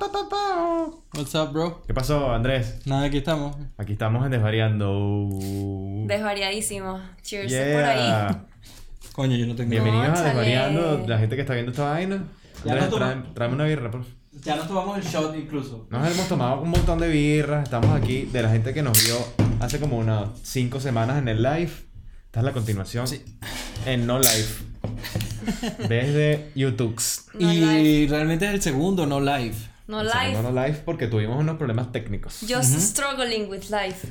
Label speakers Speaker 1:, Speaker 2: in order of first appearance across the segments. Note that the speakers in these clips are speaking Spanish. Speaker 1: What's up, bro?
Speaker 2: ¿Qué pasó, Andrés?
Speaker 1: Nada, aquí estamos.
Speaker 2: Aquí estamos en Desvariando.
Speaker 3: Desvariadísimo. Cheers por
Speaker 2: Yeah.
Speaker 3: ahí.
Speaker 1: Coño, yo no tengo.
Speaker 2: Bienvenidos a
Speaker 3: Cónchale.
Speaker 2: Desvariando, la gente que está viendo esta vaina.
Speaker 1: Ya
Speaker 2: Andrés,
Speaker 1: no tomo-
Speaker 2: tráeme, tráeme una birra, por favor.
Speaker 1: Ya nos tomamos el shot incluso.
Speaker 2: Nos hemos tomado un montón de birras. Estamos aquí de la gente que nos vio hace como unas 5 semanas en el live. Esta es la continuación. En no live. Desde YouTube.
Speaker 3: No
Speaker 1: y
Speaker 3: live.
Speaker 1: realmente es el segundo, no live.
Speaker 3: No
Speaker 2: El segundo No
Speaker 3: life.
Speaker 2: live porque tuvimos unos problemas técnicos.
Speaker 3: Just struggling with life.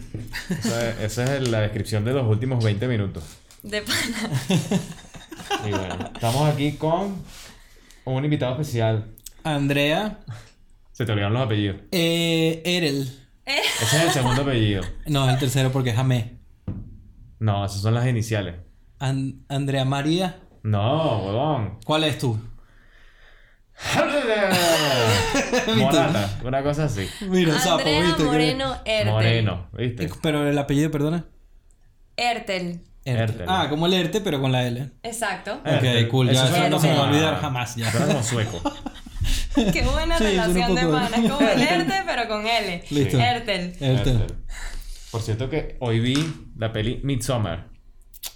Speaker 2: Esa es, esa es la descripción de los últimos 20 minutos.
Speaker 3: De pana.
Speaker 2: Y bueno, estamos aquí con un invitado especial.
Speaker 1: Andrea
Speaker 2: Se te olvidaron los apellidos.
Speaker 1: eh, Erel.
Speaker 2: Ese es el segundo apellido.
Speaker 1: No, el tercero porque es Jamé.
Speaker 2: No, esas son las iniciales.
Speaker 1: An- Andrea María.
Speaker 2: No, huevón.
Speaker 1: ¿Cuál es tú?
Speaker 2: Morata, una cosa así.
Speaker 1: Mira, sapo,
Speaker 3: Andrea
Speaker 1: ¿viste?
Speaker 3: Moreno Ertel.
Speaker 2: Moreno, ¿viste?
Speaker 1: Eh, Pero el apellido, perdona.
Speaker 3: Ertel.
Speaker 1: Erte.
Speaker 2: Ertel.
Speaker 1: Ah, como el Erte, pero con la L.
Speaker 3: Exacto.
Speaker 2: Ertel.
Speaker 1: Ok, cool, ya,
Speaker 2: suena
Speaker 3: eso no se me
Speaker 2: como
Speaker 1: va a olvidar jamás, ya.
Speaker 2: Suena como sueco.
Speaker 3: Qué buena
Speaker 1: Sí, suena un
Speaker 3: relación de
Speaker 1: poco-
Speaker 3: pana. Es como el Erte, pero con L.
Speaker 1: Listo. Eh.
Speaker 3: Ertel.
Speaker 1: Ertel.
Speaker 2: Ertel. Por cierto que hoy vi la peli Midsommar.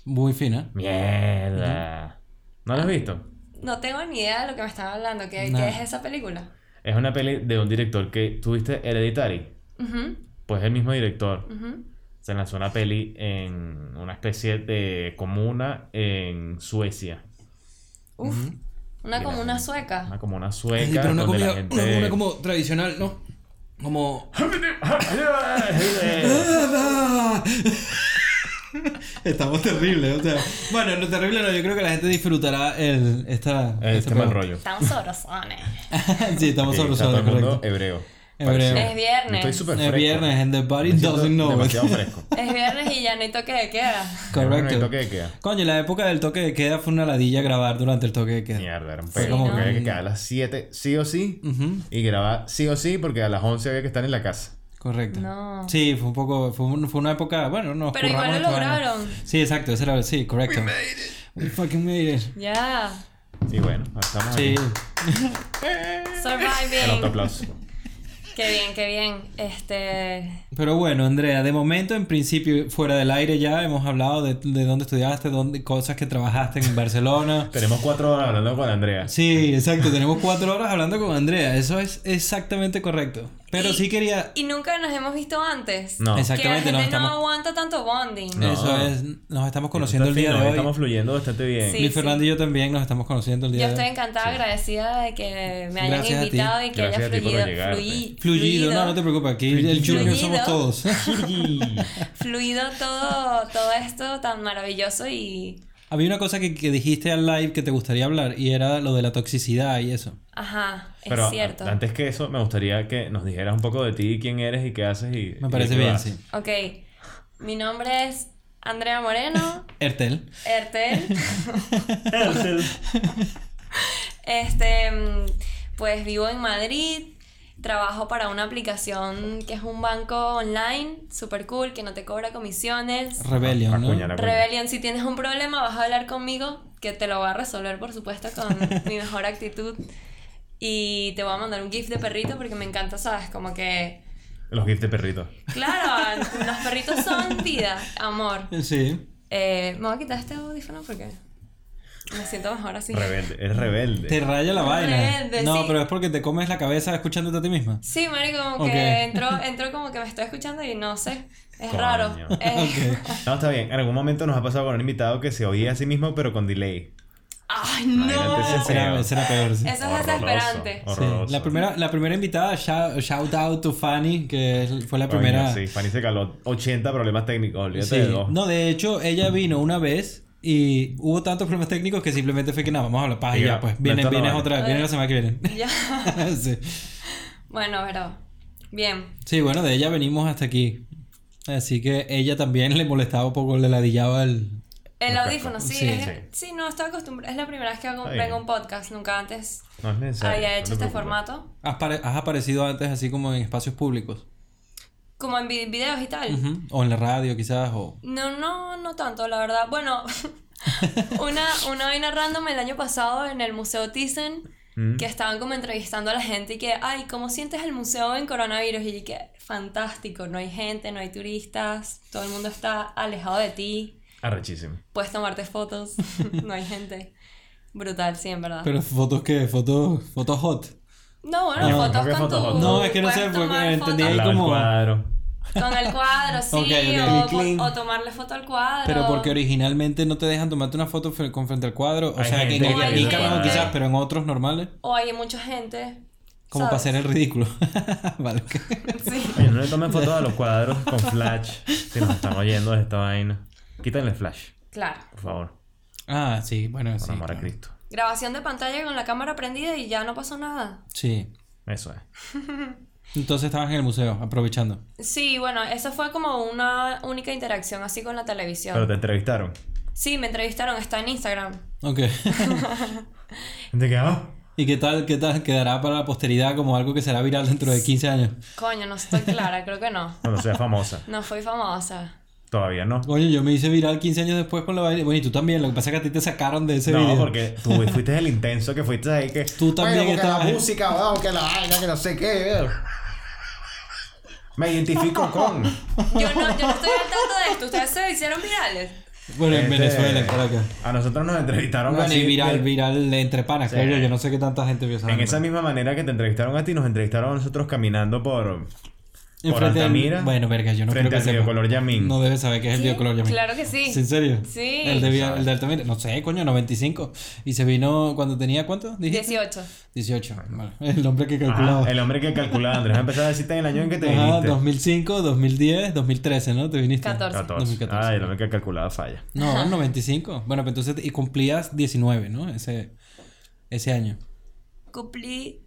Speaker 1: Muy fina.
Speaker 2: Mierda. ¿No la has visto?
Speaker 3: No tengo ni idea de lo que me están hablando. ¿Qué,
Speaker 1: Nada.
Speaker 3: qué es esa película?
Speaker 2: Es una peli de un director que tuviste Hereditary.
Speaker 3: Ujú,
Speaker 2: Pues el mismo director.
Speaker 3: ujú.
Speaker 2: Se lanzó una peli en una especie de comuna en Suecia.
Speaker 3: Uf. Una
Speaker 2: Mira.
Speaker 3: comuna sueca.
Speaker 2: Una comuna
Speaker 1: Sí,
Speaker 2: sueca
Speaker 1: pero una
Speaker 2: donde
Speaker 1: comida,
Speaker 2: la gente...
Speaker 1: una, una como tradicional, ¿no? Como... Estamos terribles, o sea... Bueno, no terrible no, yo creo que la gente disfrutará el, esta...
Speaker 2: este
Speaker 1: este
Speaker 2: mal
Speaker 1: pedo.
Speaker 2: rollo.
Speaker 3: Estamos sabrosones.
Speaker 1: sí, estamos
Speaker 2: Sí,
Speaker 1: sobre
Speaker 2: está todo el mundo
Speaker 1: correcto.
Speaker 2: hebreo.
Speaker 1: Hebreo.
Speaker 2: Parece-
Speaker 3: Es viernes.
Speaker 2: Estoy súper
Speaker 1: Es
Speaker 2: fresco.
Speaker 1: viernes, and the
Speaker 2: Me
Speaker 1: body
Speaker 2: siento
Speaker 1: doesn't know it.
Speaker 2: Demasiado fresco.
Speaker 3: Es viernes y ya no hay toque de queda.
Speaker 2: No, no,
Speaker 1: Correcto.
Speaker 2: no, toque de queda.
Speaker 1: Coño, la época del toque de queda fue una ladilla grabar durante el toque de queda.
Speaker 2: Mierda, era un
Speaker 1: Fue
Speaker 2: pedo.
Speaker 1: como
Speaker 2: Porque
Speaker 1: que-
Speaker 2: había que quedar a las 7 sí o sí.
Speaker 1: Ujú,
Speaker 2: Y grabar sí o sí porque a las 11 había que estar en la casa.
Speaker 1: Correcto.
Speaker 3: No.
Speaker 1: Sí, fue un poco... Fue, un- fue una época... Bueno, no.
Speaker 3: Pero igual lo lograron.
Speaker 1: Sí, exacto. Ese era... Sí, correcto. We made it. We fucking made it.
Speaker 3: Ya.
Speaker 2: Y bueno, estamos
Speaker 1: Sí.
Speaker 2: aquí. El
Speaker 3: Surviving.
Speaker 2: autoaplauso.
Speaker 3: Qué bien, qué bien. Este.
Speaker 1: Pero bueno, Andrea, de momento, en principio, fuera del aire ya hemos hablado de, de dónde estudiaste, dónde, cosas que trabajaste en Barcelona.
Speaker 2: Tenemos cuatro horas hablando con Andrea.
Speaker 1: Sí, exacto, tenemos cuatro horas hablando con Andrea, eso es exactamente correcto. Pero sí quería...
Speaker 3: Y nunca nos hemos visto antes.
Speaker 2: No.
Speaker 1: Exacto.
Speaker 3: Que la
Speaker 1: Exactamente,
Speaker 3: gente
Speaker 1: no,
Speaker 3: no,
Speaker 1: estamos-
Speaker 3: aguanta tanto bonding.
Speaker 2: No.
Speaker 1: Eso es, nos estamos conociendo el día
Speaker 2: Está
Speaker 1: de
Speaker 2: fino,
Speaker 1: hoy.
Speaker 2: Estamos fluyendo bastante bien.
Speaker 3: Sí.
Speaker 1: Mi Fernando y yo también nos estamos conociendo el
Speaker 3: Yo
Speaker 1: día de
Speaker 3: estoy
Speaker 1: hoy.
Speaker 3: encantada, agradecida de que me hayan
Speaker 1: Gracias a ti.
Speaker 3: invitado y que
Speaker 2: Gracias
Speaker 3: haya
Speaker 2: a ti por
Speaker 3: fluido.
Speaker 2: llegar,
Speaker 3: flui-
Speaker 1: Fluido, no, no te preocupes, aquí el Junior
Speaker 3: Fluido.
Speaker 1: somos todos.
Speaker 3: fluido todo, todo esto tan maravilloso y.
Speaker 1: Había una cosa que, que dijiste al live que te gustaría hablar y era lo de la toxicidad y eso.
Speaker 3: Ajá, es
Speaker 2: Pero a-
Speaker 3: cierto.
Speaker 2: antes que eso, me gustaría que nos dijeras un poco de ti, quién eres y qué haces. Y,
Speaker 1: Me
Speaker 2: y
Speaker 1: parece
Speaker 2: qué
Speaker 1: bien,
Speaker 2: vas.
Speaker 1: sí.
Speaker 3: Ok. Mi nombre es Andrea Moreno,
Speaker 1: Ertel.
Speaker 3: Ertel. Este, mm, pues vivo en Madrid, trabajo para una aplicación que es un banco online, super cool, que no te cobra
Speaker 1: Ah,
Speaker 2: Ah,
Speaker 3: comisiones.
Speaker 1: Rebellion, ¿no?
Speaker 2: Acuñala, acuñala.
Speaker 3: Rebellion, si tienes un problema, vas a hablar conmigo, que te lo va a resolver, por supuesto, con mi mejor actitud. Y te voy a mandar un GIF de perrito porque me encanta, ¿sabes? Como que,
Speaker 2: Los gifs de perrito.
Speaker 3: claro, los perritos son vida, amor.
Speaker 1: Sí.
Speaker 3: Eh, me voy a quitar este audífono porque me siento mejor así.
Speaker 2: Rebelde. Eres rebelde.
Speaker 1: Te raya la vaina.
Speaker 3: Rebelde,
Speaker 1: no,
Speaker 3: sí.
Speaker 1: pero es porque te comes la cabeza escuchándote a ti misma.
Speaker 3: Sí, marico, como
Speaker 1: Ok.
Speaker 3: que entró, entró como que me está escuchando y no sé. Es
Speaker 2: Coño.
Speaker 3: raro. Eh,
Speaker 1: Ok.
Speaker 2: No, está bien. En algún momento nos ha pasado con un invitado que se oía a sí mismo, pero con delay.
Speaker 3: Ay,
Speaker 2: Imagínate
Speaker 3: no.
Speaker 2: ese
Speaker 3: Eso
Speaker 1: Ese era,
Speaker 2: Feo.
Speaker 1: ese era peor. sí.
Speaker 3: es desesperante.
Speaker 1: Sí,
Speaker 2: Horroroso.
Speaker 1: La, primera, la primera invitada, shout, shout out to Fanny, que es- fue la
Speaker 2: Coño,
Speaker 1: primera.
Speaker 2: Sí, Fanny se caló 80 problemas técnicos. Olvídate
Speaker 1: Sí.
Speaker 2: de dos.
Speaker 1: No, de hecho, ella vino una vez y hubo tantos problemas técnicos que simplemente fue que nada, vamos a hablar paja y
Speaker 2: Diga,
Speaker 1: ya, pues.
Speaker 2: no,
Speaker 1: Vienes,
Speaker 2: esto no
Speaker 1: vienes
Speaker 2: vale.
Speaker 1: otra vez, vienes la semana que viene.
Speaker 3: Ya.
Speaker 1: sí.
Speaker 3: Bueno, pero. Bien.
Speaker 1: Sí, bueno, de ella venimos hasta aquí. Así que ella también le molestaba un poco, le ladillaba el.
Speaker 3: El
Speaker 2: Los
Speaker 3: audífono, sí.
Speaker 1: Sí,
Speaker 3: es-
Speaker 2: sí.
Speaker 3: sí, no, estoy acostumbrada. Es la primera vez que hago,
Speaker 2: Está bien.
Speaker 3: vengo a un podcast. Nunca antes
Speaker 2: No es necesario.
Speaker 3: había
Speaker 2: no
Speaker 3: hecho
Speaker 2: te
Speaker 3: este
Speaker 2: preocupes.
Speaker 3: formato.
Speaker 1: Has, pare- has aparecido antes así como en espacios públicos.
Speaker 3: Como en vi- videos y tal.
Speaker 1: Ujú. O en la radio, quizás, o.
Speaker 3: No, no, no tanto, la verdad. Bueno, una, una vaina random el año pasado en el Museo Thyssen.
Speaker 2: Mm.
Speaker 3: que estaban como entrevistando a la gente y que, ay, ¿cómo sientes el museo en coronavirus? Y yo que, fantástico, no hay gente, no hay turistas, todo el mundo está alejado de ti,
Speaker 2: Arrechísimo.
Speaker 3: puedes tomarte fotos, no hay gente. Brutal, sí, en verdad.
Speaker 1: Pero fotos qué, fotos, fotos hot.
Speaker 3: no, bueno,
Speaker 1: No,
Speaker 3: fotos
Speaker 2: creo que
Speaker 3: con
Speaker 2: fotos,
Speaker 3: tu...
Speaker 2: fotos.
Speaker 1: No, es que no
Speaker 3: puedes
Speaker 1: sé, porque
Speaker 3: tomar
Speaker 1: entendí
Speaker 2: Al
Speaker 1: ahí
Speaker 3: fotos
Speaker 2: lado del
Speaker 1: como-
Speaker 2: cuadro.
Speaker 3: Con el cuadro, sí,
Speaker 1: Ok,
Speaker 3: o,
Speaker 1: ok. Clean.
Speaker 3: o tomarle foto al cuadro.
Speaker 1: Pero porque originalmente no te dejan tomarte una foto fre- con frente al cuadro. O
Speaker 2: Hay
Speaker 1: sea, que en
Speaker 2: gente
Speaker 3: que
Speaker 1: el
Speaker 3: tiene
Speaker 1: Ícaro
Speaker 3: gente.
Speaker 1: quizás, pero en otros normales.
Speaker 3: O hay mucha gente.
Speaker 1: Como para
Speaker 3: ¿sabes?
Speaker 1: hacer el ridículo. vale, ok.
Speaker 3: Sí.
Speaker 2: Oye, no le tomen fotos a los cuadros con flash si nos están oyendo de esta vaina. Quítenle flash,
Speaker 3: Claro.
Speaker 2: por favor.
Speaker 1: Ah, sí, bueno,
Speaker 2: Por
Speaker 1: sí.
Speaker 2: amor a
Speaker 1: claro.
Speaker 2: Cristo.
Speaker 3: Grabación de pantalla con la cámara prendida y ya no pasó nada.
Speaker 1: Sí.
Speaker 2: Eso es.
Speaker 1: Entonces estabas en el museo, aprovechando.
Speaker 3: Sí, bueno, eso fue como una única interacción así con la televisión.
Speaker 2: Pero te entrevistaron.
Speaker 3: Sí, me entrevistaron, está en Instagram.
Speaker 1: Ok.
Speaker 2: ¿Te quedó?
Speaker 1: ¿Y qué tal, qué tal quedará para la posteridad como algo que será viral dentro de 15 años?
Speaker 3: Coño, no estoy clara, creo que no.
Speaker 2: Cuando sea famosa.
Speaker 3: No fui famosa.
Speaker 2: Todavía no.
Speaker 1: Coño, yo me hice viral 15 años después con la vaina. Bueno, y tú también, lo que pasa es que a ti te sacaron de ese
Speaker 2: no,
Speaker 1: video.
Speaker 2: porque tú fuiste el intenso que fuiste ahí que.
Speaker 1: Tú también
Speaker 2: porque
Speaker 1: estabas-
Speaker 2: la música, weón, que la vaina, que no sé qué. Me identifico con.
Speaker 3: Yo no, yo no estoy al tanto de esto. Ustedes se hicieron virales.
Speaker 1: Bueno, en
Speaker 2: Este,
Speaker 1: Venezuela, en Caracas.
Speaker 2: A nosotros nos entrevistaron
Speaker 1: Bueno,
Speaker 2: así.
Speaker 1: y viral,
Speaker 2: de-
Speaker 1: viral de entre panas,
Speaker 2: Sí.
Speaker 1: coño, yo no sé qué tanta gente vio esa
Speaker 2: En
Speaker 1: vaina.
Speaker 2: esa misma manera que te entrevistaron a ti, nos entrevistaron a nosotros caminando por. por
Speaker 1: Enfrente del-
Speaker 2: Altamira,
Speaker 1: Bueno, verga, yo no
Speaker 2: frente
Speaker 1: creo que
Speaker 2: al
Speaker 1: sepa.
Speaker 2: biocolor Yamín.
Speaker 1: No debe saber qué es el
Speaker 3: ¿Sí?
Speaker 1: biocolor Yamín.
Speaker 3: Claro que sí.
Speaker 1: ¿Sí, ¿En serio?
Speaker 3: Sí.
Speaker 1: El de, Via-
Speaker 2: Sabe.
Speaker 1: el de Altamira. No sé, coño, 95. Y se vino cuando tenía, ¿cuánto? Dijiste.
Speaker 3: 18.
Speaker 1: 18. Bueno, el hombre que
Speaker 2: Ajá,
Speaker 1: calculaba.
Speaker 2: Ah, el hombre que calculaba, Andrés. Empezaba a decirte en el año en que te
Speaker 1: Ajá,
Speaker 2: viniste.
Speaker 1: 2005, 2010, 2013, ¿no? Te viniste.
Speaker 3: 14.
Speaker 2: 14.
Speaker 1: 2014.
Speaker 2: Ay, el hombre que calculaba falla.
Speaker 1: No, 95. Bueno, pero entonces, y cumplías 19, ¿no? Ese, ese año.
Speaker 3: Cumplí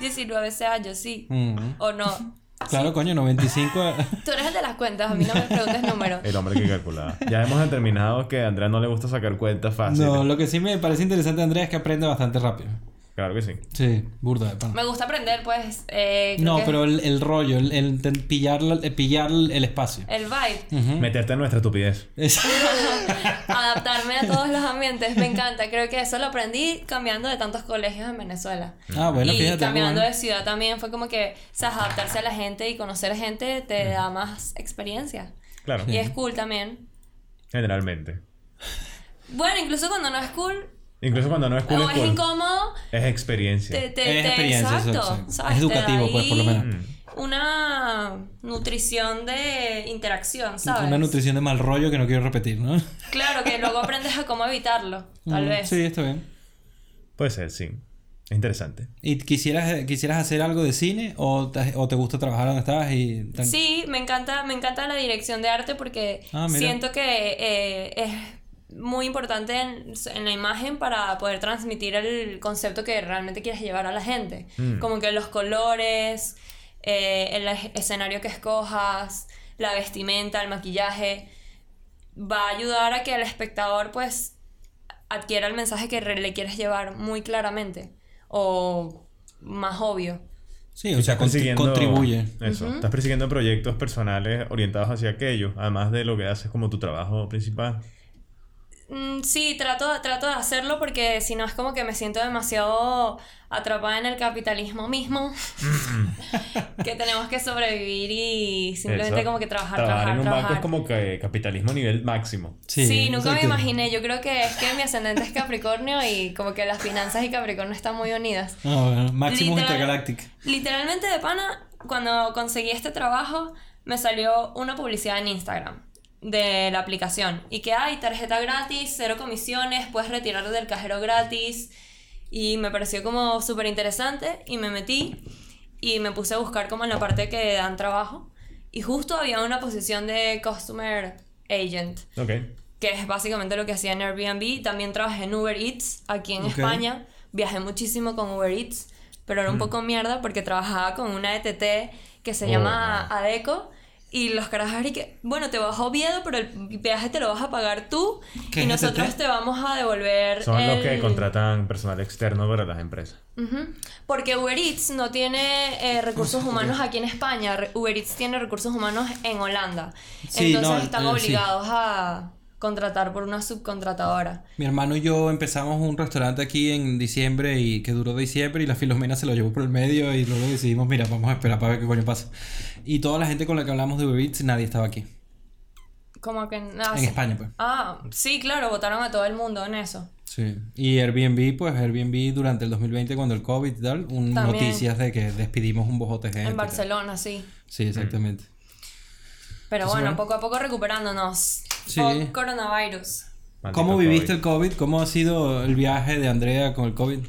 Speaker 3: 19 ese año, sí.
Speaker 1: Mm.
Speaker 3: O no.
Speaker 1: Claro, coño, 95. a-
Speaker 3: Tú eres el de las cuentas, a mí no me preguntes números.
Speaker 2: El hombre que calculaba. Ya hemos determinado que a Andrés no le gusta sacar cuentas fáciles.
Speaker 1: no, lo que sí me parece interesante, Andrea, es que aprende bastante rápido.
Speaker 2: Claro que sí.
Speaker 1: Sí, burda de pana.
Speaker 3: Me gusta aprender, pues. eh, creo
Speaker 1: No,
Speaker 3: que
Speaker 1: pero el, el rollo, el, el ten- pillar, la- eh, pillar el espacio.
Speaker 3: El vibe.
Speaker 1: Ujú.
Speaker 2: Meterte en nuestra estupidez.
Speaker 1: Es-
Speaker 3: Adaptarme a todos los ambientes, me encanta. Creo que eso lo aprendí cambiando de tantos colegios en Venezuela.
Speaker 1: ah, bueno,
Speaker 3: y
Speaker 1: fíjate. algo
Speaker 3: cambiando
Speaker 1: bueno.
Speaker 3: de ciudad también fue como que, sabes, adaptarse a la gente y conocer gente te da más experiencia.
Speaker 2: Claro.
Speaker 3: Y es cool también.
Speaker 2: Generalmente.
Speaker 3: Bueno, incluso cuando no es cool
Speaker 2: Incluso cuando no es cool,
Speaker 3: o
Speaker 2: es,
Speaker 3: es
Speaker 2: cool.
Speaker 3: incómodo,
Speaker 2: Es experiencia.
Speaker 3: te, te,
Speaker 1: Es
Speaker 3: te-
Speaker 1: experiencia, eso,
Speaker 3: exacto,
Speaker 1: sí.
Speaker 3: ¿sabes?
Speaker 1: Es
Speaker 3: Te da
Speaker 1: educativo, pues, por lo
Speaker 3: ahí
Speaker 1: menos.
Speaker 2: Mm.
Speaker 3: Una nutrición de interacción, ¿sabes?
Speaker 1: Una nutrición de mal rollo que no quiero repetir, ¿no?
Speaker 3: Claro, que luego aprendes a cómo evitarlo, tal
Speaker 1: Mm,
Speaker 3: vez.
Speaker 1: Sí, está bien.
Speaker 2: Puede ser, sí. Es interesante.
Speaker 1: ¿Y quisieras, eh, quisieras hacer algo de cine o te, o te gusta trabajar donde estabas y tan-
Speaker 3: Sí, me encanta, me encanta la dirección de arte porque
Speaker 1: Ah, mira.
Speaker 3: siento que eh, es muy importante en, en la imagen para poder transmitir el concepto que realmente quieres llevar a la gente.
Speaker 2: Mm.
Speaker 3: Como que los colores, eh, el es- escenario que escojas, la vestimenta, el maquillaje, va a ayudar a que el espectador pues adquiera el mensaje que re- le quieres llevar muy claramente o más obvio.
Speaker 1: Sí, o sea, contri- contribuye.
Speaker 2: Eso. Estás persiguiendo proyectos personales orientados hacia aquello, además de lo que haces como tu trabajo principal.
Speaker 3: Mm, Sí, trato, trato de hacerlo porque si no es como que me siento demasiado atrapada en el capitalismo mismo. que tenemos que sobrevivir y simplemente
Speaker 2: Mm. Eso.
Speaker 3: como que trabajar,
Speaker 2: Trabajar
Speaker 3: trabajar,
Speaker 2: en un banco
Speaker 3: trabajar.
Speaker 2: es como que capitalismo a nivel máximo.
Speaker 3: Sí, nunca me
Speaker 1: exacto.
Speaker 3: imaginé. Yo creo que es que mi ascendente es Capricornio y como que las finanzas y Capricornio están muy unidas.
Speaker 1: Ah, bueno, Maximus
Speaker 3: Literal-
Speaker 1: Intergalactic.
Speaker 3: Literalmente de pana, cuando conseguí este trabajo, me salió una publicidad en Instagram de la aplicación. Y que hay tarjeta gratis, cero comisiones, puedes retirar del cajero gratis. Y me pareció como súper interesante y me metí y me puse a buscar como en la parte que dan trabajo. Y justo había una posición de Customer Agent
Speaker 2: Ok.
Speaker 3: que es básicamente lo que hacía en Airbnb. También trabajé en Uber Eats aquí en
Speaker 1: Ok.
Speaker 3: España. Viajé muchísimo con Uber Eats, pero
Speaker 1: Mm.
Speaker 3: era un poco mierda porque trabajaba con una ETT que se
Speaker 2: Oh,
Speaker 3: llama
Speaker 2: no.
Speaker 3: Adeco. Y los carajos y que, bueno, te vas a Oviedo, pero el viaje te lo vas a pagar tú
Speaker 1: ¿Qué
Speaker 3: y
Speaker 1: es E
Speaker 3: nosotros
Speaker 1: ETT?
Speaker 3: te vamos a devolver.
Speaker 2: Son los
Speaker 3: el-
Speaker 2: que contratan personal externo para las empresas.
Speaker 3: Ujú. Porque Uber Eats no tiene eh, recursos humanos aquí en España. Re- Uber Eats tiene recursos humanos en Holanda.
Speaker 1: Sí,
Speaker 3: Entonces
Speaker 1: no,
Speaker 3: están
Speaker 1: eh, sí.
Speaker 3: obligados a, contratar por una subcontratadora.
Speaker 1: Mi hermano y yo empezamos un restaurante aquí en diciembre y que duró diciembre y la Filomena se lo llevó por el medio y luego decidimos, mira, vamos a esperar para ver qué coño pasa. Y toda la gente con la que hablamos de Uber Eats, nadie estaba aquí.
Speaker 3: Como que nada.
Speaker 1: En
Speaker 3: sí.
Speaker 1: España, pues.
Speaker 3: Ah, sí, claro, votaron a todo el mundo en eso.
Speaker 1: Sí. Y Airbnb, pues Airbnb durante el 2020 cuando el COVID y tal, un-
Speaker 3: También.
Speaker 1: noticias de que despedimos un bojote de gente. y
Speaker 3: en
Speaker 1: tal.
Speaker 3: Barcelona, sí.
Speaker 1: Sí,
Speaker 2: Mm.
Speaker 1: exactamente.
Speaker 3: Pero
Speaker 1: Entonces, bueno.
Speaker 3: bueno, poco a poco recuperándonos.
Speaker 1: Sí.
Speaker 3: Por coronavirus.
Speaker 2: Maldito
Speaker 1: ¿Cómo viviste
Speaker 2: COVID.
Speaker 1: el COVID? ¿Cómo ha sido el viaje de Andrea con el COVID?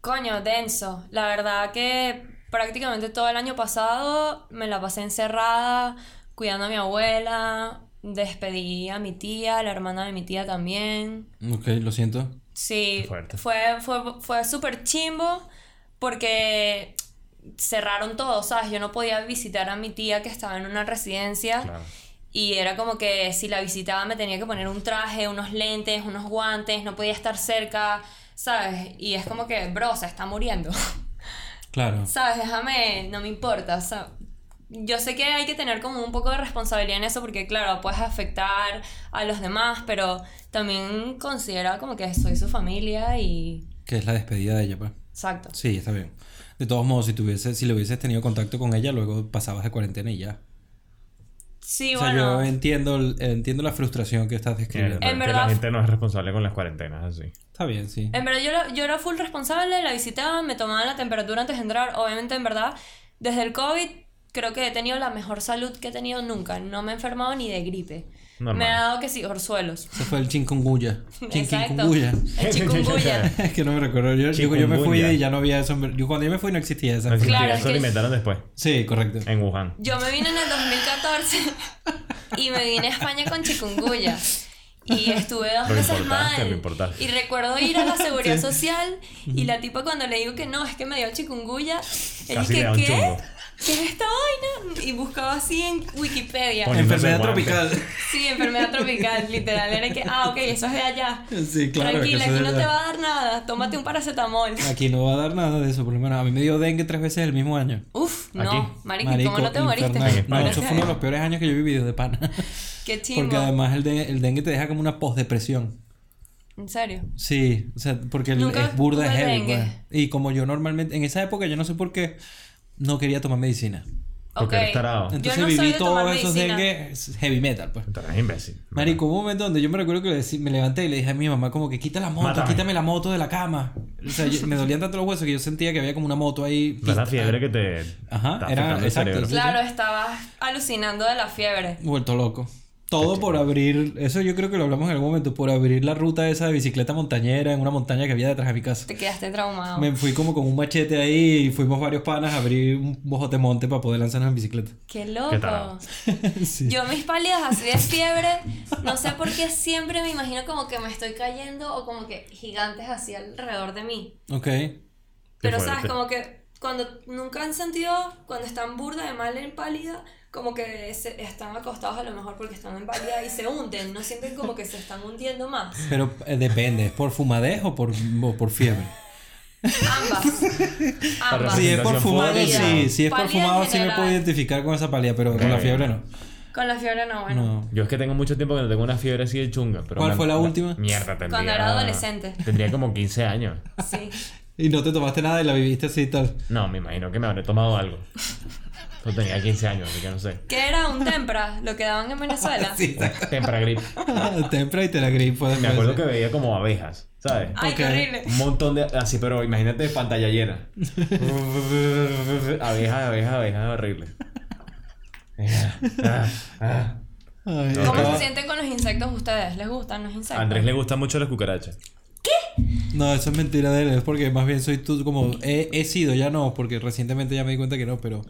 Speaker 3: Coño, denso. La verdad que prácticamente todo el año pasado me la pasé encerrada, cuidando a mi abuela, despedí a mi tía, a la hermana de mi tía también.
Speaker 1: Ok, lo siento.
Speaker 3: Sí,
Speaker 2: Qué fuerte.
Speaker 3: fue, fue, fue súper chimbo porque cerraron todo, ¿sabes? Yo no podía visitar a mi tía que estaba en una residencia.
Speaker 2: Claro.
Speaker 3: Y era como que si la visitaba me tenía que poner un traje, unos lentes, unos guantes, no podía estar cerca, ¿sabes? Y es como que, bro, se está muriendo.
Speaker 1: Claro.
Speaker 3: ¿Sabes? Déjame, no me importa. O sea, yo sé que hay que tener como un poco de responsabilidad en eso porque, claro, puedes afectar a los demás, pero también considera como que soy su familia y...
Speaker 1: Que es la despedida de ella, pues.
Speaker 3: Exacto.
Speaker 1: Sí, está bien. De todos modos, si tuviese, si le hubieses tenido contacto con ella, luego pasabas de cuarentena y ya.
Speaker 3: Sí,
Speaker 1: o sea, yo
Speaker 3: bueno.
Speaker 1: entiendo, el- entiendo la frustración que estás describiendo.
Speaker 2: Mierda,
Speaker 3: En
Speaker 2: que
Speaker 3: verdad-
Speaker 2: La gente no es responsable con las cuarentenas así.
Speaker 1: Está bien, sí.
Speaker 3: En verdad yo era, yo era full responsable, la visitaba, me tomaban la temperatura antes de entrar. Obviamente, en verdad, desde el COVID creo que he tenido la mejor salud que he tenido nunca. No me he enfermado ni de gripe.
Speaker 2: Normal.
Speaker 3: Me ha dado que sí, orzuelos.
Speaker 1: Ese fue el chingunguya.
Speaker 3: Exacto.
Speaker 1: Chingunguya.
Speaker 3: El chikungunya.
Speaker 1: Es que no me recuerdo. Yo, yo, yo me fui
Speaker 2: Chikungunya.
Speaker 1: y ya no había eso. en ver- Yo cuando yo me fui no existía esa.
Speaker 2: No existía,
Speaker 3: Claro, es
Speaker 2: eso
Speaker 3: que-
Speaker 2: lo inventaron después,
Speaker 1: Sí, correcto.
Speaker 2: en Wuhan.
Speaker 3: Yo me vine en el 2014 y me vine a España con chikungunya. Y estuve dos
Speaker 2: Lo
Speaker 3: meses
Speaker 2: importante, lo
Speaker 3: mal.
Speaker 2: importante.
Speaker 3: Y recuerdo ir a la seguridad social y la tipa cuando le digo que no, es que me dio chikungunya, ella
Speaker 2: Casi le
Speaker 3: dice
Speaker 2: da un
Speaker 3: ¿qué?
Speaker 2: chungo.
Speaker 3: ¿Qué es esta vaina? Y buscaba así en Wikipedia.
Speaker 2: Poniéndose
Speaker 1: Enfermedad
Speaker 2: guantes.
Speaker 1: tropical.
Speaker 3: Sí, enfermedad tropical, literal. Era que, ah, ok, eso es de allá.
Speaker 1: Sí, claro. que eso
Speaker 3: Tranquila, aquí
Speaker 1: es
Speaker 3: no te
Speaker 1: verdad.
Speaker 3: va a dar nada. Tómate un paracetamol.
Speaker 1: Aquí no va a dar nada de eso, por lo menos. A mí me dio dengue tres veces el mismo año.
Speaker 3: Uf,
Speaker 2: Aquí.
Speaker 3: no, marico, ¿cómo no te
Speaker 1: infernal.
Speaker 3: moriste?
Speaker 1: No,
Speaker 2: España.
Speaker 1: eso fue uno de los peores años que yo he vivido de pana.
Speaker 3: Qué chingo.
Speaker 1: Porque además el, de- el dengue te deja como una posdepresión.
Speaker 3: En serio.
Speaker 1: Sí, o sea, porque el-
Speaker 3: Nunca
Speaker 1: es burda, es
Speaker 3: tuve
Speaker 1: heavy,
Speaker 3: dengue.
Speaker 1: pues. Y como yo normalmente, en esa época yo no sé por qué no quería tomar medicina.
Speaker 2: Porque
Speaker 3: Ok.
Speaker 2: eres tarado.
Speaker 3: Yo
Speaker 1: Entonces
Speaker 3: no soy
Speaker 1: viví
Speaker 3: de tomar
Speaker 1: todos esos
Speaker 3: medicina.
Speaker 1: dengue es heavy metal, pues.
Speaker 2: Tú eres imbécil.
Speaker 1: Marico, hubo un momento donde yo me recuerdo que le decí- me levanté y le dije a mi mamá como que quita la moto,
Speaker 2: Mátame.
Speaker 1: quítame la moto de la cama. O sea, yo- me dolían tanto los huesos que yo sentía que había como una moto ahí.
Speaker 2: Da la
Speaker 1: pista.
Speaker 2: fiebre que te. está
Speaker 1: Ajá, era-
Speaker 2: afectando el
Speaker 1: exacto,
Speaker 2: cerebro.
Speaker 1: sí.
Speaker 3: Claro, estabas alucinando de la fiebre.
Speaker 1: Vuelto loco. Todo por abrir, eso yo creo que lo hablamos en algún momento, por abrir la ruta esa de bicicleta montañera en una montaña que había detrás de mi casa.
Speaker 3: Te quedaste traumado.
Speaker 1: Me fui como con un machete ahí y fuimos varios panas a abrir un bojote monte para poder lanzarnos en bicicleta.
Speaker 3: Qué
Speaker 2: Qué
Speaker 3: loco.
Speaker 2: tarado.
Speaker 1: sí.
Speaker 3: Yo mis pálidas así de fiebre, no sé por qué siempre me imagino como que me estoy cayendo o como que gigantes así alrededor de mí.
Speaker 1: Ok.
Speaker 3: Pero sabes,
Speaker 2: fuerte.
Speaker 3: como que cuando nunca han sentido, cuando están burda de mal en pálida, como que se- están acostados a lo mejor porque están en pálida y se hunden, no sienten como que se están hundiendo más.
Speaker 1: Pero eh, depende, ¿es por fumadez o por, o por fiebre?
Speaker 3: Ambas. Ambas.
Speaker 1: Si es por
Speaker 2: Presentación
Speaker 1: fumado,
Speaker 3: pálida.
Speaker 1: sí. Si es por
Speaker 3: Pálida en
Speaker 1: fumado, sí me
Speaker 3: general.
Speaker 1: puedo identificar con esa palía, pero con la fiebre no.
Speaker 3: Con la fiebre no, bueno.
Speaker 1: No.
Speaker 2: Yo es que tengo mucho tiempo que no tengo una fiebre así de chunga. Pero
Speaker 1: ¿Cuál
Speaker 2: una-
Speaker 1: fue la
Speaker 2: una-
Speaker 1: última?
Speaker 2: Mierda, tendría.
Speaker 3: Cuando era adolescente.
Speaker 2: Tendría como 15 años.
Speaker 3: Sí.
Speaker 1: Y no te tomaste nada y la viviste así y tal.
Speaker 2: No, me imagino que me habré tomado algo. Yo tenía 15 años, así que no sé.
Speaker 3: ¿Qué era un tempra? Lo que daban en Venezuela.
Speaker 1: Sí,
Speaker 2: Tempragrip.
Speaker 1: Tempra y te la pues, gripe. fue
Speaker 2: Me
Speaker 1: después,
Speaker 2: acuerdo
Speaker 1: sí.
Speaker 2: que veía como abejas, ¿sabes?
Speaker 3: Ay, qué
Speaker 1: Ok.
Speaker 3: horrible.
Speaker 2: Un montón de. Así, pero imagínate pantalla llena. abejas, abejas, abejas, horrible. Ah, ah.
Speaker 1: Ay,
Speaker 2: No,
Speaker 3: ¿Cómo
Speaker 1: estaba-
Speaker 3: se sienten con los insectos ustedes? ¿Les gustan los
Speaker 2: A
Speaker 3: insectos?
Speaker 2: Andrés le gustan mucho las cucarachas.
Speaker 1: No, eso es mentira de él. Es porque más bien soy tú como... He, he sido, ya no, porque recientemente ya me di cuenta que no, pero...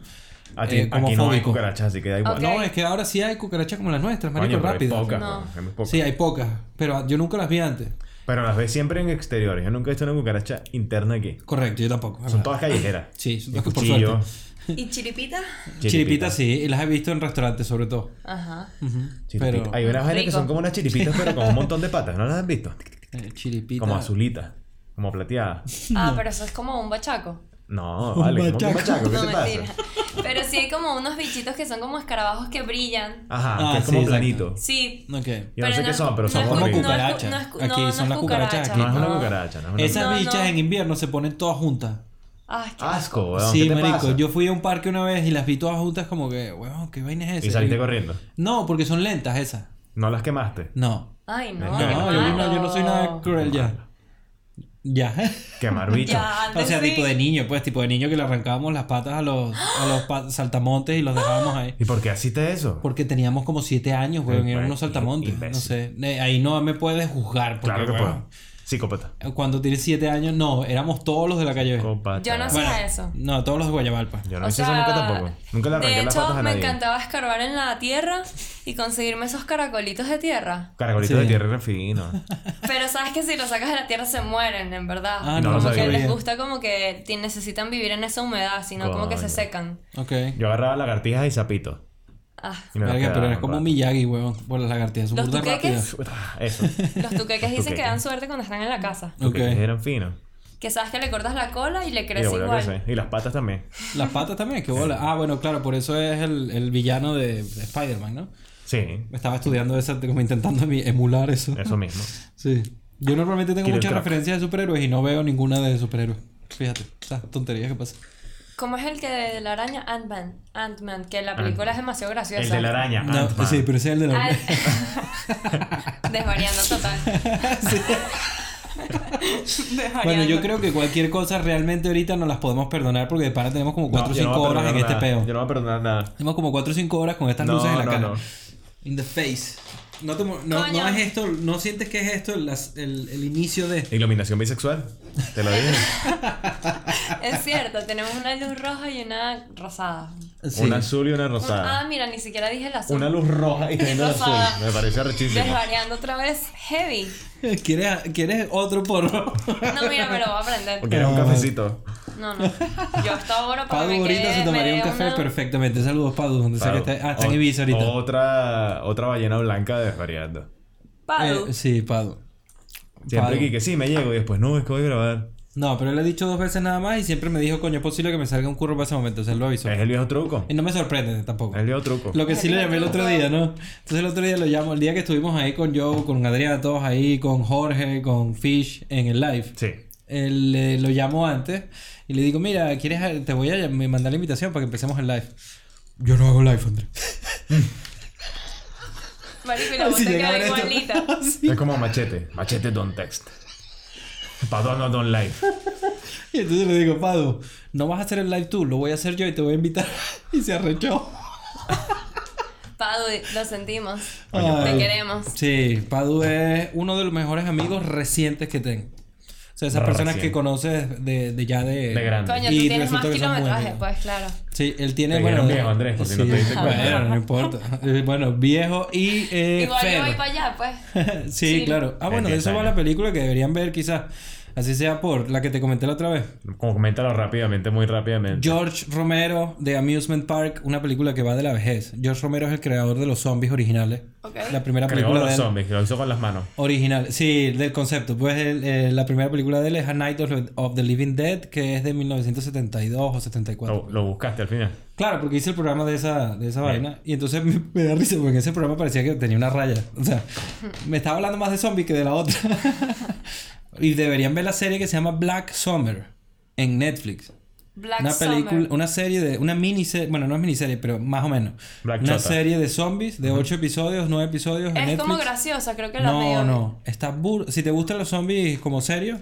Speaker 2: A ti,
Speaker 1: eh, como
Speaker 2: aquí no hay
Speaker 1: fóbico.
Speaker 2: cucarachas, así que da igual.
Speaker 3: Ok.
Speaker 1: No, es que ahora sí hay cucarachas como las nuestras, marico,
Speaker 2: Coño, pero hay
Speaker 1: rápido.
Speaker 2: pocas,
Speaker 3: No.
Speaker 2: weón, hay muy pocas.
Speaker 1: Sí, hay pocas, pero yo nunca las vi antes.
Speaker 2: Pero las ves siempre en exteriores. Yo nunca he visto una cucaracha interna aquí.
Speaker 1: Correcto, yo tampoco. es
Speaker 2: Son
Speaker 1: verdad.
Speaker 2: todas callejeras.
Speaker 1: Ah. Sí, son
Speaker 2: Y
Speaker 1: todas por
Speaker 2: cuchillo,
Speaker 3: ¿Y chiripita?
Speaker 2: chiripitas.
Speaker 1: Chiripitas sí, y las he visto en restaurantes sobre todo.
Speaker 3: Ajá.
Speaker 2: Chiripitas.
Speaker 1: Pero-
Speaker 2: Hay unas vainas que
Speaker 3: Rico.
Speaker 2: son como unas chiripitas, pero con un montón de patas. ¿No las has visto?
Speaker 1: Eh, chiripitas.
Speaker 2: Como azulitas. Como plateadas.
Speaker 3: Ah, pero eso es como un bachaco.
Speaker 2: No, vale. ¿cómo que un machaco?
Speaker 1: machaco.
Speaker 2: ¿Qué
Speaker 3: No,
Speaker 2: te
Speaker 3: mentira.
Speaker 2: pasa?
Speaker 3: Pero sí hay como unos bichitos que son como escarabajos que brillan.
Speaker 2: Ajá,
Speaker 1: Ah,
Speaker 2: que es como
Speaker 1: sí, exacto.
Speaker 2: planitos.
Speaker 3: Sí.
Speaker 1: Ok.
Speaker 2: Yo no sé
Speaker 3: es
Speaker 2: qué son, pero
Speaker 3: no
Speaker 2: son
Speaker 3: es-
Speaker 1: como
Speaker 3: no es-
Speaker 1: cucarachas.
Speaker 3: no es- no,
Speaker 1: Aquí
Speaker 3: no es Ah,
Speaker 1: son las cucarachas
Speaker 3: cucaracha,
Speaker 1: aquí.
Speaker 2: No es una cucaracha, no es una
Speaker 1: Esas
Speaker 3: No,
Speaker 1: bichas
Speaker 3: no.
Speaker 1: en invierno se ponen todas juntas.
Speaker 3: Ay, qué
Speaker 1: Ah,
Speaker 2: Asco, weón.
Speaker 1: sí,
Speaker 2: ¿Qué te
Speaker 1: marico.
Speaker 2: pasa?
Speaker 1: Yo fui a un parque una vez y las vi todas juntas como que, weón, ¿qué vaina es esa?
Speaker 2: Y saliste corriendo.
Speaker 1: No, porque son lentas esas.
Speaker 2: No las quemaste.
Speaker 1: No.
Speaker 3: Ay, no.
Speaker 2: No,
Speaker 1: No,
Speaker 3: qué
Speaker 1: yo, no, yo no soy nada
Speaker 3: malo.
Speaker 1: cruel ya. Ya.
Speaker 2: Quemar bichos.
Speaker 3: Ya, antes
Speaker 1: o sea,
Speaker 3: sí.
Speaker 1: tipo de niño, pues, tipo de niño que le arrancábamos las patas a los, a los pa- saltamontes y los dejábamos ahí.
Speaker 2: ¿Y por qué haciste eso?
Speaker 1: Porque teníamos como siete años, weón, y eran
Speaker 2: Eh, Bueno,
Speaker 1: unos saltamontes.
Speaker 2: imbécil.
Speaker 1: No sé. Eh, Ahí no me puedes juzgar. Porque,
Speaker 2: Claro que
Speaker 1: weón,
Speaker 2: puedo. Psicópata.
Speaker 1: Cuando tienes siete años, no, éramos todos los de la calle. B.
Speaker 2: Psicópata.
Speaker 3: Yo no sé
Speaker 1: Bueno,
Speaker 3: eso.
Speaker 1: No, todos los de Guayabalpa.
Speaker 2: Yo no
Speaker 3: O
Speaker 2: hice
Speaker 3: sea,
Speaker 2: eso nunca tampoco. Nunca le arranqué
Speaker 3: De
Speaker 2: las
Speaker 3: hecho,
Speaker 2: patas a
Speaker 3: me
Speaker 2: nadie.
Speaker 3: encantaba escarbar en la tierra y conseguirme esos caracolitos de tierra.
Speaker 2: Caracolitos
Speaker 1: Sí.
Speaker 2: de tierra refino.
Speaker 3: Pero sabes que si los sacas de la tierra se mueren, en verdad.
Speaker 2: no, lo
Speaker 1: Ah, no, no
Speaker 3: como que
Speaker 2: sabía.
Speaker 3: les gusta como que ti- necesitan vivir en esa humedad, sino como que se
Speaker 2: Coño.
Speaker 3: secan.
Speaker 1: Ok.
Speaker 2: Yo agarraba lagartijas y zapitos.
Speaker 3: Ah.
Speaker 2: Y me los
Speaker 1: Verga, pero
Speaker 2: quedaba
Speaker 1: eres
Speaker 2: un
Speaker 1: como
Speaker 2: rato.
Speaker 1: Miyagi, weón, por las lagartijas. Son
Speaker 3: ¿Los
Speaker 1: burda
Speaker 3: tuqueques?
Speaker 1: rápidas.
Speaker 2: Ah, Eso.
Speaker 3: Los tuqueques dicen que
Speaker 2: tuqueques.
Speaker 3: dan suerte cuando están en la casa.
Speaker 2: Porque
Speaker 1: Ok.
Speaker 2: eran finos.
Speaker 3: Que sabes que le cortas la cola y le
Speaker 2: Y,
Speaker 3: crece
Speaker 2: volvió a
Speaker 3: igual.
Speaker 2: crecer. y las patas también.
Speaker 1: Las patas también, qué bola. Ah, bueno, claro, por eso es el, el villano de, de Spider-Man, ¿no?
Speaker 2: Sí,
Speaker 1: Estaba estudiando eso, como intentando mi- emular eso.
Speaker 2: eso mismo.
Speaker 1: Sí. Yo normalmente tengo
Speaker 2: Killer
Speaker 1: muchas
Speaker 2: Croc.
Speaker 1: referencias de superhéroes y no veo ninguna de superhéroes. Fíjate, esas tonterías que pasan.
Speaker 3: ¿Cómo es el que de la araña? Ant-Man. Ant-Man, que la película es demasiado graciosa.
Speaker 2: El de la araña. Ah,
Speaker 1: No,
Speaker 2: Ant-Man.
Speaker 1: sí, pero ese es el de la...
Speaker 3: Ay. Desvariando total.
Speaker 1: Sí.
Speaker 3: Desvariando.
Speaker 1: Bueno, yo creo que cualquier cosa realmente ahorita no las podemos perdonar porque de pana tenemos como 4 o
Speaker 2: No, yo
Speaker 1: 5
Speaker 2: no voy a
Speaker 1: horas en
Speaker 2: perdonar
Speaker 1: este
Speaker 2: nada.
Speaker 1: peo.
Speaker 2: Yo no voy a perdonar nada.
Speaker 1: Tenemos como 4 o 5 horas con estas
Speaker 2: No,
Speaker 1: luces en la
Speaker 2: no,
Speaker 1: cara.
Speaker 2: no.
Speaker 1: In the face. No, te mo- no,
Speaker 3: Coño.
Speaker 1: no es esto, no sientes que es esto el, las- el- el inicio de. este.
Speaker 2: Iluminación bisexual. Te lo dije.
Speaker 3: Es cierto, tenemos una luz roja y una rosada.
Speaker 1: Sí.
Speaker 2: Una azul y una
Speaker 3: Un-
Speaker 2: rosada.
Speaker 3: ah, mira, ni siquiera dije la azul.
Speaker 2: Una luz roja y teniendo azul.
Speaker 3: Rosada.
Speaker 2: Me parece rechísimo.
Speaker 3: Desvariando otra vez, heavy.
Speaker 1: ¿Quieres, ¿Quieres otro porro?
Speaker 3: No, mira, me lo voy a aprender.
Speaker 2: Porque era un cafecito.
Speaker 3: No, no. Yo hasta ahora para
Speaker 1: Padu
Speaker 3: me quede,
Speaker 1: ahorita se
Speaker 3: me
Speaker 1: tomaría un
Speaker 3: dé
Speaker 1: café
Speaker 3: una-
Speaker 1: perfectamente. Saludos, Padu, donde sea que
Speaker 2: Claro.
Speaker 1: esté. Ah, está en
Speaker 2: O-
Speaker 1: Ibiza ahorita.
Speaker 2: oh. Otra, otra ballena blanca desvariando.
Speaker 3: Padu.
Speaker 1: Eh, sí, Padu.
Speaker 2: Siempre
Speaker 1: Padu.
Speaker 2: aquí que sí, me llego y después no, es que voy a grabar.
Speaker 1: No, pero él le he dicho dos veces nada más y siempre me dijo, coño, es posible que me salga un curro para ese momento. O sea, él lo avisó.
Speaker 2: Es el viejo truco.
Speaker 1: Y no me sorprende tampoco.
Speaker 2: Es el viejo truco.
Speaker 1: Lo que sí le llamé el otro día, ¿no? Entonces el otro día lo llamo, el día que estuvimos ahí con Joe, con Adrián, todos ahí, con Jorge, con Fish en el live.
Speaker 2: Sí.
Speaker 1: Él, eh, lo llamo antes y le digo, mira, ¿quieres, te voy a llam- mandar la invitación para que empecemos el live. Yo no hago live, Andrés.
Speaker 3: Marico, y la voz
Speaker 1: Si
Speaker 3: te
Speaker 1: llegaba
Speaker 3: queda
Speaker 1: esto.
Speaker 3: igualita.
Speaker 2: Es como machete. Machete don't text. Padono don't live.
Speaker 1: Y entonces le digo, Pado, no vas a hacer el live tú, lo voy a hacer yo y te voy a invitar. Y se arrechó.
Speaker 3: Padu, lo sentimos. Te
Speaker 1: Ay.
Speaker 3: queremos.
Speaker 1: Sí, Padu es uno de los mejores amigos recientes que tengo. O sea, esas personas que
Speaker 2: Reciente.
Speaker 1: conoces de, de ya de...
Speaker 2: De grande.
Speaker 3: Coño,
Speaker 1: Y
Speaker 3: tú tienes
Speaker 1: resulta que
Speaker 3: más
Speaker 1: son muy
Speaker 3: kilometraje,
Speaker 1: amigos.
Speaker 3: pues claro.
Speaker 1: Sí, él tiene.
Speaker 2: Te
Speaker 1: bueno,
Speaker 2: dijeron viejo, Andrés, por si no te diste cuenta.
Speaker 1: Bueno, no importa. Eh, Bueno, viejo y. Eh,
Speaker 3: Igual yo voy
Speaker 1: Fer.
Speaker 3: para allá, pues.
Speaker 1: sí,
Speaker 3: Sí.
Speaker 1: claro. Ah, bueno, de eso va
Speaker 2: Entiendo.
Speaker 1: la película que deberían ver, quizás. Así sea por la que te comenté la otra vez.
Speaker 2: Como coméntalo rápidamente, muy rápidamente.
Speaker 1: George Romero de Amusement Park, una película que va de la vejez. George Romero es el creador de los zombies originales.
Speaker 3: Ok.
Speaker 1: La primera
Speaker 2: Creó
Speaker 1: película de
Speaker 2: los
Speaker 1: él.
Speaker 2: zombies, lo hizo con las manos.
Speaker 1: Original, sí, del concepto. Pues el- eh, la primera película de él es A Night of, of the Living Dead, que es de 1972 o 74.
Speaker 2: Lo, lo buscaste al final.
Speaker 1: Claro, porque hice el programa de esa, de esa vaina y entonces me, me da risa porque en ese programa parecía que tenía una raya. O sea, me estaba hablando más de zombies que de la otra. y deberían ver la serie que se llama Black Summer en Netflix.
Speaker 3: Black
Speaker 1: una película,
Speaker 3: Summer.
Speaker 1: una serie de, una miniserie, bueno, no es miniserie, pero más o menos.
Speaker 2: Black
Speaker 1: una
Speaker 2: Chota.
Speaker 1: serie de zombies de 8 episodios, 9 episodios en
Speaker 3: Es
Speaker 1: Netflix.
Speaker 3: como graciosa, creo que la
Speaker 1: No,
Speaker 3: medio.
Speaker 1: no. Está bur- si te gustan los zombies como serio,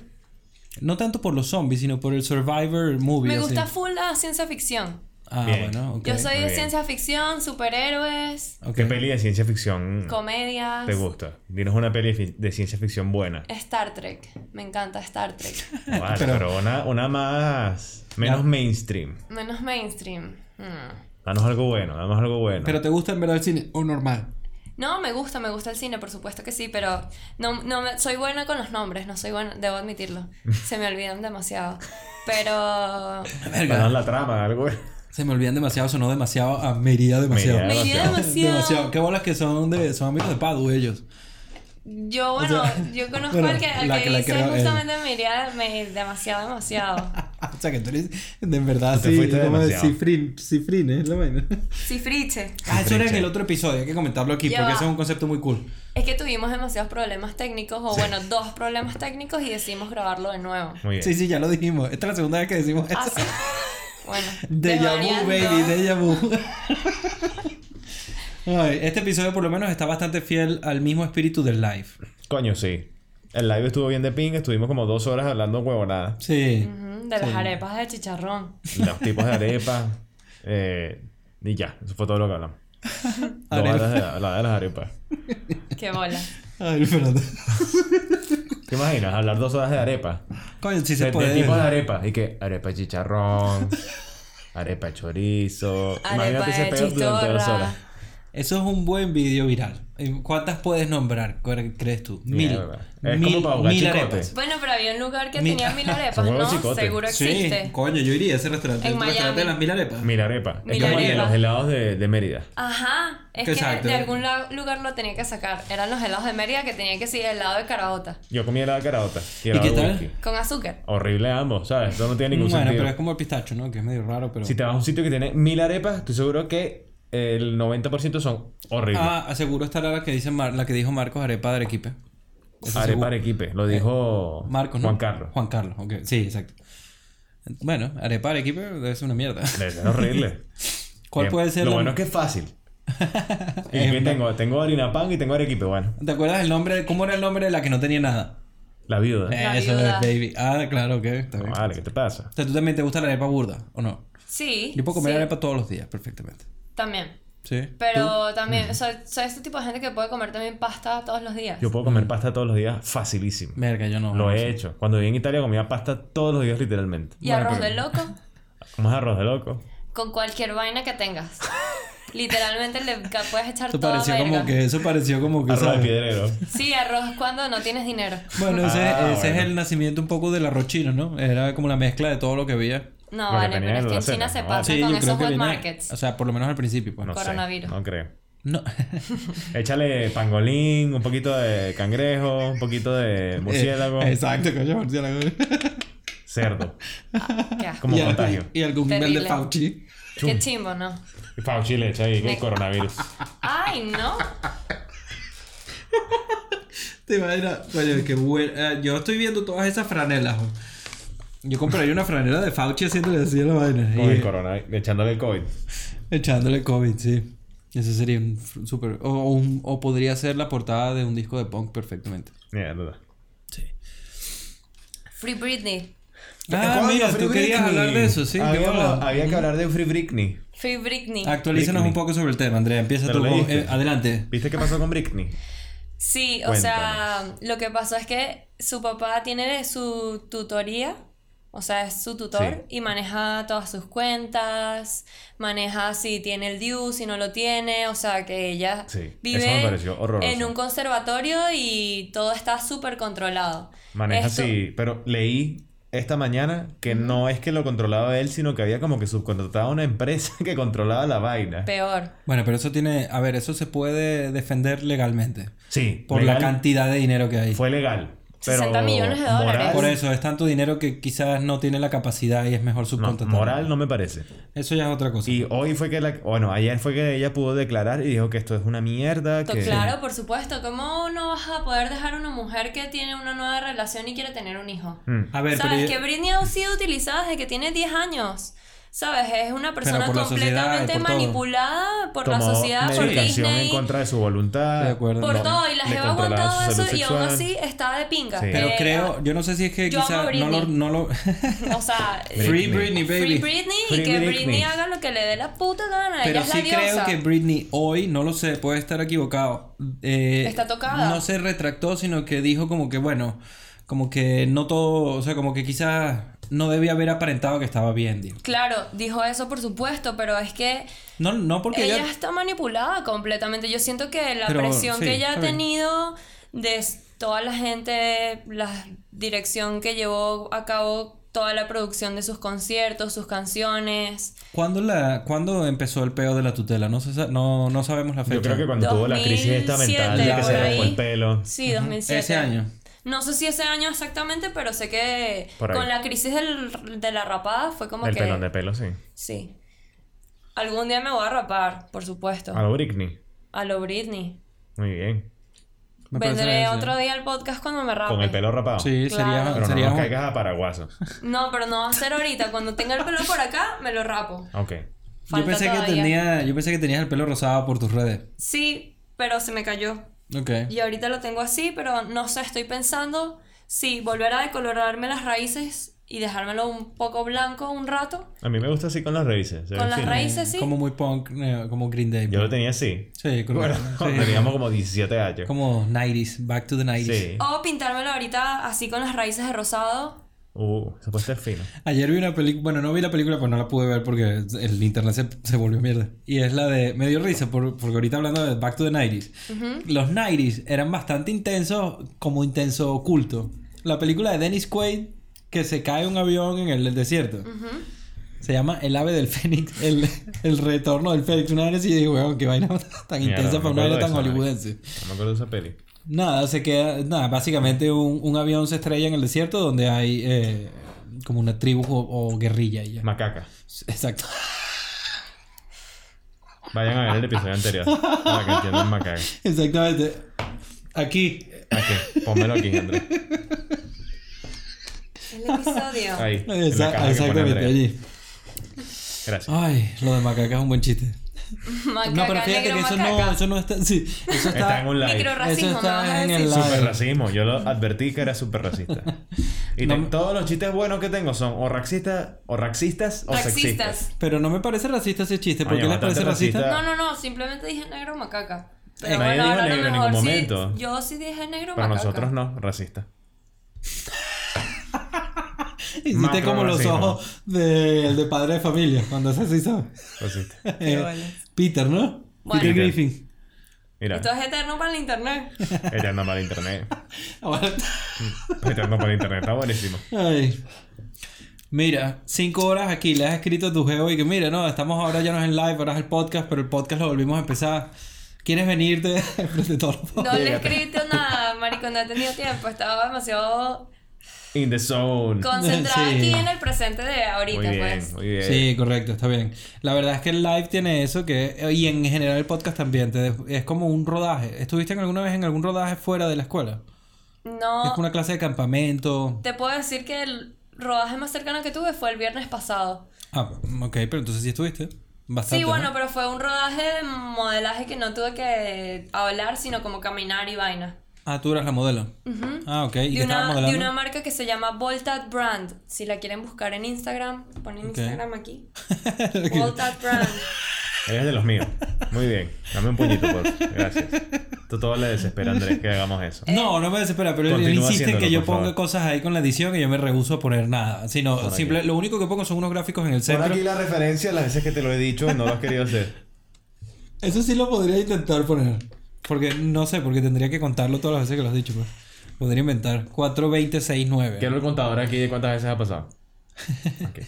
Speaker 1: no tanto por los zombies, sino por el Survivor movie.
Speaker 3: Me gusta
Speaker 1: así.
Speaker 3: full la ciencia ficción.
Speaker 1: Ah,
Speaker 2: Bien.
Speaker 1: bueno, ok.
Speaker 3: Yo soy
Speaker 2: muy
Speaker 3: de
Speaker 2: bien.
Speaker 3: ciencia ficción, superhéroes,
Speaker 1: Ok.
Speaker 2: ¿Qué peli de ciencia ficción
Speaker 3: comedias.
Speaker 2: Mm. te gusta? Dinos una peli fi- de ciencia ficción buena.
Speaker 3: Star Trek. Me encanta Star Trek.
Speaker 2: Vale,
Speaker 1: Pero-
Speaker 2: pero, una, una más. Menos
Speaker 1: Ya.
Speaker 2: mainstream.
Speaker 3: Menos mainstream. Hmm.
Speaker 2: Danos algo bueno, danos algo bueno.
Speaker 1: Pero te gusta en verdad el cine o normal.
Speaker 3: No, me gusta, me gusta el cine, por supuesto que sí, pero no, no me- soy buena con los nombres, no soy buena, debo admitirlo. Se me olvidan demasiado.
Speaker 2: Ah,
Speaker 3: Pero
Speaker 1: Verga.
Speaker 2: Danos la trama, algo bueno.
Speaker 1: Se me olvidan demasiado, sonó demasiado a Merida demasiado.
Speaker 2: Merida.
Speaker 3: me iría demasiado.
Speaker 1: Qué bolas que son de son amigos de Padu ellos.
Speaker 3: Yo, bueno,
Speaker 1: sea,
Speaker 3: yo conozco
Speaker 1: bueno,
Speaker 3: al que, al
Speaker 1: la
Speaker 3: que
Speaker 1: que la eh.
Speaker 3: dice
Speaker 1: creó él.
Speaker 3: justamente me iría me- demasiado, demasiado.
Speaker 1: o sea, que tú eres de verdad
Speaker 2: Tú te
Speaker 1: sí,
Speaker 2: fuiste
Speaker 1: como de
Speaker 2: demasiado.
Speaker 1: cifrin, cifrin, es la vaina.
Speaker 3: Cifriche.
Speaker 1: Ah, eso era en
Speaker 2: Cifrinche.
Speaker 1: el otro episodio, hay que comentarlo aquí
Speaker 3: Ya
Speaker 1: porque
Speaker 3: va.
Speaker 1: ese es un concepto muy cool.
Speaker 3: Es que tuvimos demasiados problemas técnicos, o bueno, dos problemas técnicos y decidimos grabarlo de nuevo.
Speaker 2: Muy bien.
Speaker 1: Sí, sí, ya lo dijimos. Esta es la segunda vez que decimos eso.
Speaker 3: Ah, sí. Bueno.
Speaker 1: Deja vu,
Speaker 3: variando.
Speaker 1: baby, deja vu. Ay, este episodio por lo menos está bastante fiel al mismo espíritu del live.
Speaker 2: Coño, sí. El live estuvo bien de ping, estuvimos como dos horas hablando huevonadas.
Speaker 1: Sí.
Speaker 3: Ujú, De las arepas de chicharrón.
Speaker 2: Los tipos de arepas. eh, y ya, eso fue todo lo que hablamos. Dos
Speaker 1: Arepa.
Speaker 2: horas de, la de las arepas.
Speaker 3: Qué bola.
Speaker 1: Ay, Fernando.
Speaker 2: ¿Te imaginas? Hablar dos horas de arepas.
Speaker 1: Coño, si
Speaker 2: De,
Speaker 1: se
Speaker 2: de
Speaker 1: puede.
Speaker 2: tipos de arepas. Y que arepa de chicharrón, arepa de chorizo.
Speaker 3: Arepa
Speaker 2: Imagínate ese
Speaker 3: de
Speaker 2: pedo durante dos
Speaker 3: chistorra.
Speaker 2: horas.
Speaker 1: Eso es un buen video viral. Eh, ¿Cuántas puedes nombrar, cre- crees tú? Mil.
Speaker 2: Mierda. Es
Speaker 1: mil,
Speaker 2: como para ahogar
Speaker 1: mil
Speaker 2: chicote.
Speaker 1: arepas.
Speaker 3: Bueno, pero había un lugar que
Speaker 1: Mi-
Speaker 3: tenía mil arepas,
Speaker 2: Son
Speaker 3: ¿no?
Speaker 2: buenos chicotes.
Speaker 3: Seguro existe.
Speaker 1: Sí, coño, yo iría a ese restaurante.
Speaker 3: En
Speaker 1: el restaurante
Speaker 3: Miami.
Speaker 1: de las mil arepas.
Speaker 2: Mil arepas. Es
Speaker 3: Mil
Speaker 2: como el de
Speaker 3: arepas.
Speaker 2: los helados de, de Mérida.
Speaker 3: Ajá, es
Speaker 1: Exacto.
Speaker 3: que de algún la- lugar lo tenía que sacar. Eran los helados de Mérida que tenía que ser helado de caraota.
Speaker 2: Yo comí helado de caraota. Y,
Speaker 1: qué
Speaker 2: helado de
Speaker 1: tal?
Speaker 2: whisky.
Speaker 3: Con azúcar.
Speaker 2: Horrible ambos, ¿sabes? Eso no tiene
Speaker 1: bueno,
Speaker 2: ningún sentido.
Speaker 1: pero es como el pistacho, ¿no? Que es medio raro, pero.
Speaker 2: Si te vas a un sitio que tiene mil arepas, estoy seguro que el 90% son horribles.
Speaker 1: Ah, aseguro estará la que, dice Mar- la que dijo Marcos Arepa de Arequipe. Eso
Speaker 2: Arepa
Speaker 1: seguro. Eh,
Speaker 2: Arequipe, lo dijo
Speaker 1: Marcos, ¿no?
Speaker 2: Juan Carlos.
Speaker 1: Juan Carlos, ok. Sí, exacto. Bueno, Arepa de Arequipe debe ser una mierda.
Speaker 2: Debe ser horrible.
Speaker 1: ¿Cuál
Speaker 2: Bien,
Speaker 1: puede ser?
Speaker 2: Lo
Speaker 1: la- Eh,
Speaker 2: bueno es que es fácil. ¿Y qué tengo? Tengo harina pan y tengo Arequipe, bueno.
Speaker 1: ¿Te acuerdas el nombre? ¿Cómo era el nombre de la que no tenía nada? Eh,
Speaker 2: La viuda.
Speaker 3: La
Speaker 1: Eso es
Speaker 3: viuda.
Speaker 1: baby. Ah, claro, ok. Está bien.
Speaker 2: Vale, ¿qué te pasa?
Speaker 1: O sea, tú también te gusta la arepa burda, ¿o no?
Speaker 3: Sí.
Speaker 1: Yo puedo comer
Speaker 3: sí,
Speaker 1: arepa todos los días, perfectamente.
Speaker 3: También.
Speaker 1: Sí.
Speaker 3: Pero también, soy, soy este tipo de gente que puede comer también pasta todos los días.
Speaker 2: Yo puedo comer pasta todos los días facilísimo.
Speaker 1: Merga, yo Mm. no.
Speaker 2: Lo he hecho. Cuando viví en Italia comía pasta todos los días literalmente.
Speaker 3: y arroz de loco
Speaker 2: Más arroz de loco.
Speaker 3: con cualquier vaina que tengas. Literalmente le ca- puedes echar
Speaker 1: Eso
Speaker 3: todo
Speaker 1: pareció como que. Eso pareció como que.
Speaker 2: Arroz de
Speaker 1: ¿sabes?
Speaker 2: piedrero.
Speaker 3: Sí, arroz cuando no tienes dinero.
Speaker 1: Bueno, ese,
Speaker 2: Ah,
Speaker 1: ese es
Speaker 2: bueno.
Speaker 1: el nacimiento un poco del arroz chino, ¿no? Era como la mezcla de todo lo que había.
Speaker 3: No,
Speaker 2: Lo que
Speaker 3: vale,
Speaker 2: tenía
Speaker 3: pero
Speaker 2: en
Speaker 3: es que
Speaker 2: la
Speaker 3: en China
Speaker 2: cena,
Speaker 3: se
Speaker 2: ¿no?
Speaker 3: pasa
Speaker 2: Sí,
Speaker 3: con
Speaker 1: yo creo
Speaker 3: Ah, esos
Speaker 1: que
Speaker 3: wet
Speaker 1: viene-
Speaker 3: markets.
Speaker 1: O sea, por lo menos al principio, pues.
Speaker 2: No sé.
Speaker 3: Coronavirus.
Speaker 2: No creo.
Speaker 1: No.
Speaker 2: Échale pangolín, un poquito de cangrejo, un poquito de murciélago,
Speaker 1: Eh, Exacto, coño, murciélago.
Speaker 2: cerdo.
Speaker 3: Qué asco.
Speaker 2: Como
Speaker 1: Y al-
Speaker 2: contagio.
Speaker 1: Y algún nivel de
Speaker 3: Terrible.
Speaker 1: Fauci.
Speaker 3: Qué chimbo, ¿no?
Speaker 2: Fauci le echa ahí que el
Speaker 3: Me-
Speaker 2: coronavirus.
Speaker 3: Ay, no.
Speaker 1: Te imaginas, coño, qué bueno. Eh, yo estoy viendo todas esas franelas. jo. Yo compraría una franela de Fauci haciéndole así a la vaina.
Speaker 2: Con
Speaker 1: Y-
Speaker 2: el coronavirus. Echándole el COVID.
Speaker 1: Echándole COVID, sí. Eso sería un fr- súper. O, o un- o podría ser la portada de un disco de punk perfectamente.
Speaker 2: Mierda.
Speaker 1: Sí.
Speaker 3: Free Britney.
Speaker 1: Ah, mira, tú querías hablar de eso, sí. qué
Speaker 2: Había,
Speaker 1: bola.
Speaker 2: había que hablar de Free Britney.
Speaker 3: Free Britney.
Speaker 1: Actualízanos un poco sobre el tema, Andrea. Empieza
Speaker 2: Pero
Speaker 1: tú.
Speaker 2: leíste.
Speaker 1: eh, adelante.
Speaker 2: ¿Viste qué pasó con Britney?
Speaker 3: Sí, o sea, lo que pasó es que su papá tiene su tutoría, o sea, es su tutor y maneja todas sus cuentas, maneja si tiene el due, si no lo tiene, o sea, que ella
Speaker 2: Sí, eso
Speaker 3: vive
Speaker 2: me pareció horroroso.
Speaker 3: en un conservatorio y todo está súper controlado.
Speaker 2: Maneja
Speaker 3: Esto-
Speaker 2: así. Pero leí esta mañana que no es que lo controlaba él, sino que había como que subcontratado a una empresa que controlaba la vaina.
Speaker 3: Peor.
Speaker 1: Bueno, pero eso tiene. A ver, eso se puede defender legalmente.
Speaker 2: Sí.
Speaker 1: Por la
Speaker 2: legal.
Speaker 1: cantidad de dinero que hay.
Speaker 2: Fue legal. Pero
Speaker 3: 60 millones de dólares.
Speaker 1: Por eso, es tanto dinero que quizás no tiene la capacidad y es mejor
Speaker 2: No,
Speaker 1: subcontratar.
Speaker 2: moral no me parece.
Speaker 1: Eso ya es otra cosa.
Speaker 2: Y hoy fue que la... Bueno, ayer fue que ella pudo declarar y dijo que esto es una mierda.
Speaker 3: To-
Speaker 2: Que...
Speaker 3: Claro, por supuesto. ¿Cómo no vas a poder dejar a una mujer que tiene una nueva relación y quiere tener un hijo?
Speaker 2: Mm.
Speaker 1: A ver,
Speaker 3: ¿Sabes?
Speaker 1: pero.
Speaker 3: Que Britney ha sido utilizada desde que tiene 10 años. ¿Sabes? Es una persona
Speaker 1: por la sociedad y
Speaker 3: completamente
Speaker 1: por todo.
Speaker 3: manipulada por la
Speaker 2: Tomó
Speaker 3: sociedad, por
Speaker 2: medicación
Speaker 3: Disney,
Speaker 2: en contra de su voluntad.
Speaker 1: De acuerdo.
Speaker 3: por
Speaker 1: No,
Speaker 3: todo. Y la
Speaker 2: le
Speaker 3: Jeva ha
Speaker 2: controlaba
Speaker 3: aguantado
Speaker 2: su
Speaker 3: eso
Speaker 2: salud
Speaker 3: y aún
Speaker 2: sexual.
Speaker 3: así está de pinga.
Speaker 2: Sí.
Speaker 1: Pero
Speaker 3: Eh,
Speaker 1: creo. Yo no sé si es que
Speaker 3: yo amo
Speaker 1: quizás. No lo.
Speaker 3: Britney.
Speaker 1: No lo
Speaker 3: O sea,
Speaker 1: Free Britney,
Speaker 3: Free
Speaker 1: baby.
Speaker 3: Britney
Speaker 2: Free
Speaker 3: y que
Speaker 2: Britney.
Speaker 3: Britney. haga lo que le dé la puta gana.
Speaker 1: Pero
Speaker 3: Ella
Speaker 1: sí
Speaker 3: es la
Speaker 1: creo
Speaker 3: diosa.
Speaker 1: que Britney hoy, no lo sé, puede estar equivocado. eh,
Speaker 3: Está tocada.
Speaker 1: No se retractó, sino que dijo como que, bueno, como que no todo, o sea, como que quizás no debía haber aparentado que estaba bien, digo.
Speaker 3: Claro, dijo eso por supuesto, pero es que
Speaker 1: No, no porque
Speaker 3: ella
Speaker 1: ella...
Speaker 3: está manipulada completamente. Yo siento que la
Speaker 1: Pero,
Speaker 3: presión
Speaker 1: sí,
Speaker 3: que ella ha
Speaker 1: está bien.
Speaker 3: tenido de s- toda la gente, la dirección que llevó a cabo toda la producción de sus conciertos, sus canciones.
Speaker 1: ¿Cuándo, la, ¿Cuándo empezó el peo de la tutela? No, se sa- no, no sabemos la fecha.
Speaker 2: Yo creo que cuando tuvo la crisis esta mental de que se
Speaker 1: 2007
Speaker 2: rapó el
Speaker 3: por
Speaker 2: pelo.
Speaker 3: Sí, 2007.
Speaker 1: Ese año.
Speaker 3: No sé si ese año exactamente, pero sé que
Speaker 2: Por ahí.
Speaker 3: con la crisis del- de la rapada fue como
Speaker 2: El
Speaker 3: que...
Speaker 2: pelón de pelo, sí.
Speaker 3: Sí. Algún día me voy a rapar, por supuesto.
Speaker 2: A lo Britney.
Speaker 3: A lo Britney.
Speaker 2: Muy bien.
Speaker 1: Me parece
Speaker 3: Vendré
Speaker 1: bien, sí.
Speaker 3: otro día al podcast cuando me rape.
Speaker 2: Con el pelo rapado.
Speaker 1: Sí,
Speaker 3: Claro.
Speaker 1: sería,
Speaker 2: Pero
Speaker 1: sería
Speaker 2: no nos
Speaker 1: un-
Speaker 2: caigas a paraguasos.
Speaker 3: No, pero no va a ser ahorita. Cuando tenga el pelo por acá, me lo rapo.
Speaker 2: Ok.
Speaker 1: Yo
Speaker 3: Falta
Speaker 1: pensé, que
Speaker 3: todavía.
Speaker 1: tenía, yo pensé que tenías el pelo rosado por tus redes.
Speaker 3: Sí, pero se me cayó.
Speaker 1: Ok.
Speaker 3: Y ahorita lo tengo así, pero no sé, estoy pensando si volver a decolorarme las raíces y dejármelo un poco blanco un rato.
Speaker 2: A mí me gusta así con las raíces. se ve
Speaker 3: Con las
Speaker 2: fino. ¿eh?
Speaker 3: raíces, sí.
Speaker 1: Como muy punk, eh, como Green Day.
Speaker 2: Yo lo tenía así.
Speaker 1: Sí, como,
Speaker 2: Bueno,
Speaker 1: sí.
Speaker 2: teníamos como 17 años.
Speaker 1: como 90s, back to the 90s.
Speaker 2: Sí.
Speaker 3: O pintármelo ahorita así con las raíces de rosado.
Speaker 2: Uh, se puede ser fino.
Speaker 1: Ayer vi una película, bueno, no vi la película, pues no la pude ver porque el internet se, se volvió mierda. Y es la de, me dio risa, por- porque ahorita hablando de Back to the 90s. Los 90s eran bastante intensos, como intenso oculto. La película de Dennis Quaid, que se cae un avión en el desierto. Se llama El ave del Fénix, el, el retorno del Fénix. Una vez y digo, weón, qué vaina tan
Speaker 2: Mierda,
Speaker 1: intensa
Speaker 2: me
Speaker 1: para una
Speaker 2: acuerdo
Speaker 1: vaina
Speaker 2: de
Speaker 1: tan
Speaker 2: eso, marico.
Speaker 1: hollywoodense.
Speaker 2: No me acuerdo de esa peli.
Speaker 1: Nada, se queda. Nada, básicamente un, un avión se estrella en el desierto donde hay eh, como una tribu o, o guerrilla. y ya.
Speaker 2: Macaca.
Speaker 1: Exacto.
Speaker 2: Vayan a ver el episodio anterior. Para que entiendan macaca.
Speaker 1: Exactamente. Aquí.
Speaker 2: Aquí. Pónmelo aquí, Andrés.
Speaker 3: El episodio.
Speaker 2: Ahí. en la caja
Speaker 1: Exa-
Speaker 2: que pone
Speaker 1: exactamente,
Speaker 2: Andrés.
Speaker 1: allí.
Speaker 2: Gracias.
Speaker 1: Ay, lo de macaca es un buen chiste.
Speaker 3: Macaca,
Speaker 1: no, pero fíjate
Speaker 3: negro,
Speaker 1: que eso no,
Speaker 3: macaca.
Speaker 1: eso no está. Sí, eso está.
Speaker 2: Está en un live.
Speaker 3: Microrracismo,
Speaker 1: Eso
Speaker 3: me
Speaker 1: está
Speaker 3: vas a
Speaker 1: en
Speaker 3: decir.
Speaker 1: el-
Speaker 2: Super racismo. Yo lo advertí que era súper racista. Y te- todos los chistes buenos que tengo son o racistas, o racistas, o sexistas.
Speaker 3: Racistas.
Speaker 1: Pero no me parece racista ese chiste. ¿Por
Speaker 2: Coño,
Speaker 1: qué les
Speaker 2: bastante
Speaker 1: parece racista?
Speaker 2: racista.
Speaker 3: No, no, no, simplemente dije negro macaca. Pero
Speaker 2: Eh, Ah. nadie dijo
Speaker 3: ahora a lo
Speaker 2: negro en
Speaker 3: mejor
Speaker 2: ningún
Speaker 3: sí-
Speaker 2: momento.
Speaker 3: yo sí dije negro
Speaker 2: Pero
Speaker 3: macaca.
Speaker 2: nosotros no, racista.
Speaker 1: Hiciste como los
Speaker 2: Macrorracismo.
Speaker 1: ojos de, de padre de familia, cuando se hizo.
Speaker 2: Racista.
Speaker 3: Qué
Speaker 1: Eh,
Speaker 3: vale.
Speaker 1: Peter, ¿no? Peter
Speaker 3: Bueno.
Speaker 2: Peter.
Speaker 1: Griffin.
Speaker 2: Mira,
Speaker 3: Esto es eterno para el internet.
Speaker 2: eterno para el internet.
Speaker 1: Ahora-
Speaker 2: Eterno para el internet, está buenísimo.
Speaker 1: Ay. Mira, cinco horas aquí, le has escrito a tu geo y que mira, no, estamos ahora ya no es en live, ahora es el podcast, pero el podcast lo volvimos a empezar. ¿Quieres venirte frente a todos los
Speaker 3: No le he
Speaker 2: Llegate.
Speaker 3: escrito nada, marico, no he tenido tiempo. Estaba demasiado
Speaker 2: In the zone.
Speaker 3: concentrada
Speaker 1: Sí.
Speaker 3: aquí en el presente de ahorita,
Speaker 2: Muy bien,
Speaker 3: pues.
Speaker 2: muy bien.
Speaker 1: Sí, correcto, está bien. La verdad es que el live tiene eso que y en general el podcast también te de- es como un rodaje. ¿Estuviste en alguna vez en algún rodaje fuera de la escuela? Es
Speaker 3: No,
Speaker 1: una clase de campamento.
Speaker 3: te puedo decir que el rodaje más cercano que tuve fue el viernes pasado.
Speaker 1: Ah, ok, pero entonces sí estuviste. Bastante.
Speaker 3: Sí, bueno,
Speaker 1: ¿no?
Speaker 3: pero fue un rodaje de modelaje que no tuve que hablar, sino como caminar y vaina.
Speaker 1: Ah, tú eras la modelo. Ah, ok. ¿Y qué
Speaker 3: De
Speaker 1: estabas
Speaker 3: una, de
Speaker 1: modelando?
Speaker 3: una marca que se llama Voltat Brand. Si la quieren buscar en Instagram, ponen
Speaker 1: Ok.
Speaker 3: Instagram aquí. Voltat Brand.
Speaker 2: Eres de los míos. Muy bien. Dame un puñito, por favor. Gracias. Tú todo le desespera, Andrés, que hagamos eso.
Speaker 1: No, no me desespera, pero él,
Speaker 2: Continúa
Speaker 1: insiste en que
Speaker 2: haciéndolo,
Speaker 1: yo
Speaker 2: por
Speaker 1: ponga
Speaker 2: favor.
Speaker 1: cosas ahí con la edición y yo me rehuso a poner nada. Sino,
Speaker 2: aquí.
Speaker 1: simple, lo único que pongo son unos gráficos en el
Speaker 2: Pon
Speaker 1: centro.
Speaker 2: aquí la referencia las veces que te lo he dicho y no lo has querido hacer.
Speaker 1: Eso sí lo podría intentar poner. Porque no sé, porque tendría que contarlo todas las veces que lo has dicho. Pues. Podría inventar
Speaker 2: Quiero
Speaker 1: 42069.
Speaker 2: el contador aquí de cuántas veces ha pasado. Ok.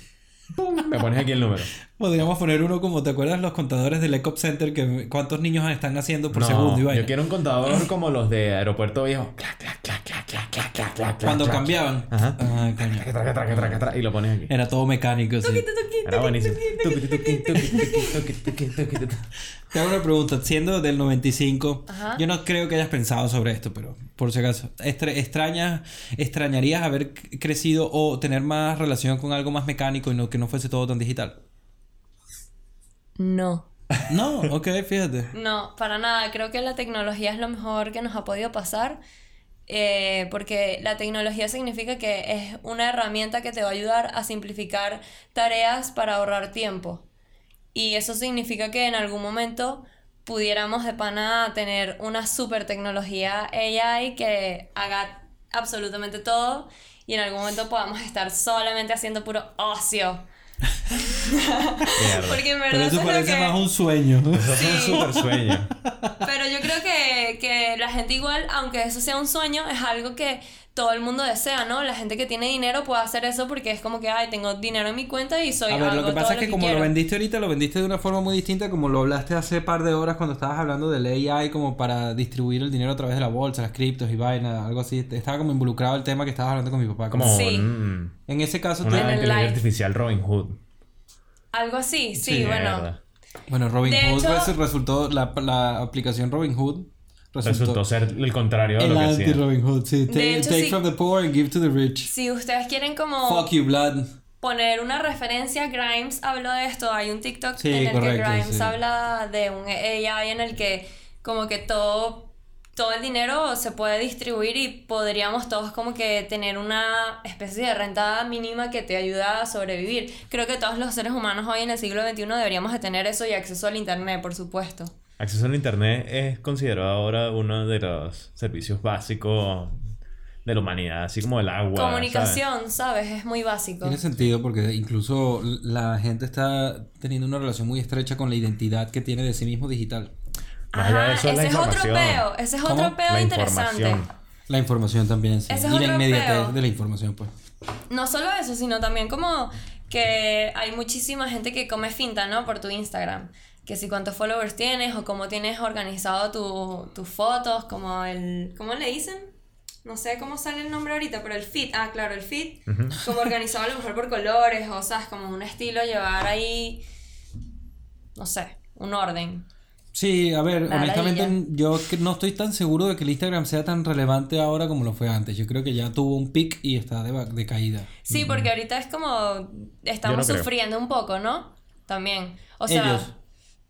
Speaker 2: Pum, Me pones aquí el número.
Speaker 1: Podríamos poner uno como, ¿te acuerdas los contadores del Ecop Center? que ¿Cuántos niños están haciendo por segundo? Y vaina?
Speaker 2: yo quiero un contador como los de Aeropuerto Viejo. Clac, clac, clac, clac, clac, clac, clac, clac,
Speaker 1: Cuando
Speaker 2: clac.
Speaker 1: cambiaban.
Speaker 2: Ajá.
Speaker 1: Ay, coño.
Speaker 2: Traca, traca, traca, traca, traca, y lo pones aquí.
Speaker 1: Era todo mecánico, sí.
Speaker 2: Era buenísimo. Tuqui, tuqui, tuqui, tuqui, tuqui, tuqui, tuqui, tuqui.
Speaker 1: Te hago una pregunta, siendo del 95,
Speaker 3: Ajá.
Speaker 1: yo no creo que hayas pensado sobre esto, pero por si acaso, estra- extrañas, extrañarías haber c- crecido o tener más relación con algo más mecánico y no que no fuese todo tan digital.
Speaker 3: No.
Speaker 1: No, ok, fíjate.
Speaker 3: No, para nada. Creo que la tecnología es lo mejor que nos ha podido pasar. eh, porque la tecnología significa que es una herramienta que te va a ayudar a simplificar tareas para ahorrar tiempo. Y eso significa que en algún momento pudiéramos de pana tener una super tecnología AI que haga absolutamente todo y en algún momento podamos estar solamente haciendo puro ocio.
Speaker 2: Mierda.
Speaker 3: Porque en
Speaker 1: Pero
Speaker 3: verdad
Speaker 1: eso
Speaker 3: eso es lo
Speaker 1: parece
Speaker 3: que-
Speaker 1: más un sueño.
Speaker 2: Eso fue un
Speaker 3: Sí.
Speaker 2: super sueño.
Speaker 3: Pero yo creo que, que la gente igual, aunque eso sea un sueño, es algo que todo el mundo desea, ¿no? La gente que tiene dinero puede hacer eso porque es como que, ay, tengo dinero en mi cuenta y soy...
Speaker 1: A ver, lo
Speaker 3: hago
Speaker 1: que
Speaker 3: todo
Speaker 1: pasa es que, como
Speaker 3: quiero".
Speaker 1: lo vendiste ahorita, lo vendiste de una forma muy distinta como lo hablaste hace par de horas cuando estabas hablando del AI como para distribuir el dinero a través de la bolsa, las criptos y vaina, algo así. Estaba como involucrado el tema que estabas hablando con mi papá.
Speaker 2: Como
Speaker 1: Como
Speaker 3: Sí.
Speaker 2: un-
Speaker 1: en ese caso,
Speaker 2: una
Speaker 1: te-
Speaker 3: En el
Speaker 2: inteligencia
Speaker 3: live.
Speaker 2: artificial Robin Hood.
Speaker 3: Algo así, sí,
Speaker 1: Sí,
Speaker 3: bueno.
Speaker 2: Mierda.
Speaker 1: bueno, Robin
Speaker 3: De
Speaker 1: Hood
Speaker 3: hecho-
Speaker 1: res- resultó, la, la aplicación Robin Hood resultó,
Speaker 2: Resultó ser el contrario de
Speaker 1: el
Speaker 2: lo que
Speaker 1: anti
Speaker 2: hacía.
Speaker 1: Robin Hood. Sí,
Speaker 3: De
Speaker 1: take,
Speaker 3: hecho,
Speaker 1: take
Speaker 3: sí.
Speaker 1: from the poor and give to the rich.
Speaker 3: Si ustedes quieren como
Speaker 1: Fuck you, blood.
Speaker 3: poner una referencia, Grimes habló de esto. Hay un TikTok
Speaker 1: Sí,
Speaker 3: en el que
Speaker 1: correcto,
Speaker 3: Grimes
Speaker 1: sí.
Speaker 3: habla de un AI en el que como que todo, todo el dinero se puede distribuir y podríamos todos como que tener una especie de renta mínima que te ayuda a sobrevivir. Creo que todos los seres humanos hoy en el siglo XXI deberíamos de tener eso y acceso al Internet, por supuesto.
Speaker 2: Acceso al Internet es considerado ahora uno de los servicios básicos de la humanidad, así como el agua. ¿sabes?
Speaker 3: Comunicación, ¿sabes? Es muy básico.
Speaker 1: Tiene sentido porque incluso la gente está teniendo una relación muy estrecha con la identidad que tiene de sí mismo digital.
Speaker 2: Más allá de
Speaker 3: Ajá,
Speaker 2: eso es la
Speaker 3: ese es otro
Speaker 2: información.
Speaker 3: peo, ese es
Speaker 1: ¿Cómo?
Speaker 3: otro peo
Speaker 2: La
Speaker 3: interesante.
Speaker 2: información.
Speaker 1: La información también, sí.
Speaker 3: Ese es
Speaker 1: y la
Speaker 3: otro
Speaker 1: inmediatez
Speaker 3: peo.
Speaker 1: de la información, pues.
Speaker 3: No solo eso, sino también como que hay muchísima gente que come finta, ¿no? Por tu Instagram. Que si cuántos followers tienes o cómo tienes organizado tu- tus fotos, como el... ¿Cómo le dicen? No sé cómo sale el nombre ahorita, pero el feed. Ah, claro, el feed. Como organizado a lo mejor por colores o, sabes, como un estilo, llevar ahí, no sé, un orden.
Speaker 1: Sí, a ver,
Speaker 3: Maravilla.
Speaker 1: honestamente yo que- no estoy tan seguro de que el Instagram sea tan relevante ahora como lo fue antes. Yo creo que ya tuvo un pic y está de, ba- de caída.
Speaker 3: Sí, porque ahorita es como estamos
Speaker 2: creo.
Speaker 3: sufriendo un poco, ¿no? También. O sea,
Speaker 1: Ellos.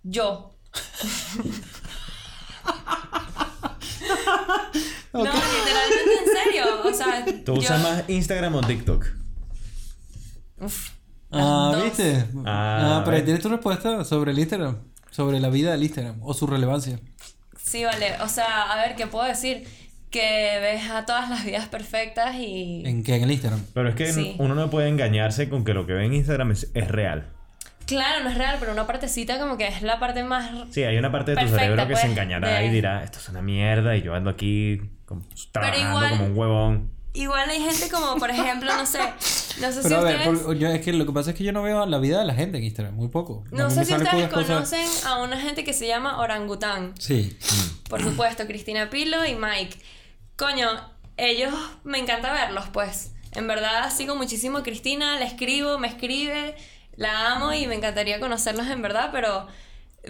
Speaker 3: yo. no,
Speaker 1: Ok.
Speaker 3: literalmente en serio. O sea,
Speaker 2: ¿Tú
Speaker 3: yo-
Speaker 2: usas más Instagram o TikTok?
Speaker 3: Uf,
Speaker 1: Ah,
Speaker 3: dos.
Speaker 1: ¿viste?
Speaker 2: Ah,
Speaker 1: Ah, pero ahí
Speaker 2: ¿ves?
Speaker 1: tienes tu respuesta sobre el Instagram, sobre la vida del Instagram o su relevancia.
Speaker 3: sí, vale. O sea, a ver, ¿qué puedo decir? Que ves a todas las vidas perfectas y...
Speaker 1: ¿En qué? En el Instagram.
Speaker 2: Pero es que
Speaker 3: Sí.
Speaker 2: uno no puede engañarse con que lo que ve en Instagram es, es real.
Speaker 3: Claro, no es real, pero una partecita como que es la parte más...
Speaker 2: Sí, hay una parte de tu
Speaker 3: Perfecto,
Speaker 2: cerebro que se
Speaker 3: pues,
Speaker 2: engañará
Speaker 3: de-
Speaker 2: y dirá, esto es una mierda y yo ando aquí como- trabajando
Speaker 3: igual-
Speaker 2: como un huevón.
Speaker 3: Igual hay gente como, por ejemplo, no sé... No sé si
Speaker 1: Pero a ver,
Speaker 3: ustedes...
Speaker 1: por- yo- es que lo que pasa es que yo no veo la vida de la gente en Instagram, muy poco. A
Speaker 3: No
Speaker 1: mí
Speaker 3: sé
Speaker 1: me
Speaker 3: si
Speaker 1: salen
Speaker 3: ustedes
Speaker 1: puras cosas-
Speaker 3: conocen a una gente que se llama Orangután.
Speaker 1: Sí.
Speaker 3: Por supuesto, Cristina Pilo y Mike. Coño, ellos me encanta verlos, pues. En verdad sigo muchísimo a Cristina, la escribo, me escribe, la amo y me encantaría conocerlos en verdad, pero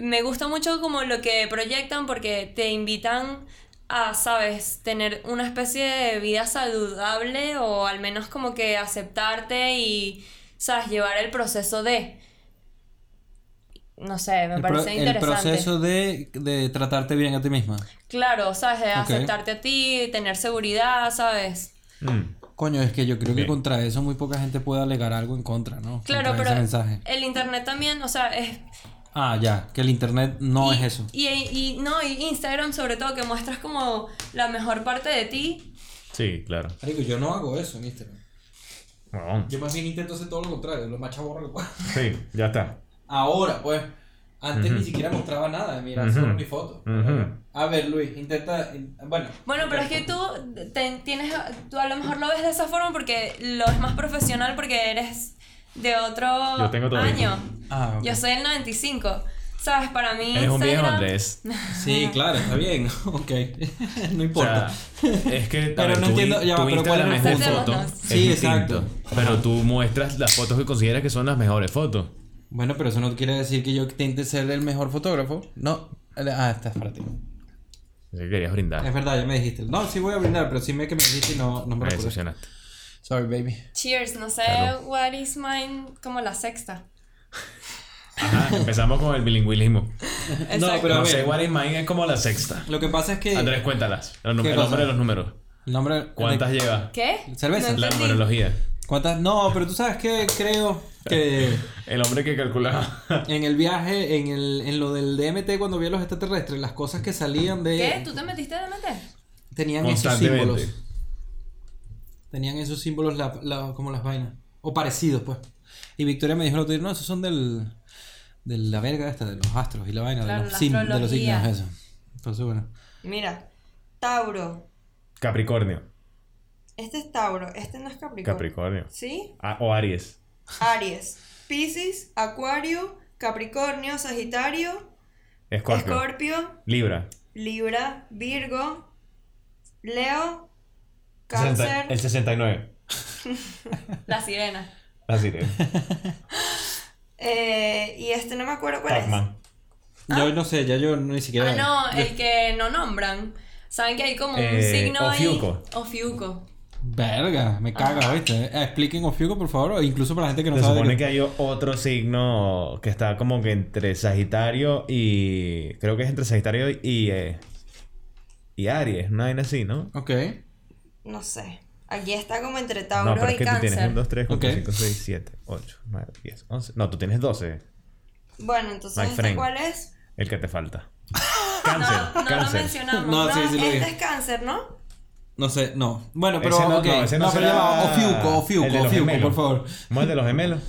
Speaker 3: me gusta mucho como lo que proyectan porque te invitan a, sabes, tener una especie de vida saludable o al menos como que aceptarte y, sabes, llevar el proceso de... No sé, me
Speaker 1: El, pro-
Speaker 3: parece
Speaker 1: el
Speaker 3: interesante.
Speaker 1: proceso de, de tratarte bien a ti misma.
Speaker 3: Claro, ¿sabes? De
Speaker 1: Ok.
Speaker 3: aceptarte a ti, tener seguridad, ¿sabes?
Speaker 2: Mm.
Speaker 1: Coño, es que yo creo que
Speaker 2: Ok.
Speaker 1: contra eso muy poca gente puede alegar algo en contra, ¿no?
Speaker 3: Claro,
Speaker 1: Contra
Speaker 3: pero
Speaker 1: ese mensaje.
Speaker 3: el internet también, o sea, es...
Speaker 1: Ah, ya, que el internet no
Speaker 3: y-
Speaker 1: es eso.
Speaker 3: Y, y no, y Instagram sobre todo, que muestras como la mejor parte de ti.
Speaker 2: Sí, claro.
Speaker 1: Marico, yo no hago eso en Instagram.
Speaker 2: Huevón.
Speaker 1: Yo más bien intento hacer todo lo contrario, lo más chaborro que puedo.
Speaker 2: Sí, ya está.
Speaker 1: Ahora, pues. Antes ni siquiera mostraba nada, mira,
Speaker 2: Ujú.
Speaker 1: solo mi foto.
Speaker 2: Ujú.
Speaker 1: A ver, Luis, intenta. in- Bueno.
Speaker 3: Bueno, pero es que tú, te- tienes, tú a lo mejor lo ves de esa forma porque lo es más profesional porque eres de otro
Speaker 2: Yo tengo todo
Speaker 3: año.
Speaker 1: Ah, ok.
Speaker 3: Yo soy el 95. ¿Sabes? Para mí
Speaker 2: Eres un viejo
Speaker 3: Instagram-
Speaker 2: Andrés.
Speaker 1: Sí, claro, está bien. ok. no
Speaker 2: O sea,
Speaker 1: importa.
Speaker 2: es que
Speaker 1: Pero
Speaker 2: también
Speaker 1: no
Speaker 2: tu-
Speaker 1: entiendo- ya va,
Speaker 2: tu
Speaker 1: pero ¿cuál es
Speaker 2: Instagram
Speaker 1: el
Speaker 2: es de foto,
Speaker 3: punto? Hacemos
Speaker 2: es
Speaker 1: dos. Sí,
Speaker 2: distinto,
Speaker 1: exacto.
Speaker 2: Pero tú muestras las fotos que consideras que son las mejores fotos.
Speaker 1: Bueno, pero eso no quiere decir que yo intente ser el mejor fotógrafo. No. Ah, esta es para ti.
Speaker 2: Así que querías brindar.
Speaker 1: Es verdad, ya me dijiste. No, sí voy a brindar, pero sí me que me dijiste y no, no me
Speaker 2: Me
Speaker 1: recuerdo.
Speaker 2: decepcionaste.
Speaker 1: Sorry, baby.
Speaker 3: Cheers, no sé,
Speaker 2: Claro.
Speaker 3: what is mine, como la sexta.
Speaker 2: Ajá, empezamos con el bilingüismo.
Speaker 1: No,
Speaker 3: Exacto.
Speaker 1: pero a
Speaker 2: No
Speaker 1: ver,
Speaker 2: sé, What is mine es como la sexta.
Speaker 1: lo que pasa es que...
Speaker 2: Andrés, cuéntalas. El, num-
Speaker 1: ¿Qué
Speaker 2: el
Speaker 1: cosa?
Speaker 2: nombre de los números.
Speaker 1: El nombre...
Speaker 2: ¿Cuántas lleva?
Speaker 3: ¿Qué?
Speaker 1: Cerveza.
Speaker 3: No
Speaker 2: La
Speaker 3: entendí.
Speaker 2: numerología.
Speaker 1: ¿Cuántas? No, pero tú sabes que creo que
Speaker 2: El hombre que calculaba.
Speaker 1: en el viaje, en, el, en lo del DMT, cuando vi a los extraterrestres, las cosas que salían de...
Speaker 4: Eh,
Speaker 3: ¿Qué? ¿Tú te metiste de meter?
Speaker 1: Tenían esos
Speaker 2: Constantemente.
Speaker 1: símbolos. Tenían esos símbolos la- la- como las vainas. O parecidos, pues. Y Victoria me dijo el otro día, no, esos son del... De la verga esta, de los astros y la vaina,
Speaker 3: Claro,
Speaker 1: de, los
Speaker 3: la
Speaker 1: sim, de los
Speaker 3: astrología.
Speaker 1: signos, eso. Entonces, bueno.
Speaker 3: Mira, Tauro,
Speaker 2: Capricornio.
Speaker 4: Este es Tauro, este no es Capricornio.
Speaker 2: Capricornio.
Speaker 4: ¿Sí?
Speaker 2: Ah, o Aries.
Speaker 4: Aries, Piscis, Acuario, Capricornio, Sagitario,
Speaker 2: Escorpio.
Speaker 4: Escorpio,
Speaker 2: Libra.
Speaker 4: Libra, Virgo, Leo,
Speaker 2: Sesenta-
Speaker 4: Cáncer,
Speaker 2: El 69.
Speaker 3: La sirena.
Speaker 2: Así de.
Speaker 4: eh, y este no me acuerdo
Speaker 3: Pues,
Speaker 4: cuál es.
Speaker 2: Pac-Man.
Speaker 1: Yo no sé, ya yo ni siquiera.
Speaker 3: Ah, no, el que no nombran. Saben que hay como un
Speaker 2: Eh,
Speaker 3: signo
Speaker 2: Ofiuco.
Speaker 3: ahí. Ofiuco.
Speaker 1: Verga,
Speaker 3: Ah.
Speaker 1: me caga, ¿viste? Eh, Expliquen Ofiuco, por favor, o incluso para la gente que no
Speaker 2: Se
Speaker 1: sabe. de
Speaker 2: supone
Speaker 1: qué-
Speaker 2: que hay otro signo que está como que entre Sagitario y. Creo que es entre Sagitario y. eh, y Aries, una vaina así, ¿no?
Speaker 1: Ok.
Speaker 4: No sé. Aquí está como entre Tauro
Speaker 2: no, pero
Speaker 4: y
Speaker 2: es que tú tienes
Speaker 4: Cáncer.
Speaker 2: 1, 2, 3, 4,
Speaker 1: Ok.
Speaker 2: 5, 6, 7, 8, 9, 10, 11. No, tú tienes 12.
Speaker 4: Bueno, entonces
Speaker 2: My
Speaker 4: ¿este
Speaker 2: friend.
Speaker 4: cuál es?
Speaker 2: El que te falta.
Speaker 3: No,
Speaker 2: Cáncer,
Speaker 3: no lo
Speaker 2: cáncer.
Speaker 3: mencionamos.
Speaker 1: No, sí, sí lo
Speaker 4: Este
Speaker 1: dije.
Speaker 4: es Cáncer, ¿no?
Speaker 1: No sé, no. Bueno, pero.
Speaker 2: Ese no-
Speaker 1: ok.
Speaker 2: no, ese no
Speaker 1: pero
Speaker 2: será
Speaker 1: ya va, Ofiuco, Ofiuco,
Speaker 2: el de los
Speaker 1: Ofiuco,
Speaker 2: gemelos.
Speaker 1: por favor.
Speaker 2: ¿Cómo es de los gemelos?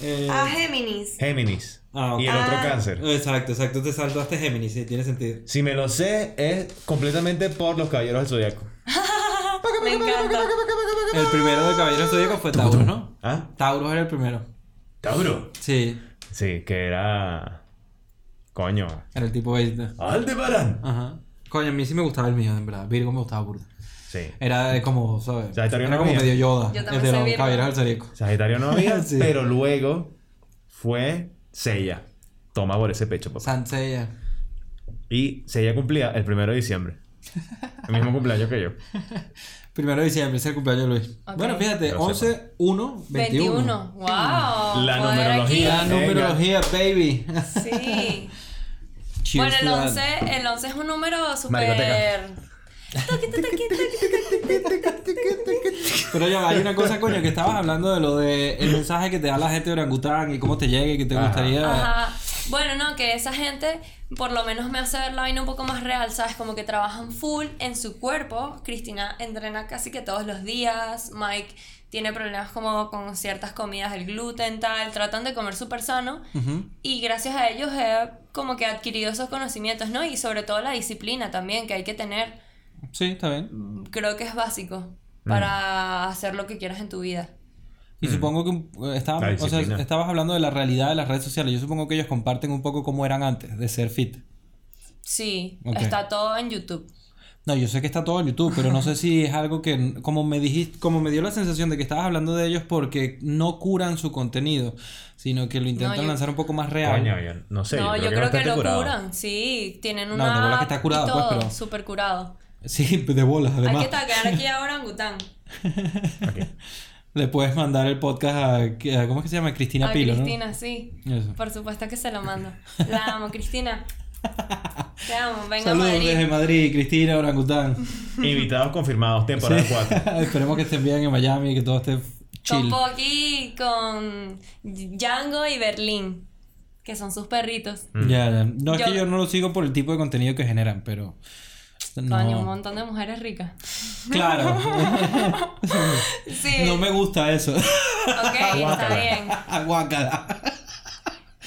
Speaker 1: Eh,
Speaker 4: Ah, Géminis.
Speaker 2: Géminis.
Speaker 1: Ah, ok.
Speaker 2: Y el otro
Speaker 4: Ah.
Speaker 2: cáncer.
Speaker 1: exacto, exacto. Te saltaste Géminis, sí, tiene sentido.
Speaker 2: Si me lo sé, es completamente por los caballeros del zodiaco.
Speaker 3: Me encanta.
Speaker 1: El primero de Caballero Zodíaco fue Tauro, ¿no?
Speaker 2: ¿Ah?
Speaker 1: Tauro era el primero.
Speaker 2: Tauro.
Speaker 1: Sí,
Speaker 2: Sí, que era. Coño.
Speaker 1: era el tipo 20.
Speaker 2: Aldebarán.
Speaker 1: Ajá. Coño, a mí sí me gustaba el mío, en verdad. Virgo me gustaba burda.
Speaker 2: Sí.
Speaker 1: Era eh, como, ¿sabes?
Speaker 2: O sea, Sagitario
Speaker 1: era
Speaker 2: no
Speaker 1: como
Speaker 2: había.
Speaker 1: medio Yoda.
Speaker 3: Yo
Speaker 1: el
Speaker 3: también
Speaker 1: de
Speaker 3: soy
Speaker 1: los
Speaker 3: Virgo.
Speaker 1: caballeros del Zodíaco.
Speaker 2: Sagitario no había,
Speaker 1: Sí.
Speaker 2: pero luego fue Sella. Toma por ese pecho, papá.
Speaker 1: Sansella.
Speaker 2: Y Sella cumplía el primero de diciembre. El mismo cumpleaños que yo.
Speaker 1: Primero de diciembre es el cumpleaños de Luis.
Speaker 3: Ok.
Speaker 1: Bueno, fíjate,
Speaker 2: Pero
Speaker 1: 11, 1, 21.
Speaker 3: 21. ¡Wow!
Speaker 2: La
Speaker 3: Poder aquí.
Speaker 2: numerología.
Speaker 1: La
Speaker 2: Venga.
Speaker 1: numerología, baby.
Speaker 3: Sí.
Speaker 1: Cheers
Speaker 3: bueno, el
Speaker 1: to that.
Speaker 3: 11, el 11 es un número súper.
Speaker 2: Maricoteca.
Speaker 3: Toqui, toqui, toqui.
Speaker 1: Pero ya, va, hay una cosa, coño, que estabas hablando de lo de el mensaje que te da la gente de orangután y cómo te llega y que te
Speaker 2: Ajá.
Speaker 1: gustaría.
Speaker 3: Ajá. Bueno, no, que esa gente por lo menos me hace ver la vaina un poco más real, ¿sabes? Como que trabajan full en su cuerpo. Cristina entrena casi que todos los días. Mike tiene problemas como con ciertas comidas, el gluten, tal. Tratan de comer súper sano.
Speaker 1: Ujú.
Speaker 3: Y gracias a ellos he como que adquirido esos conocimientos, ¿no? Y sobre todo la disciplina también que hay que tener.
Speaker 1: Sí, está bien.
Speaker 3: Creo que es básico
Speaker 1: Mm.
Speaker 3: para hacer lo que quieras en tu vida.
Speaker 1: Y supongo que eh, estábamos-
Speaker 2: Mm. La
Speaker 1: o sea,
Speaker 2: disciplina.
Speaker 1: estabas hablando de la realidad de las redes sociales. Yo supongo que ellos comparten un poco cómo eran antes de ser fit.
Speaker 3: Sí,
Speaker 1: Ok.
Speaker 3: está todo en YouTube.
Speaker 1: No, yo sé que está todo en YouTube, pero no sé si es algo que, como me dijiste, como me dio la sensación de que estabas hablando de ellos porque no curan su contenido, sino que lo intentan
Speaker 3: yo-
Speaker 1: lanzar un poco más real.
Speaker 2: Coño, yo no sé.
Speaker 3: no, yo creo que,
Speaker 2: bastante
Speaker 3: lo
Speaker 2: curado.
Speaker 3: curan, sí, tienen
Speaker 1: No,
Speaker 3: una
Speaker 1: de bola que
Speaker 3: app
Speaker 1: está curado,
Speaker 3: y
Speaker 1: pues,
Speaker 3: todo,
Speaker 1: pero-
Speaker 3: súper curado.
Speaker 1: Sí, de bolas,
Speaker 3: Hay
Speaker 1: además.
Speaker 3: que tacar aquí a Orangután,
Speaker 2: Aquí.
Speaker 1: Le puedes mandar el podcast a, a- ¿cómo es que se llama? Cristina
Speaker 3: a
Speaker 1: Pilo,
Speaker 3: Cristina, sí.
Speaker 1: ¿no? Eso.
Speaker 3: Por supuesto que se lo mando. La amo, Cristina. Te amo, venga a
Speaker 1: Saludos
Speaker 3: Madrid.
Speaker 1: desde Madrid, Cristina Orangután.
Speaker 2: Invitados confirmados, temporada 4.
Speaker 1: Esperemos que estén bien en Miami, que todo esté
Speaker 3: Con
Speaker 1: chill.
Speaker 3: Pocky, con Django y Berlín, que son sus perritos.
Speaker 2: Mm.
Speaker 1: Ya, ya. No es
Speaker 3: Yo-
Speaker 1: que yo no lo sigo por el tipo de contenido que generan, pero. No.
Speaker 3: Coño, un montón de mujeres ricas.
Speaker 1: Claro.
Speaker 3: Sí,
Speaker 1: no me gusta eso.
Speaker 3: ok, está
Speaker 2: Guácala.
Speaker 3: bien,
Speaker 1: Guácala.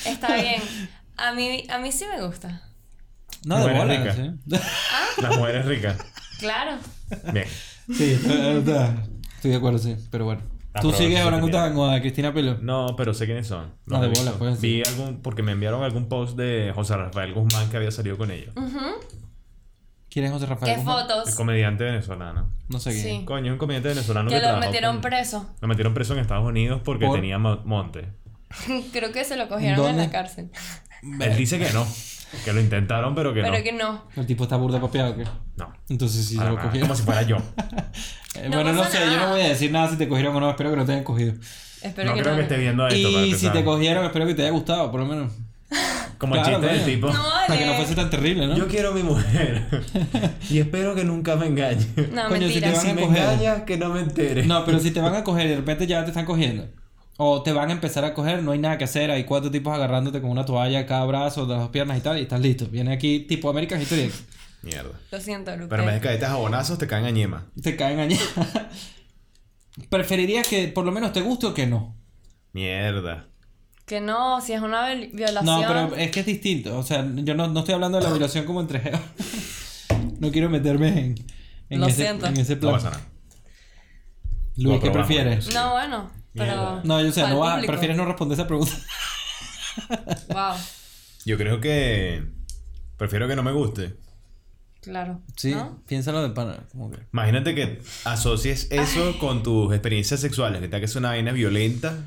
Speaker 3: está bien. A mí, a mí sí me gusta.
Speaker 1: No, de ¿eh?
Speaker 2: Buena
Speaker 1: bola.
Speaker 2: rica.
Speaker 1: Sí,
Speaker 2: Las mujeres ricas.
Speaker 3: Claro.
Speaker 2: Bien.
Speaker 1: Sí, es verdad. estoy de acuerdo, sí, pero bueno.
Speaker 2: Ah,
Speaker 1: ¿Tú
Speaker 2: pero
Speaker 1: sigues a
Speaker 2: bueno, sí,
Speaker 1: Orangután o a Cristina Pelo?
Speaker 2: No, pero sé quiénes son. Los
Speaker 1: No, de
Speaker 2: he visto.
Speaker 1: bola, pues, sí.
Speaker 2: Vi algún, porque me enviaron algún post de José Rafael Guzmán que había salido con ellos.
Speaker 1: ¿Quién es José Rafael?
Speaker 3: ¿Qué
Speaker 1: Guzmán?
Speaker 2: El
Speaker 3: fotos?
Speaker 2: comediante venezolano.
Speaker 1: No sé quién.
Speaker 3: Sí.
Speaker 2: Coño, es un comediante venezolano que,
Speaker 3: Que lo
Speaker 2: trabajó
Speaker 3: metieron
Speaker 2: con-
Speaker 3: preso.
Speaker 2: Lo metieron preso en Estados Unidos porque
Speaker 1: ¿Por?
Speaker 2: tenía mo- monte.
Speaker 3: Creo que se lo cogieron en
Speaker 1: ¿Dónde?
Speaker 3: la cárcel.
Speaker 2: Él dice que no. Que lo intentaron, pero que
Speaker 3: Pero
Speaker 2: no.
Speaker 3: que no.
Speaker 1: El tipo está burda papeado, ¿o ¿qué?
Speaker 2: No.
Speaker 1: Entonces sí se
Speaker 2: Ah,
Speaker 1: lo
Speaker 2: ah,
Speaker 1: cogieron.
Speaker 2: Como si fuera yo.
Speaker 1: Eh,
Speaker 3: No
Speaker 1: bueno, no
Speaker 3: pasa
Speaker 1: sé, yo
Speaker 3: nada.
Speaker 1: no voy a decir nada si te cogieron o no, espero que no te hayan cogido.
Speaker 3: Espero
Speaker 2: no
Speaker 3: que
Speaker 2: creo
Speaker 3: no.
Speaker 2: que esté viendo esto. para
Speaker 1: y si
Speaker 2: empezar.
Speaker 1: te cogieron, espero que te haya gustado, por lo menos.
Speaker 2: Como
Speaker 1: Claro,
Speaker 2: el chiste del
Speaker 1: coño.
Speaker 2: tipo.
Speaker 3: No,
Speaker 1: Para que no
Speaker 3: vale.
Speaker 1: fuese tan terrible, ¿no?
Speaker 2: Yo quiero a mi mujer. y espero que nunca me engañe.
Speaker 3: No,
Speaker 1: Coño, si
Speaker 3: mentira.
Speaker 1: te van
Speaker 2: Si
Speaker 1: a
Speaker 2: me
Speaker 1: coger.
Speaker 2: engañas, que no me entere.
Speaker 1: No, pero si te van a coger y de repente ya te están cogiendo. O te van a empezar a coger, no hay nada que hacer, hay cuatro tipos agarrándote con una toalla a cada brazo, de las dos piernas y tal, y estás listo. Viene aquí tipo American History X.
Speaker 2: Mierda.
Speaker 3: Lo siento, Lupe.
Speaker 2: Pero en vez de caerte a jabonazos, te caen a ñema.
Speaker 1: Te caen allá. ¿Preferirías que por lo menos te guste o que no?
Speaker 2: Mierda.
Speaker 3: Que no, si es una viol- violación.
Speaker 1: No, pero eh, es que es distinto. O sea, yo no, no estoy hablando de la violación como entre... no quiero meterme en, en
Speaker 3: Lo
Speaker 1: ese,
Speaker 3: siento.
Speaker 1: en ese
Speaker 2: No
Speaker 1: plan.
Speaker 2: pasa nada.
Speaker 1: Luis,
Speaker 2: No,
Speaker 1: ¿qué
Speaker 2: pero vamos.
Speaker 1: prefieres?
Speaker 3: No, bueno, pero.
Speaker 2: Mierda.
Speaker 1: No, yo sé,
Speaker 3: para el
Speaker 1: no vas-
Speaker 3: público.
Speaker 1: prefieres no responder esa pregunta.
Speaker 3: Wow,
Speaker 2: Yo creo que. Prefiero que no me guste.
Speaker 3: claro.
Speaker 1: Sí,
Speaker 3: ¿no?
Speaker 1: piénsalo de pana. Como que...
Speaker 2: Imagínate que asocies eso con tus experiencias sexuales, que te hagas una vaina violenta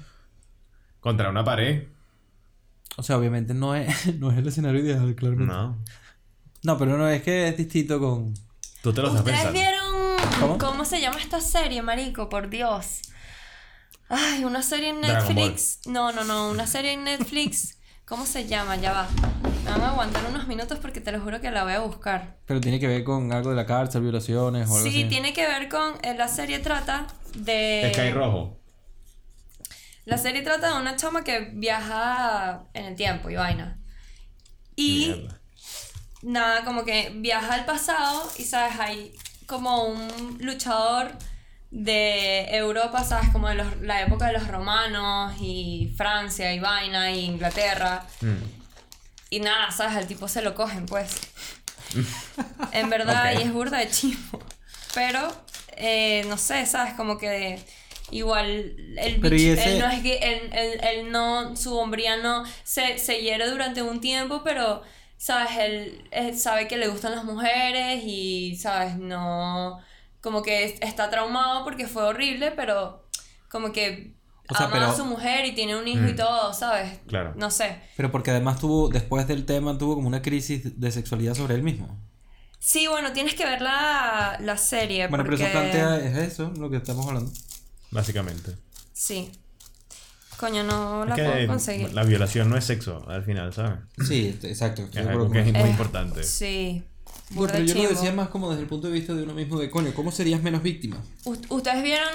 Speaker 2: contra una pared.
Speaker 1: O sea, obviamente no es, no es el escenario ideal, claramente. No.
Speaker 2: No.
Speaker 1: pero no es que es distinto con.
Speaker 2: Tú te lo estás
Speaker 3: ¿Ustedes
Speaker 2: pensando.
Speaker 3: vieron
Speaker 1: ¿Cómo?
Speaker 3: ¿Cómo? se llama esta serie, marico? Por Dios. Ay, una serie en
Speaker 2: Dragon
Speaker 3: Netflix. No, no, no, una serie en Netflix. ¿Cómo se llama? Ya va. Me van a aguantar unos minutos porque te lo juro que la voy a buscar.
Speaker 1: Pero tiene que ver con algo de la cárcel, violaciones o algo
Speaker 3: Sí,
Speaker 1: así.
Speaker 3: tiene que ver con. eh, la serie trata de.
Speaker 2: Sky Rojo.
Speaker 3: La serie trata de una chama que viaja en el tiempo y vaina. Y.
Speaker 2: Mierda.
Speaker 3: nada, como que viaja al pasado y, ¿sabes? Hay como un luchador de Europa, ¿sabes? Como de los- la época de los romanos y Francia y vaina y Inglaterra.
Speaker 2: Mm.
Speaker 3: Y nada, ¿sabes? Al tipo se lo cogen, pues. en verdad,
Speaker 2: Ok.
Speaker 3: y es burda de chismo. Pero, eh, no sé, ¿sabes? Como que igual el
Speaker 1: Pero y
Speaker 3: bicho-
Speaker 1: ese-
Speaker 3: él no es que él, él- él no, su hombría no se, se hiere durante un tiempo, pero, ¿sabes? Él, eh, sabe que le gustan las mujeres y, ¿sabes? No, como que es- está traumado porque fue horrible, pero como que
Speaker 1: O sea,
Speaker 3: ama
Speaker 1: pero-
Speaker 3: a su mujer y tiene un hijo y
Speaker 2: Mm.
Speaker 3: todo, ¿sabes?
Speaker 2: Claro.
Speaker 3: No sé.
Speaker 1: Pero porque además tuvo, después del tema, tuvo como una crisis de sexualidad sobre él mismo.
Speaker 3: Sí, bueno, tienes que ver la, la serie.
Speaker 1: Bueno,
Speaker 3: Eh, porque...
Speaker 1: pero eso plantea, es eso lo que estamos hablando.
Speaker 2: Básicamente.
Speaker 3: Sí. Coño, no
Speaker 2: Es
Speaker 3: la
Speaker 2: que,
Speaker 3: puedo
Speaker 2: eh,
Speaker 3: conseguir.
Speaker 2: la violación no es sexo, al final, ¿sabes?
Speaker 1: Sí, t- exacto. estoy
Speaker 2: Es
Speaker 1: de acuerdo
Speaker 2: algo
Speaker 1: con
Speaker 2: que
Speaker 1: eso.
Speaker 2: es muy
Speaker 3: Eh,
Speaker 2: importante.
Speaker 3: Sí.
Speaker 1: No,
Speaker 3: burda
Speaker 1: pero yo lo
Speaker 3: chimbo.
Speaker 1: decía más como desde el punto de vista de uno mismo de coño, ¿cómo serías menos víctima?
Speaker 3: U- Ustedes vieron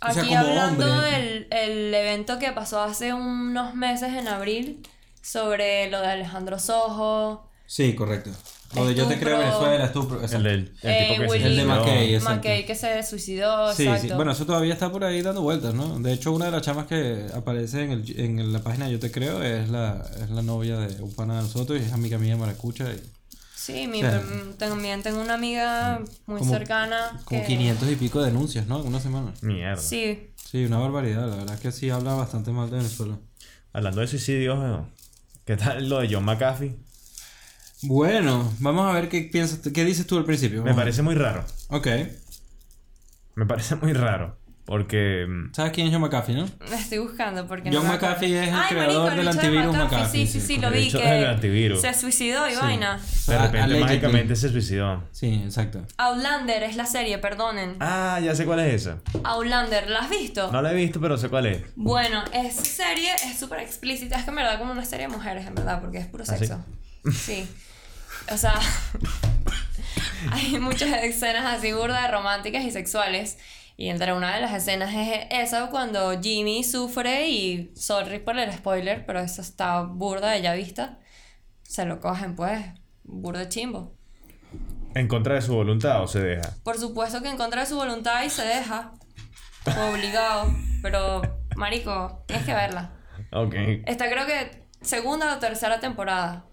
Speaker 1: O sea,
Speaker 3: aquí
Speaker 1: como
Speaker 3: hablando
Speaker 1: hombre.
Speaker 3: del el evento que pasó hace unos meses en abril sobre lo de Alejandro Sojo,
Speaker 1: Sí, correcto. Lo de yo te creo
Speaker 3: Estupro.
Speaker 1: Venezuela, estupro.
Speaker 2: El,
Speaker 1: exacto.
Speaker 2: del el tipo
Speaker 3: Eh,
Speaker 2: que se
Speaker 3: Willy.
Speaker 1: El de
Speaker 2: suicidó.
Speaker 1: McKay, exacto.
Speaker 3: McKay que se suicidó,
Speaker 1: Sí,
Speaker 3: exacto.
Speaker 1: sí. Bueno, eso todavía está por ahí dando vueltas, ¿no? De hecho, una de las chamas que aparece en, el- en la página Yo Te Creo es la, es la novia de un pana de nosotros y es amiga mía de Maracucha. y
Speaker 3: sí, mi-
Speaker 1: o sea, mm,
Speaker 3: también tengo una amiga muy
Speaker 1: como-
Speaker 3: cercana.
Speaker 1: como
Speaker 3: que-
Speaker 1: 500 y pico de denuncias, ¿no? En una semana.
Speaker 2: Mierda.
Speaker 3: Sí,
Speaker 1: Sí, una barbaridad. La verdad es que sí habla bastante mal de Venezuela.
Speaker 2: Hablando de suicidios, eh, ¿qué tal lo de John McAfee?
Speaker 1: Bueno, vamos a ver qué piensas, tú- qué dices tú al principio.
Speaker 2: Me
Speaker 1: Vamos a ver.
Speaker 2: parece muy raro.
Speaker 1: Ok.
Speaker 2: Me parece muy raro. Porque. mm,
Speaker 1: ¿Sabes quién es John McAfee, no?
Speaker 3: La estoy buscando porque
Speaker 1: John
Speaker 3: me acuerdo.
Speaker 1: McAfee es el
Speaker 3: Ay,
Speaker 1: creador
Speaker 3: marico, el
Speaker 1: del
Speaker 3: bicho de
Speaker 1: antivirus McAfee,
Speaker 3: Sí, sí,
Speaker 1: sí,
Speaker 3: sí, lo
Speaker 2: el
Speaker 3: vi
Speaker 2: bicho
Speaker 3: que
Speaker 2: del antivirus.
Speaker 3: se suicidó y vaina.
Speaker 2: De
Speaker 1: A-
Speaker 2: repente,
Speaker 1: allegedly.
Speaker 2: mágicamente se suicidó.
Speaker 1: Ah, Sí, exacto.
Speaker 3: Outlander es la serie, perdonen.
Speaker 2: Ah, ya sé cuál es esa.
Speaker 3: Outlander, ¿la has visto?
Speaker 2: No la he visto, pero sé cuál es.
Speaker 3: Bueno, es serie, es súper explícita. Es que en verdad como una serie de mujeres, en verdad, porque es puro
Speaker 2: ¿Ah, sí?
Speaker 3: sexo. Sí. O sea, hay muchas escenas así burdas, románticas y sexuales. Y entre una de las escenas es esa cuando Jimmy sufre y, sorry por el spoiler, pero eso está burda de ya vista. Se lo cogen pues, burda chimbo.
Speaker 2: ¿En contra de su voluntad o se deja?
Speaker 3: Por supuesto que en contra de su voluntad y se deja. Obligado. Pero, marico, tienes que verla.
Speaker 2: Ok.
Speaker 3: Esta creo que segunda o tercera temporada.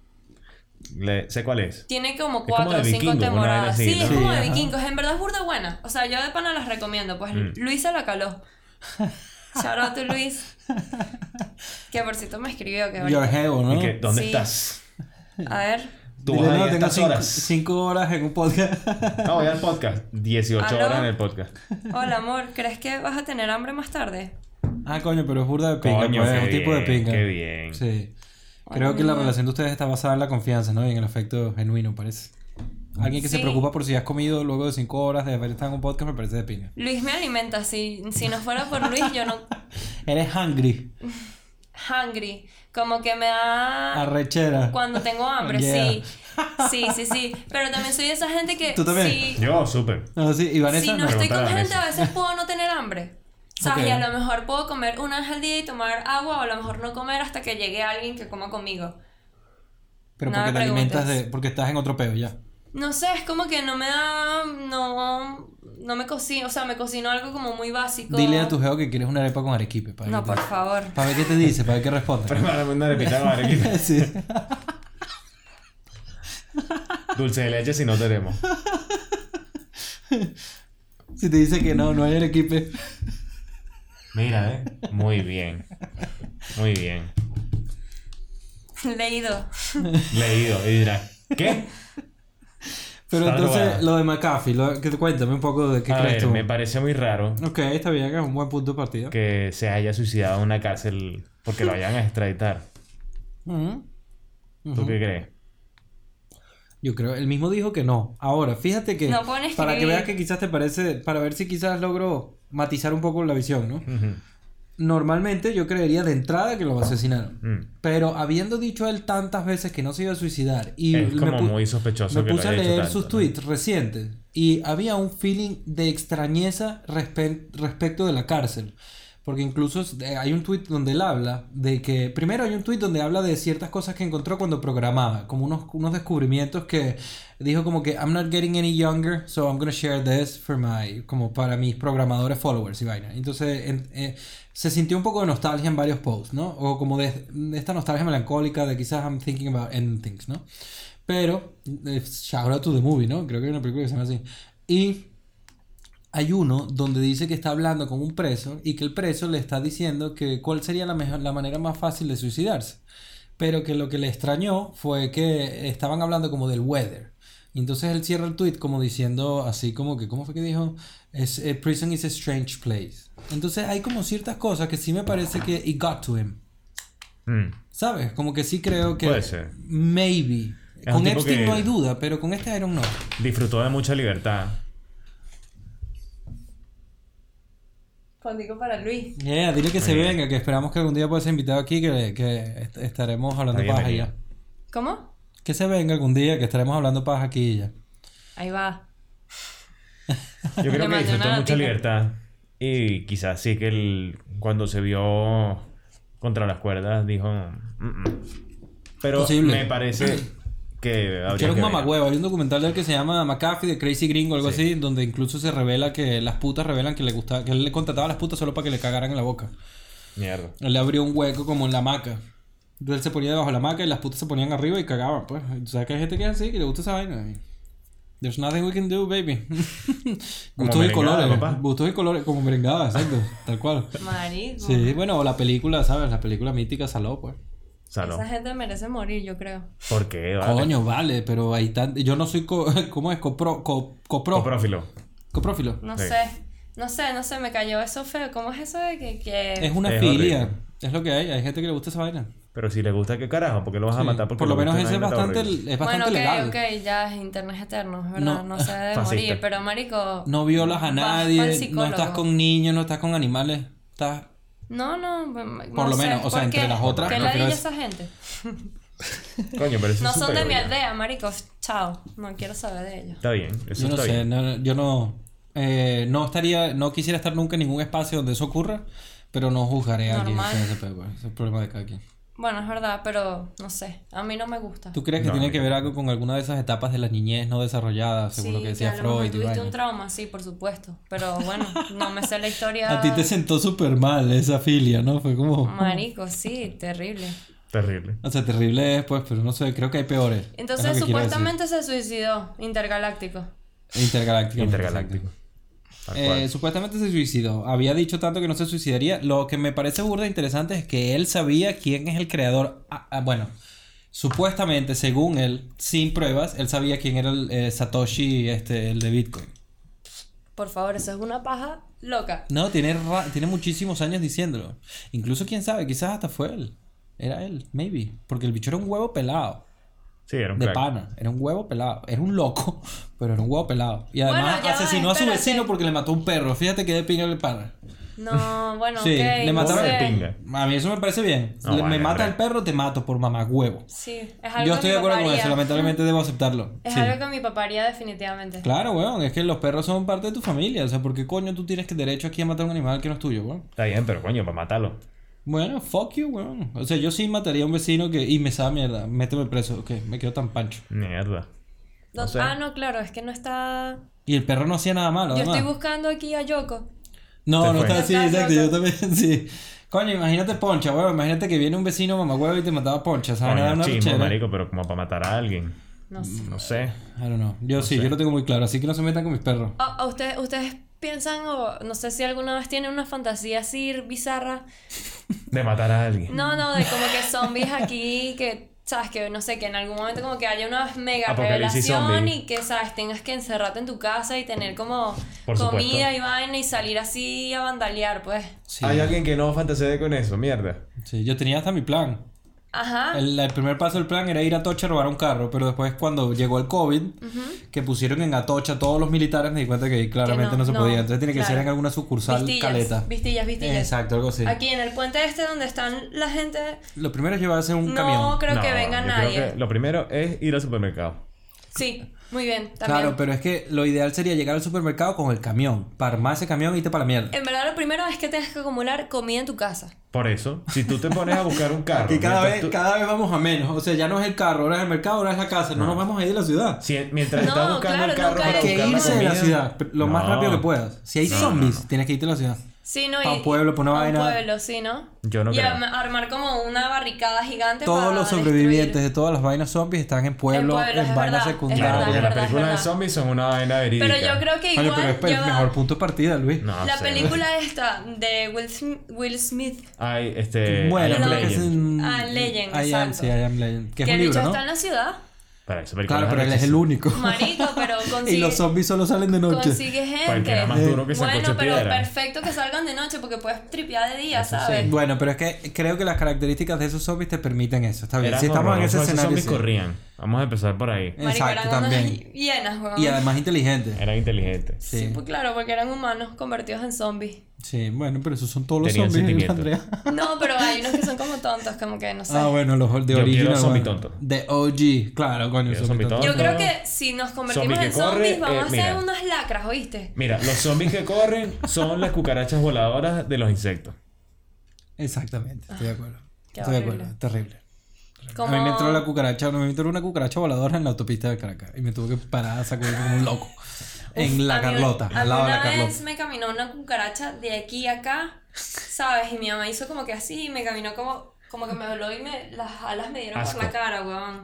Speaker 2: Le- sé cuál es.
Speaker 3: Tiene como
Speaker 2: como
Speaker 3: cuatro
Speaker 2: de
Speaker 3: o cinco
Speaker 2: vikingos, una vaina
Speaker 3: temporadas.
Speaker 2: así,
Speaker 3: sí,
Speaker 2: ¿no?
Speaker 3: es como
Speaker 1: Sí,
Speaker 3: de
Speaker 1: ajá.
Speaker 3: vikingos. En verdad es burda buena. O sea, yo de pana las recomiendo. Pues
Speaker 2: Mm.
Speaker 3: Luisa la caló. Shout out to Luis. Que por cierto me escribió que
Speaker 1: Your
Speaker 3: ahorita-
Speaker 1: Hebo, ¿no?
Speaker 2: ¿Y qué? ¿Dónde
Speaker 3: Sí.
Speaker 2: estás?
Speaker 3: A ver.
Speaker 2: Tú
Speaker 1: Dile,
Speaker 2: vas
Speaker 1: no,
Speaker 2: ahí a
Speaker 1: tengo
Speaker 2: estas
Speaker 1: cinco,
Speaker 2: horas.
Speaker 1: cinco horas en un podcast.
Speaker 2: Ah, voy al podcast. 18
Speaker 3: ¿Aló?
Speaker 2: horas en el podcast.
Speaker 3: Hola amor, ¿crees que vas a tener hambre más tarde?
Speaker 1: ah, coño, pero es burda de pinga,
Speaker 2: Coño,
Speaker 1: pues,
Speaker 2: qué
Speaker 1: es un tipo de
Speaker 2: bien,
Speaker 1: pinga.
Speaker 2: qué bien.
Speaker 1: Sí. Creo que la relación de ustedes está basada en la confianza, ¿no? Y en el afecto genuino, parece. Alguien que se
Speaker 3: Sí.
Speaker 1: preocupa por si has comido luego de cinco horas de haber estado en un podcast me parece de pinga.
Speaker 3: Luis me alimenta. Si, si no fuera por Luis, yo no.
Speaker 1: Eres hungry,
Speaker 3: Hungry. Como que me da.
Speaker 1: arrechera.
Speaker 3: Cuando tengo hambre,
Speaker 1: Ah. Yeah.
Speaker 3: sí. Sí, sí, sí. Pero también soy de esa gente que.
Speaker 1: ¿Tú también?
Speaker 3: Si,
Speaker 2: Yo, súper.
Speaker 1: No, Ah, sí, y Vanessa
Speaker 3: si no
Speaker 1: no.
Speaker 3: estoy con
Speaker 2: Preguntaba a
Speaker 3: gente,
Speaker 2: Vanessa.
Speaker 3: a veces puedo no tener hambre. ¿Sabes?
Speaker 1: Ok.
Speaker 3: Y a lo mejor puedo comer una vez al día y tomar agua, o a lo mejor no comer hasta que llegue alguien que coma conmigo.
Speaker 1: Pero
Speaker 3: no
Speaker 1: porque
Speaker 3: me
Speaker 1: te alimentas de.
Speaker 3: preguntes.
Speaker 1: Porque estás en otro peo ya.
Speaker 3: No sé, es como que no me da. No. No me cocino, o sea, me cocino algo como muy básico.
Speaker 1: Dile a tu geo que quieres una arepa con arequipe. Para
Speaker 3: No,
Speaker 1: ver
Speaker 3: por
Speaker 1: qué
Speaker 3: favor.
Speaker 1: te- para ver qué te dice, para ver qué responde.
Speaker 2: Prepárame una arepita con arequipe.
Speaker 1: sí.
Speaker 2: Dulce de leche si no tenemos.
Speaker 1: Si te dice que no, no hay el equipo.
Speaker 2: Mira, eh. Muy bien. Muy bien.
Speaker 3: Leído.
Speaker 2: Leído. Y dirás, ¿qué?
Speaker 1: Pero
Speaker 2: Está
Speaker 1: entonces,
Speaker 2: drogada.
Speaker 1: lo de McAfee, lo, que, cuéntame un poco de qué
Speaker 2: A
Speaker 1: crees
Speaker 2: ver,
Speaker 1: tú.
Speaker 2: me parece muy raro
Speaker 1: Ok, está bien, que es un buen punto de partida.
Speaker 2: que se haya suicidado en una cárcel porque lo vayan a extraditar.
Speaker 1: Ujú.
Speaker 2: ¿Tú qué crees?
Speaker 1: Yo creo, él mismo dijo que no. Ahora, fíjate que
Speaker 3: No pueden
Speaker 1: para que
Speaker 3: escribir.
Speaker 1: veas que quizás te parece, para ver si quizás logro matizar un poco la visión, ¿no?
Speaker 2: Ujú.
Speaker 1: Normalmente yo creería de entrada que lo asesinaron.
Speaker 2: Mm.
Speaker 1: Pero habiendo dicho él tantas veces que no se iba a suicidar y
Speaker 2: Es como
Speaker 1: pu-
Speaker 2: muy sospechoso
Speaker 1: me
Speaker 2: que lo
Speaker 1: puse a
Speaker 2: haya hecho
Speaker 1: leer
Speaker 2: tanto,
Speaker 1: sus
Speaker 2: ¿no?
Speaker 1: tweets recientes y había un feeling de extrañeza respe- respecto de la cárcel. Porque incluso s- eh, hay un tweet donde él habla de que. Primero hay un tweet donde habla de ciertas cosas que encontró cuando programaba, como unos, unos descubrimientos que dijo como que I'm not getting any younger, so I'm gonna share this for my. como para mis programadores followers y vaina. Entonces en- eh, se sintió un poco de nostalgia en varios posts, ¿no? O como de, de esta nostalgia melancólica de quizás I'm thinking about ending things, ¿no? Pero, eh, shout out to the movie, ¿no? Creo que hay una película que se llama así. Y hay uno donde dice que está hablando con un preso y que el preso le está diciendo que cuál sería la, mejor, la manera más fácil de suicidarse. Pero que lo que le extrañó fue que estaban hablando como del weather. Y entonces él cierra el tweet como diciendo así como que, ¿cómo fue que dijo? Es, eh, prison is a strange place. Entonces hay como ciertas cosas que sí me parece que it got to him.
Speaker 2: Mm.
Speaker 1: ¿Sabes? Como que sí creo que...
Speaker 2: Puede ser.
Speaker 1: Maybe.
Speaker 2: Es un
Speaker 1: con
Speaker 2: tipo
Speaker 1: Epstein
Speaker 2: que-
Speaker 1: no hay duda, pero con este I don't know.
Speaker 2: Disfrutó de mucha libertad.
Speaker 3: Contigo para Luis.
Speaker 1: Yeah, dile que se
Speaker 2: bien.
Speaker 1: venga, que esperamos que algún día pueda ser invitado aquí, que, que est- estaremos hablando
Speaker 2: Está
Speaker 1: paja
Speaker 2: bienvenido.
Speaker 1: ya.
Speaker 3: ¿Cómo?
Speaker 1: Que se venga algún día, que estaremos hablando paja aquí ya.
Speaker 3: Ahí va.
Speaker 2: Yo creo que
Speaker 3: mandé
Speaker 2: disfrutó
Speaker 3: una
Speaker 2: mucha
Speaker 3: notica.
Speaker 2: libertad. Y quizás sí que él, cuando se vio contra las cuerdas, dijo. "Mm, mm". Pero
Speaker 1: Posible.
Speaker 2: me parece que habría
Speaker 1: Quiero
Speaker 2: que
Speaker 1: un
Speaker 2: ver.
Speaker 1: mamagüevo. Hay un documental de él que se llama McAfee, de Crazy Gringo, algo así, donde incluso se revela que las putas revelan que le gustaba, que él le contrataba a las putas solo para que le cagaran en la boca.
Speaker 2: Mierda.
Speaker 1: Él le abrió un hueco como en la maca. Él se ponía debajo de la maca y las putas se ponían arriba y cagaban, pues. Tú sabes que hay gente que es así, que le gusta esa vaina. y- There's nothing we can do, baby. Gustos y
Speaker 2: merengada,
Speaker 1: colores.
Speaker 2: papá.
Speaker 1: Gustos y colores, como merengada, exacto. tal cual.
Speaker 3: Marico.
Speaker 1: Sí, bueno, o la película, ¿sabes? La película mítica Saló, pues.
Speaker 2: Salud.
Speaker 3: Esa gente merece morir, yo creo.
Speaker 2: ¿Por qué? Vale.
Speaker 1: Coño, vale, pero ahí tan... Yo no soy co... ¿Cómo es? Copro... co- Copro...
Speaker 2: Coprófilo.
Speaker 1: Coprófilo.
Speaker 3: No
Speaker 2: Sí.
Speaker 3: sé. No sé, no sé, me cayó eso feo. ¿Cómo es eso de que.? que...
Speaker 1: Es una
Speaker 2: Es
Speaker 1: filia.
Speaker 2: horrible.
Speaker 1: Es lo que hay. Hay gente que le gusta esa vaina.
Speaker 2: Pero si le gusta, ¿qué carajo? ¿Por qué lo vas a
Speaker 1: Sí.
Speaker 2: matar? Porque
Speaker 1: Por lo
Speaker 2: le
Speaker 1: menos
Speaker 2: gusta
Speaker 1: ese es
Speaker 2: una vaina tan
Speaker 1: bastante,
Speaker 2: horrible?
Speaker 1: es bastante
Speaker 3: Bueno, ok,
Speaker 1: legal.
Speaker 3: ok, ya es internet eterno, es
Speaker 1: No.
Speaker 3: ¿verdad? No, se debe
Speaker 2: Fascista.
Speaker 3: morir, pero marico.
Speaker 1: No violas a
Speaker 3: vas pa'l
Speaker 1: nadie, no
Speaker 3: psicólogo.
Speaker 1: estás con niños, no estás con animales, estás...
Speaker 3: No, no, por
Speaker 1: lo menos, o sea, entre las otras,
Speaker 3: ¿Qué
Speaker 1: me
Speaker 3: la
Speaker 1: refiero a eso.
Speaker 3: esa gente?
Speaker 2: Coño, pero eso
Speaker 3: No
Speaker 2: es
Speaker 3: son de mi
Speaker 2: superhéroe.
Speaker 3: aldea, marico. Chao, no quiero saber de ellos.
Speaker 2: Está bien, eso
Speaker 1: Yo no
Speaker 2: está
Speaker 1: sé,
Speaker 2: bien.
Speaker 1: no, no, yo no... eh, no estaría, no quisiera estar nunca en ningún espacio donde eso ocurra, pero no juzgaré a alguien.
Speaker 3: Normal.
Speaker 1: que hace pedo, pues, ese es el problema de cada quien.
Speaker 3: Bueno, es verdad, pero no sé, a mí no me gusta.
Speaker 1: ¿Tú crees que
Speaker 2: No,
Speaker 1: tiene
Speaker 2: no.
Speaker 1: que ver algo con alguna de esas etapas de la niñez no desarrolladas, según
Speaker 3: sí,
Speaker 1: lo que decía
Speaker 3: a lo mejor
Speaker 1: Freud? y
Speaker 3: tuviste
Speaker 1: vaina?
Speaker 3: un trauma, sí, por supuesto, pero bueno, no me sé la historia.
Speaker 1: a ti te sentó súper mal esa filia, ¿no? Fue como...
Speaker 3: Marico, sí, terrible.
Speaker 2: Terrible.
Speaker 1: O sea, terrible es, pues, pero no sé, creo que hay peores. es
Speaker 3: Entonces,
Speaker 1: lo que quiero decir.
Speaker 3: supuestamente se suicidó, intergaláctico.
Speaker 1: Intergaláctico.
Speaker 2: Intergaláctico. Tal cual.
Speaker 1: Eh, supuestamente se suicidó. Había dicho tanto que no se suicidaría. Lo que me parece burda e interesante es que él sabía quién es el creador. Ah, ah, bueno, supuestamente, según él, sin pruebas, él sabía quién era el eh, Satoshi, este, el de Bitcoin.
Speaker 3: Por favor, eso es una paja loca.
Speaker 1: No, tiene, ra- tiene muchísimos años diciéndolo. Incluso, quién sabe, quizás hasta fue él. Era él, maybe. Porque el bicho era un huevo pelado.
Speaker 2: sí, era un
Speaker 1: De
Speaker 2: crack.
Speaker 1: pana, era un huevo pelado, era un loco, pero era un huevo pelado. Y además
Speaker 3: Bueno, ya va,
Speaker 1: asesinó a su
Speaker 3: espérate.
Speaker 1: vecino porque le mató un perro. Fíjate que de pinga el pana.
Speaker 3: No, bueno,
Speaker 1: Sí,
Speaker 3: ok,
Speaker 1: le
Speaker 3: no
Speaker 1: mataron
Speaker 3: sé.
Speaker 2: de pinga.
Speaker 1: A mí eso me parece bien.
Speaker 2: No,
Speaker 1: Le- me
Speaker 2: vale,
Speaker 1: mata
Speaker 2: hombre.
Speaker 1: el perro, te mato por mamá huevo.
Speaker 3: Sí, es algo
Speaker 1: Yo estoy
Speaker 3: que
Speaker 1: de
Speaker 3: mi
Speaker 1: acuerdo
Speaker 3: papá
Speaker 1: con eso,
Speaker 3: haría.
Speaker 1: lamentablemente debo aceptarlo.
Speaker 3: Es
Speaker 1: Sí.
Speaker 3: algo que mi papá haría definitivamente.
Speaker 1: Claro, weón, es que los perros son parte de tu familia. O sea, ¿por qué coño tú tienes que derecho aquí a matar a un animal que no es tuyo, weón?
Speaker 2: Está bien, pero coño, para matarlo.
Speaker 1: Bueno, fuck you, weón. O sea, yo sí mataría a un vecino que. Y me sabe mierda, méteme preso. Ok, me quedo tan pancho.
Speaker 2: Mierda.
Speaker 3: No-
Speaker 2: sé.
Speaker 3: Ah, no, claro, es que no está...
Speaker 1: Y el perro no hacía nada malo,
Speaker 3: Yo
Speaker 1: además.
Speaker 3: estoy buscando aquí a Yoko.
Speaker 1: No,
Speaker 2: Se
Speaker 1: no
Speaker 2: fue.
Speaker 1: está así,
Speaker 3: Está
Speaker 1: exacto,
Speaker 3: loco.
Speaker 1: yo también, sí. Coño, imagínate Poncha, huevón, imagínate que viene un vecino mamagüevo y te mataba Poncha, ¿sabes? Nada,
Speaker 2: Coño,
Speaker 1: una
Speaker 2: chismo,
Speaker 1: rechera.
Speaker 2: marico, pero como para matar a alguien.
Speaker 3: No sé.
Speaker 2: No sé.
Speaker 1: I don't know. Yo sí, yo lo tengo muy claro, así que no se metan con mis perros.
Speaker 3: Ah, ah, ustedes, ustedes piensan, o no sé si alguna vez tienen una fantasía así bizarra,
Speaker 2: De matar a alguien.
Speaker 3: No, no, de como que zombies aquí, que, sabes, que no sé, que en algún momento como que haya una mega
Speaker 2: Apocalipsis
Speaker 3: revelación
Speaker 2: zombie.
Speaker 3: y que, sabes, tengas que encerrarte en tu casa y tener como
Speaker 2: Por
Speaker 3: comida
Speaker 2: supuesto.
Speaker 3: y vaina y salir así a vandalear, pues.
Speaker 1: Sí.
Speaker 2: Hay alguien que no fantasee con eso, mierda.
Speaker 1: Sí, yo tenía hasta mi plan.
Speaker 3: Ajá.
Speaker 1: El, el primer paso del plan era ir a Atocha a robar un carro, pero después cuando llegó el COVID, que pusieron en Atocha todos los militares, me di cuenta que ahí claramente
Speaker 3: no,
Speaker 1: no, se
Speaker 3: no,
Speaker 1: podía. Entonces tiene que
Speaker 3: claro.
Speaker 1: ser en alguna sucursal
Speaker 3: Vistillas,
Speaker 1: caleta.
Speaker 3: vistillas, vistillas.
Speaker 1: Exacto, algo así.
Speaker 3: Aquí en el puente este donde están la gente,
Speaker 1: Lo primero es llevarse un
Speaker 3: no
Speaker 1: camión.
Speaker 3: creo que
Speaker 2: No,
Speaker 3: venga
Speaker 2: yo
Speaker 3: nadie.
Speaker 2: Creo que lo primero es ir al supermercado.
Speaker 3: Sí, muy bien, también.
Speaker 1: Claro, pero es que lo ideal sería llegar al supermercado con el camión, armar ese camión y irte para la mierda.
Speaker 3: En verdad lo primero es que tengas que acumular comida en tu casa.
Speaker 2: Por eso, si tú te pones a buscar un carro.
Speaker 1: Que cada
Speaker 2: mientras
Speaker 1: vez,
Speaker 2: tú-
Speaker 1: cada vez vamos a menos. O sea, ya no es el carro, ahora es el mercado, ahora es la casa. No, nos vamos a ir de la ciudad.
Speaker 2: si- mientras
Speaker 3: No,
Speaker 2: estás buscando
Speaker 3: claro,
Speaker 2: el carro
Speaker 3: nunca
Speaker 2: para
Speaker 3: es-
Speaker 1: que
Speaker 2: buscar la
Speaker 1: irse de la
Speaker 2: comida-
Speaker 1: ciudad lo más
Speaker 2: No.
Speaker 1: rápido que puedas. Si hay zombies, tienes que irte a la ciudad.
Speaker 3: Sí, ¿no?
Speaker 1: Pa'
Speaker 3: Y-
Speaker 1: un pueblo, pa' una
Speaker 3: pa'
Speaker 1: vaina.
Speaker 3: Un pueblo, sí, ¿no?
Speaker 2: Yo no
Speaker 3: y
Speaker 2: creo.
Speaker 3: arma- armar como una barricada gigante
Speaker 1: Todos
Speaker 3: para
Speaker 1: los sobrevivientes
Speaker 3: Este destruir.
Speaker 1: de todas las vainas zombies están en pueblos, en,
Speaker 3: En pueblos, es
Speaker 1: vainas
Speaker 3: verdad, es
Speaker 1: secundarias.
Speaker 2: Claro,
Speaker 3: verdad,
Speaker 2: porque
Speaker 3: es
Speaker 2: las
Speaker 3: verdad,
Speaker 2: películas de
Speaker 3: es verdad.
Speaker 2: zombies son una vaina verídica.
Speaker 3: Pero yo creo que
Speaker 1: Coño,
Speaker 3: igual...
Speaker 1: pero es
Speaker 3: ya
Speaker 1: el
Speaker 3: va.
Speaker 1: mejor punto de partida, Luis.
Speaker 2: No,
Speaker 3: la
Speaker 2: sé.
Speaker 3: película esta de Will, Sm- Will Smith,
Speaker 2: Hay este.
Speaker 1: Bueno,
Speaker 2: hay un
Speaker 3: pero
Speaker 1: creo que es
Speaker 2: legend.
Speaker 1: en-
Speaker 3: Ah, Legend,
Speaker 1: I am,
Speaker 3: exacto.
Speaker 1: sí, I am Legend. Que es
Speaker 3: que
Speaker 1: un
Speaker 3: el bicho
Speaker 1: libro, ¿no?
Speaker 3: está en la ciudad,
Speaker 2: Para esa película
Speaker 1: Claro, pero él es el
Speaker 2: rechísima.
Speaker 1: único.
Speaker 3: marico, pero consigue,
Speaker 1: y los zombies solo salen de noche.
Speaker 3: consigue
Speaker 2: Cualquiera
Speaker 3: gente.
Speaker 2: más duro que se
Speaker 3: bueno, pero
Speaker 2: piedra.
Speaker 3: perfecto que salgan de noche porque puedes tripear de día, ¿sabes?
Speaker 1: Bueno, pero es que creo que las características de esos zombies te permiten eso. Está bien,
Speaker 2: Era
Speaker 1: si estamos en
Speaker 2: horroroso,
Speaker 1: ese
Speaker 2: esos
Speaker 1: escenario.
Speaker 2: zombies
Speaker 1: sí.
Speaker 2: corrían. Vamos a empezar por ahí.
Speaker 3: Marico,
Speaker 1: Exacto,
Speaker 3: eran unas
Speaker 1: también.
Speaker 3: hienas, weón.
Speaker 1: Y además inteligentes.
Speaker 2: Eran inteligentes.
Speaker 1: Sí.
Speaker 3: Sí, pues claro, porque eran humanos convertidos en zombies.
Speaker 1: Sí, bueno, pero esos son todos los
Speaker 2: Tenían
Speaker 1: zombies,
Speaker 2: sentimientos.
Speaker 1: Andrea.
Speaker 3: No, pero hay unos que son como tontos, como que no sé.
Speaker 1: Ah, bueno, los de
Speaker 2: Yo quiero
Speaker 1: original.
Speaker 2: zombie
Speaker 1: bueno.
Speaker 2: tonto.
Speaker 1: De OG, claro, coño,
Speaker 2: Quiero
Speaker 1: zombie
Speaker 2: zombie
Speaker 1: tonto.
Speaker 2: tonto.
Speaker 3: Yo creo que si nos convertimos
Speaker 2: Zombie que
Speaker 3: en
Speaker 2: corre,
Speaker 3: zombies,
Speaker 2: eh,
Speaker 3: vamos a ser
Speaker 2: mira.
Speaker 3: unas lacras, ¿oíste?
Speaker 2: Mira, los zombies que corren son las cucarachas voladoras de los insectos.
Speaker 1: Exactamente, estoy de acuerdo.
Speaker 3: Ah, Qué
Speaker 1: estoy de
Speaker 3: horrible.
Speaker 1: acuerdo, terrible.
Speaker 3: Como...
Speaker 1: A mí me entró la cucaracha, no, me entró una cucaracha voladora en la autopista de Caracas y me tuve que parar a sacudir como un loco. en la
Speaker 3: A mí-
Speaker 1: Carlota,
Speaker 3: a
Speaker 1: al
Speaker 3: mí
Speaker 1: lado de la
Speaker 3: una vez
Speaker 1: Carlota.
Speaker 3: me caminó una cucaracha de aquí a acá, ¿sabes? Y mi mamá hizo como que así, y me caminó como, como que me voló y me, las alas me dieron
Speaker 2: Asco.
Speaker 3: por la cara, weón.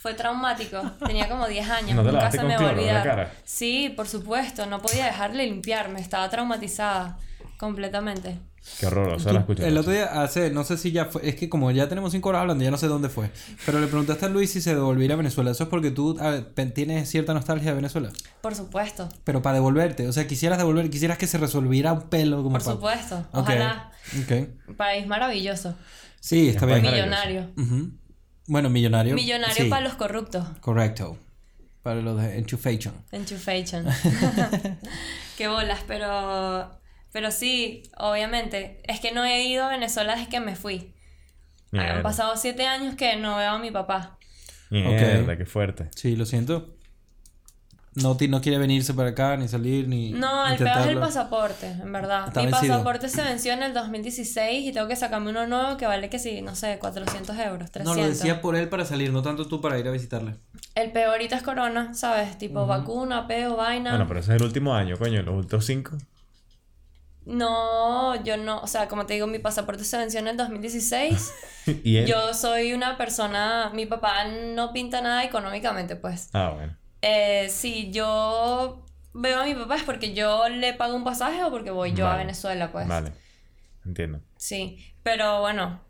Speaker 3: Fue traumático. Tenía como 10 años.
Speaker 2: ¿No te
Speaker 3: Nunca
Speaker 2: lavaste
Speaker 3: se
Speaker 2: con
Speaker 3: me va a
Speaker 2: cloro la
Speaker 3: olvidar.
Speaker 2: cara?
Speaker 3: Sí, por supuesto. No podía dejarle limpiarme. Estaba traumatizada completamente.
Speaker 2: Qué horroroso las cucarachas.
Speaker 1: El otro día hace, no sé si ya fue, es que como ya tenemos cinco horas hablando, ya no sé dónde fue. Pero le preguntaste a Luis si se devolviera a Venezuela. Eso es porque tú a ver, pe- tienes cierta nostalgia de Venezuela.
Speaker 3: Por supuesto.
Speaker 1: Pero para devolverte, o sea, quisieras devolver, quisieras que se resolviera un pelo como
Speaker 3: Por
Speaker 1: para-
Speaker 3: supuesto.
Speaker 1: Ok,
Speaker 3: Ojalá.
Speaker 1: ok.
Speaker 3: País maravilloso.
Speaker 1: Sí, está bien.
Speaker 2: Maravilloso.
Speaker 3: Millonario.
Speaker 1: Ujú. Bueno, millonario.
Speaker 3: Millonario
Speaker 1: sí,
Speaker 3: para los corruptos.
Speaker 1: Correcto. Para los de enchufation.
Speaker 3: Enchufation. Qué bolas, pero. Pero sí, obviamente. Es que no he ido a Venezuela desde que me fui.
Speaker 2: Mierda,
Speaker 3: Han pasado siete años que no veo a mi papá.
Speaker 2: Mierda,
Speaker 1: Ok.
Speaker 2: qué fuerte.
Speaker 1: Sí, lo siento. No, ti- no quiere venirse para acá, ni salir, ni.
Speaker 3: No, el peor es el
Speaker 1: intentarlo.
Speaker 3: pasaporte, en verdad.
Speaker 1: Está
Speaker 3: mi
Speaker 1: vencido.
Speaker 3: pasaporte se venció en el 2016 y tengo que sacarme uno nuevo que vale que sí, no sé, 400 euros, 300.
Speaker 1: No, lo decía por él para salir, no tanto tú para ir a visitarle.
Speaker 3: El peor ahorita es corona, ¿sabes? Tipo vacuna, peo, vaina.
Speaker 2: Bueno, pero ese es el último año, coño. Los últimos cinco.
Speaker 3: No, yo no, o sea, como te digo, mi pasaporte se venció en el 2016.
Speaker 2: y él.
Speaker 3: Yo soy una persona, mi papá no pinta nada económicamente, pues.
Speaker 2: Ah, bueno.
Speaker 3: Eh, si yo veo a mi papá es porque yo le pago un pasaje o porque voy yo a
Speaker 2: Vale.
Speaker 3: Venezuela, pues.
Speaker 2: Vale. Entiendo.
Speaker 3: Sí, pero bueno,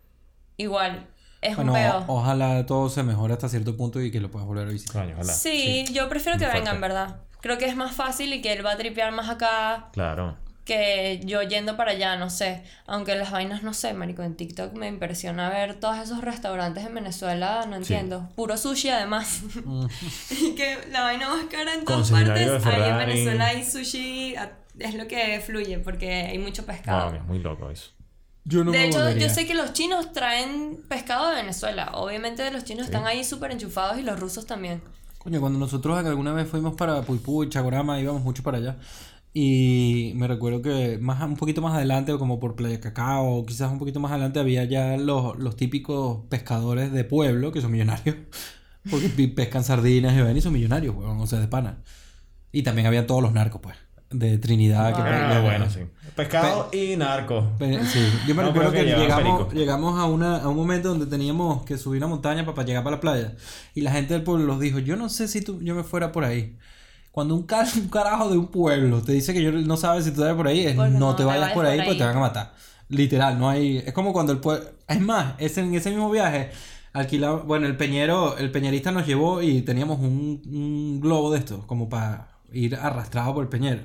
Speaker 3: igual, es
Speaker 1: Bueno,
Speaker 3: un peo.
Speaker 1: ojalá todo se mejore hasta cierto punto y que lo puedas volver a visitar.
Speaker 2: Coño, ojalá.
Speaker 3: sí, yo prefiero que
Speaker 2: Muy
Speaker 3: venga, en
Speaker 2: fuerte.
Speaker 3: verdad. Creo que es más fácil y que él va a tripear más acá
Speaker 2: Claro.
Speaker 3: que yo yendo para allá, no sé. Aunque las vainas, no sé, marico, en TikTok me impresiona ver todos esos restaurantes en Venezuela, no entiendo. Puro sushi además.
Speaker 2: Mm.
Speaker 3: y que la vaina más cara en todas
Speaker 2: Concesionario
Speaker 3: partes,
Speaker 2: de
Speaker 3: ahí en
Speaker 2: Ferrari.
Speaker 3: Venezuela hay sushi, a- es lo que fluye, porque hay mucho pescado.
Speaker 2: Wow, es muy loco eso.
Speaker 1: Yo no
Speaker 3: de
Speaker 1: me
Speaker 3: hecho,
Speaker 1: volvería.
Speaker 3: yo sé que los chinos traen pescado de Venezuela. Obviamente los chinos están ahí súper enchufados y los rusos también.
Speaker 1: Coño, cuando nosotros alguna vez fuimos para Puypuy, Chagorama, íbamos mucho para allá. Y me recuerdo que más a- un poquito más adelante, o como por Playa Cacao, o quizás un poquito más adelante, había ya los, los típicos pescadores de pueblo, que son millonarios. Porque pi- pescan sardinas y ven y son millonarios, weón, o sea, de pana. Y también había todos los narcos, pues, de Trinidad. que
Speaker 2: Ah,
Speaker 1: pe-
Speaker 2: bueno, sí. Pescado y narco.
Speaker 1: Pe- Sí, yo me
Speaker 2: No,
Speaker 1: recuerdo que,
Speaker 2: creo que llevaban
Speaker 1: llegamos,
Speaker 2: perico.
Speaker 1: llegamos a, una, a un momento donde teníamos que subir una montaña para, llegar para la playa. Y la gente del pueblo nos dijo, yo no sé si tú, yo me fuera por ahí. Cuando un, car- un carajo de un pueblo te dice que yo no sabes si tú eres por ahí, es, no,
Speaker 3: Porque
Speaker 1: te vayas por ahí porque te van a matar. Literal, no hay. Es como cuando el pueblo. Es más, es en ese mismo viaje. Alquilaba, bueno, el peñero, el peñerista nos llevó y teníamos un, un globo de estos, como para ir arrastrado por el peñero.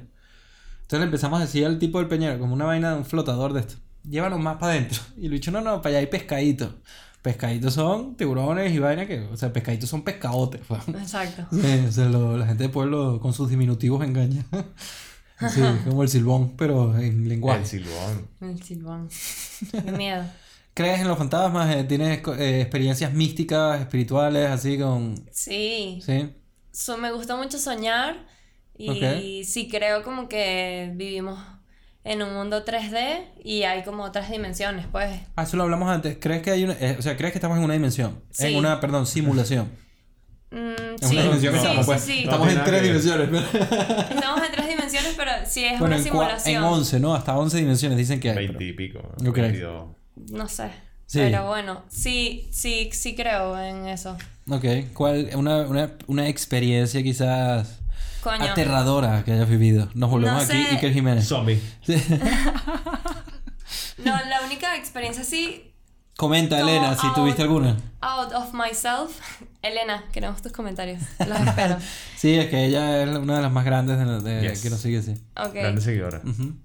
Speaker 1: Entonces le empezamos a decir al tipo del peñero, como una vaina de un flotador de esto, llévanos más para adentro. Y el bicho, no, no, para allá hay pescaditos. Pescaditos son tiburones y vaina que, o sea, pescaditos son pescadotes. pues.
Speaker 3: Exacto.
Speaker 1: Sí, o sea, lo- la gente de pueblo con sus diminutivos engaña. Sí, como el silbón, pero en lenguaje.
Speaker 2: El silbón.
Speaker 3: El silbón. Qué miedo.
Speaker 1: ¿Crees en los fantasmas? Eh, ¿Tienes co- eh, experiencias místicas, espirituales, así con...
Speaker 3: Sí.
Speaker 1: Sí.
Speaker 3: So, me gusta mucho soñar y
Speaker 1: Ok.
Speaker 3: sí creo como que vivimos en un mundo 3D y hay como otras dimensiones, pues.
Speaker 1: Ah, eso lo hablamos antes. ¿Crees que hay una... eh, o sea, ¿crees que estamos en una dimensión?
Speaker 3: Sí.
Speaker 1: En una, perdón, simulación.
Speaker 3: Mm,
Speaker 1: En
Speaker 3: sí,
Speaker 1: una dimensión que
Speaker 3: sí,
Speaker 1: estamos,
Speaker 3: sí,
Speaker 1: pues.
Speaker 3: sí.
Speaker 1: Estamos en
Speaker 2: No tiene
Speaker 1: tres
Speaker 2: nada que ver.
Speaker 1: dimensiones. ¿no?
Speaker 3: Estamos en tres dimensiones, pero sí es
Speaker 1: bueno,
Speaker 3: una
Speaker 1: en, cua- en
Speaker 3: simulación.
Speaker 1: 11, ¿no? Hasta 11 dimensiones dicen que hay. pero-
Speaker 2: Veintipico.
Speaker 1: Ok.
Speaker 2: Veintidós.
Speaker 3: No sé.
Speaker 1: Sí.
Speaker 3: Pero bueno, sí, sí, sí creo en eso.
Speaker 1: Ok. ¿Cuál? Una, una, una experiencia quizás
Speaker 3: Coño.
Speaker 1: aterradora que hayas vivido. Nos volvemos
Speaker 3: No
Speaker 1: aquí
Speaker 3: sé.
Speaker 1: Iker Jiménez.
Speaker 2: Zombie.
Speaker 1: Sí.
Speaker 3: No, la única experiencia así,
Speaker 1: Comenta,
Speaker 3: No,
Speaker 1: Elena, si
Speaker 3: out.
Speaker 1: tuviste alguna.
Speaker 3: out of myself. Elena, queremos tus comentarios. Los espero.
Speaker 1: Sí, es que ella es una de las más grandes de, la- de-
Speaker 2: Yes.
Speaker 1: que nos sigue, sí.
Speaker 2: Grande
Speaker 3: Ok.
Speaker 2: seguidora.
Speaker 1: Ujú.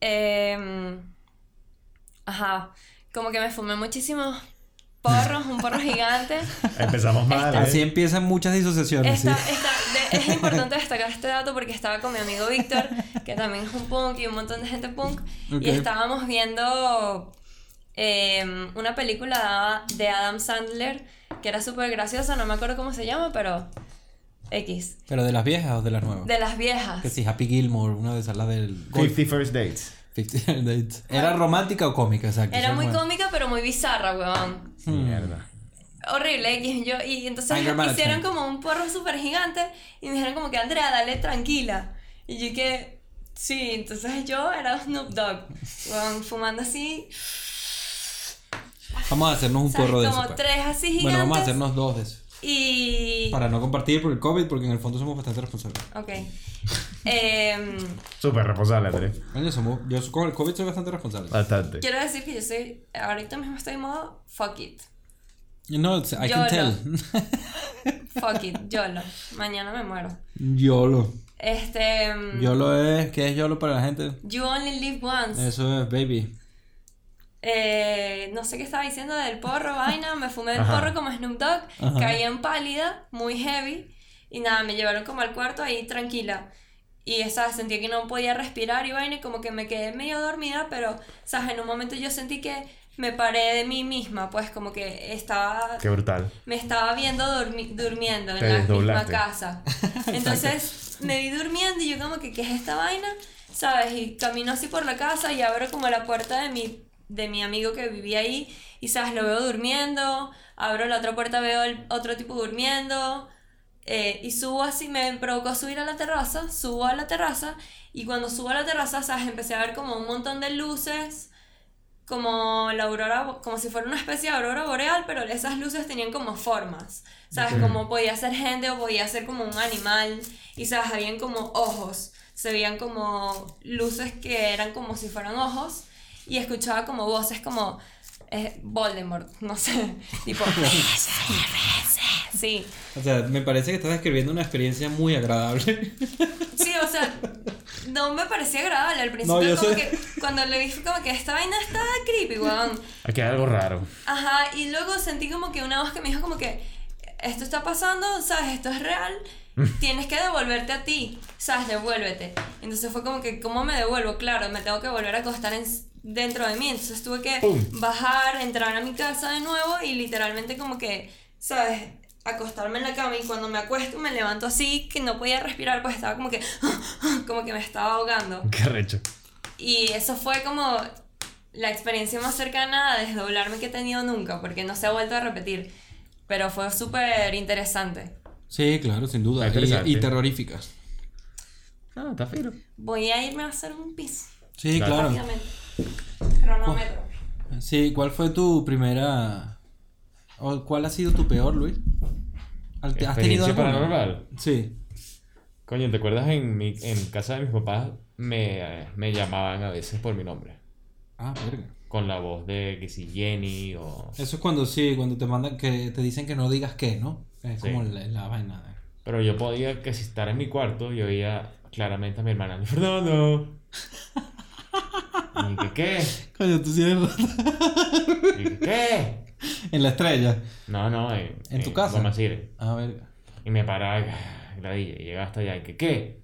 Speaker 3: Em, ajá. Como que me fumé muchísimos porros, un porro gigante.
Speaker 2: Empezamos mal.
Speaker 1: Así
Speaker 2: ¿eh?
Speaker 1: empiezan muchas disociaciones,
Speaker 3: Esta-
Speaker 1: sí.
Speaker 3: esta- de- es importante destacar este dato porque estaba con mi amigo Víctor, que también es un punk y un montón de gente punk,
Speaker 1: Ok.
Speaker 3: y estábamos viendo em, una película de Adam Sandler que era súper graciosa, no me acuerdo cómo se llama, pero X,
Speaker 1: Pero de las viejas o de las nuevas.
Speaker 3: de las viejas.
Speaker 1: Que sí, Happy Gilmore, una de esas, la del... golf.
Speaker 2: 50 First Dates.
Speaker 1: 50 Dates. ¿Era romántica o cómica? Exacto.
Speaker 3: Era
Speaker 1: sí,
Speaker 3: muy
Speaker 1: bueno.
Speaker 3: cómica, pero muy bizarra, weón.
Speaker 1: Hmm.
Speaker 2: Mierda.
Speaker 3: horrible y yo y entonces
Speaker 1: Anger management.
Speaker 3: hicieron como un porro súper gigante y me dijeron como que Andrea dale tranquila y yo que sí entonces yo era Snoop Dogg weón, fumando así
Speaker 1: Vamos a hacernos un
Speaker 3: ¿sabes?
Speaker 1: porro de eso.
Speaker 3: como
Speaker 1: pues.
Speaker 3: tres así gigantes
Speaker 1: Bueno, vamos a hacernos dos de eso.
Speaker 3: y
Speaker 1: Para no compartir por el COVID, porque en el fondo somos bastante responsables.
Speaker 3: ok Em,
Speaker 2: Súper responsable, Andrés.
Speaker 1: Coño, somos, yo con el COVID soy bastante responsable.
Speaker 2: Bastante.
Speaker 3: quiero decir que yo soy ahorita mismo estoy en modo fuck it
Speaker 1: No, it's- I can
Speaker 3: Yolo.
Speaker 1: tell.
Speaker 3: fuck it YOLO mañana me muero
Speaker 1: YOLO.
Speaker 3: este em,
Speaker 1: YOLO es, ¿qué es YOLO para la gente?
Speaker 3: you only live once
Speaker 1: Eso es, baby.
Speaker 3: Eh, no sé qué estaba diciendo del porro, vaina, me fumé el
Speaker 2: Ajá.
Speaker 3: porro como Snoop Dogg,
Speaker 1: Ajá.
Speaker 3: caí en pálida, muy heavy, y nada, me llevaron como al cuarto ahí tranquila. Y esa, sentí que no podía respirar y vaina, y como que me quedé medio dormida, pero, sabes, en un momento yo sentí que me paré de mí misma, pues como que estaba,
Speaker 2: Qué brutal.
Speaker 3: me estaba viendo dormi- durmiendo en
Speaker 2: Te
Speaker 3: la
Speaker 2: desdoblaste.
Speaker 3: misma casa. Entonces me vi durmiendo y yo como que, ¿qué es esta vaina? ¿Sabes? Y camino así por la casa y abro como la puerta de mi, de mi amigo que vivía ahí y, ¿sabes? Lo veo durmiendo, abro la otra puerta, veo el otro tipo durmiendo. eh, y subo así, me provocó subir a la terraza, subo a la terraza y cuando subo a la terraza, ¿sabes? Empecé a ver como un montón de luces como la aurora, bo- como si fuera una especie de aurora boreal, pero esas luces tenían como formas, ¿sabes? Como podía ser gente o podía ser como un animal, y sabes, habían como ojos, se veían como luces que eran como si fueran ojos, y escuchaba como voces como eh, Voldemort, no sé, tipo... sí,
Speaker 1: O sea, me parece que estás describiendo una experiencia muy agradable.
Speaker 3: sí, o sea, no me parecía agradable al principio,
Speaker 1: yo
Speaker 3: como
Speaker 1: sé.
Speaker 3: que cuando le dije como que esta vaina está creepy, weón.
Speaker 2: Aquí hay algo raro.
Speaker 3: Ajá, y luego sentí como que una voz que me dijo como que esto está pasando, sabes, esto es real, tienes que devolverte a ti, sabes, devuélvete. Entonces fue como que, ¿cómo me devuelvo? Claro, me tengo que volver a acostar en- dentro de mí, entonces tuve que
Speaker 2: Pum.
Speaker 3: bajar, entrar a mi casa de nuevo y literalmente como que, sabes, acostarme en la cama y cuando me acuesto me levanto así que no podía respirar, pues estaba como que, como que me estaba ahogando.
Speaker 2: Qué recho.
Speaker 3: Y eso fue como la experiencia más cercana a desdoblarme que he tenido nunca, porque no se ha vuelto a repetir. Pero fue súper interesante.
Speaker 1: Sí, claro, sin duda.
Speaker 2: Está interesante.
Speaker 1: Y, y terrorífica.
Speaker 2: Ah, está fino.
Speaker 3: Voy a irme a hacer un piso.
Speaker 1: Sí,
Speaker 2: Claro.
Speaker 1: claro.
Speaker 3: Rápidamente. Cronómetro.
Speaker 1: Sí, ¿cuál fue tu primera... o cuál ha sido tu peor, Luis? ¿Al- ¿Has
Speaker 2: ¿Experiencia
Speaker 1: tenido alguna?
Speaker 2: paranormal?
Speaker 1: Sí.
Speaker 2: Coño, ¿te acuerdas en, mi, en casa de mis papás me, eh, me llamaban a veces por mi nombre?
Speaker 1: Ah, verga.
Speaker 2: Con la voz de que si Jenny o...
Speaker 1: Eso es cuando sí, cuando te mandan que te dicen que no digas qué, ¿no? Es
Speaker 2: Sí.
Speaker 1: como la, la vaina. de-
Speaker 2: Pero yo podía que si estar en mi cuarto yo oía claramente a mi hermana, Fernando. Y que, ¿qué?
Speaker 1: Coño, tú sí eres rata.
Speaker 2: Y que, ¿qué?
Speaker 1: En la estrella.
Speaker 2: No, no, eh, en,
Speaker 1: ¿En tu casa?
Speaker 2: Guamas City.
Speaker 1: Ah, verga.
Speaker 2: Y me paraba y la dije, y llegaba hasta allá, y que, ¿qué?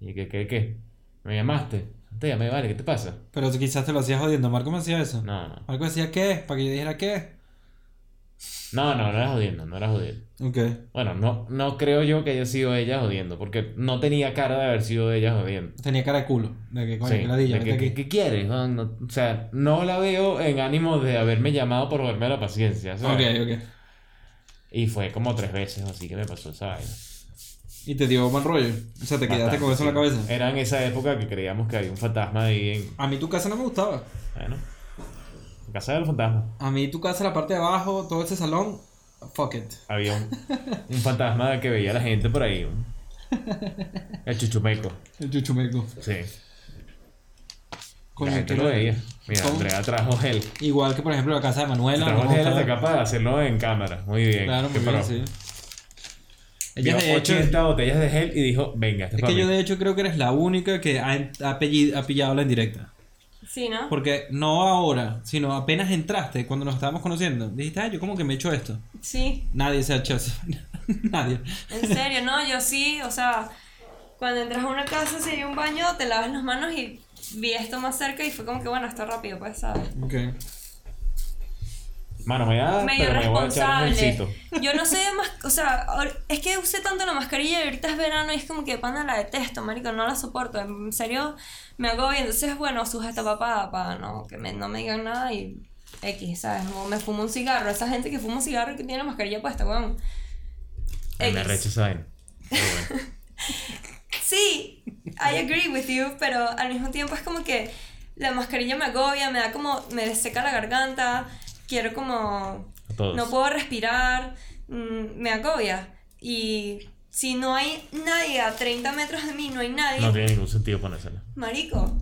Speaker 2: Y que, ¿qué, qué? ¿Me llamaste? Te llamé, vale, ¿qué te pasa?
Speaker 1: Pero tú quizás te lo hacías jodiendo. Marco me hacía eso.
Speaker 2: No, no.
Speaker 1: Marco decía qué, para que yo dijera qué.
Speaker 2: No, no, no era jodiendo, no era jodiendo.
Speaker 1: Ok.
Speaker 2: Bueno, no, no creo yo que haya sido ella jodiendo, porque no tenía cara de haber sido ella jodiendo.
Speaker 1: Tenía cara de culo. De que coño,
Speaker 2: Sí,
Speaker 1: que ladilla,
Speaker 2: de que-
Speaker 1: vete
Speaker 2: que-
Speaker 1: aquí.
Speaker 2: ¿Qué quieres? No, no, o sea, no la veo en ánimo de haberme llamado por verme la paciencia, ¿sabes?
Speaker 1: Ok, ok.
Speaker 2: Y fue como tres veces así que me pasó esa vaina.
Speaker 1: Y te dio mal rollo. O sea, te quedaste
Speaker 2: Bastante,
Speaker 1: con eso en la
Speaker 2: sí. Eh.
Speaker 1: cabeza.
Speaker 2: Era en esa época que creíamos que había un fantasma ahí en...
Speaker 1: A mí tu casa no me gustaba.
Speaker 2: Bueno, en casa del fantasma.
Speaker 1: A mí tu casa, la parte de abajo, todo ese salón, fuck it.
Speaker 2: Había un, un fantasma que veía a la gente por ahí. ¿no? El chuchumeco,
Speaker 1: El chuchumeco.
Speaker 2: sí.
Speaker 1: Coño,
Speaker 2: la gente
Speaker 1: qué
Speaker 2: lo
Speaker 1: raro.
Speaker 2: veía. Mira,
Speaker 1: ¿Cómo?
Speaker 2: Andrea trajo él.
Speaker 1: Igual que por ejemplo la casa de Manuela.
Speaker 2: Trajo
Speaker 1: no me
Speaker 2: él hasta
Speaker 1: gustaba.
Speaker 2: acá para hacerlo en cámara. Muy bien.
Speaker 1: Claro,
Speaker 2: qué
Speaker 1: muy bien,
Speaker 2: pro.
Speaker 1: sí.
Speaker 2: Ella
Speaker 1: Ella de hecho.
Speaker 2: 80 botellas de gel y dijo, venga, este
Speaker 1: Es que yo de hecho creo que eres la única que ha, ha pelli- ha pillado la indirecta.
Speaker 3: Sí, ¿no?
Speaker 1: Porque no ahora, sino apenas entraste, cuando nos estábamos conociendo, dijiste, ah, yo como que me he hecho esto.
Speaker 3: Sí.
Speaker 1: Nadie se ha hecho eso. Nadie.
Speaker 3: En serio, no, yo sí, o sea, cuando entras a una casa, si hay un baño, te lavas las manos y vi esto más cerca y fue como que, bueno, esto rápido, pues, ¿sabes?
Speaker 1: Ok.
Speaker 2: Mano, me da,
Speaker 3: Medio
Speaker 2: Ah, pero me voy a echar un
Speaker 3: responsable.
Speaker 2: gelcito.
Speaker 3: Yo no sé de más, o sea, ahor- es que usé tanto la mascarilla y ahorita es verano y es como que pana la detesto, marico, no la soporto. En serio, me hago y entonces, bueno, suja esta papada para no, que me, no me digan nada y X, ¿sabes? O me fumo un cigarro. Esa gente que fuma un cigarro y que tiene la mascarilla puesta, weón.
Speaker 2: Ay, Me
Speaker 3: X.
Speaker 2: arrecho esa vaina. Pero bueno.
Speaker 3: Sí, I agree with you, pero al mismo tiempo es como que la mascarilla me agobia, me da como, me deseca la garganta, quiero como,
Speaker 2: A todos.
Speaker 3: no puedo respirar, mm, me agobia. Y si no hay nadie a 30 metros de mí, no hay nadie,
Speaker 2: No tiene ningún sentido ponérsela.
Speaker 3: marico,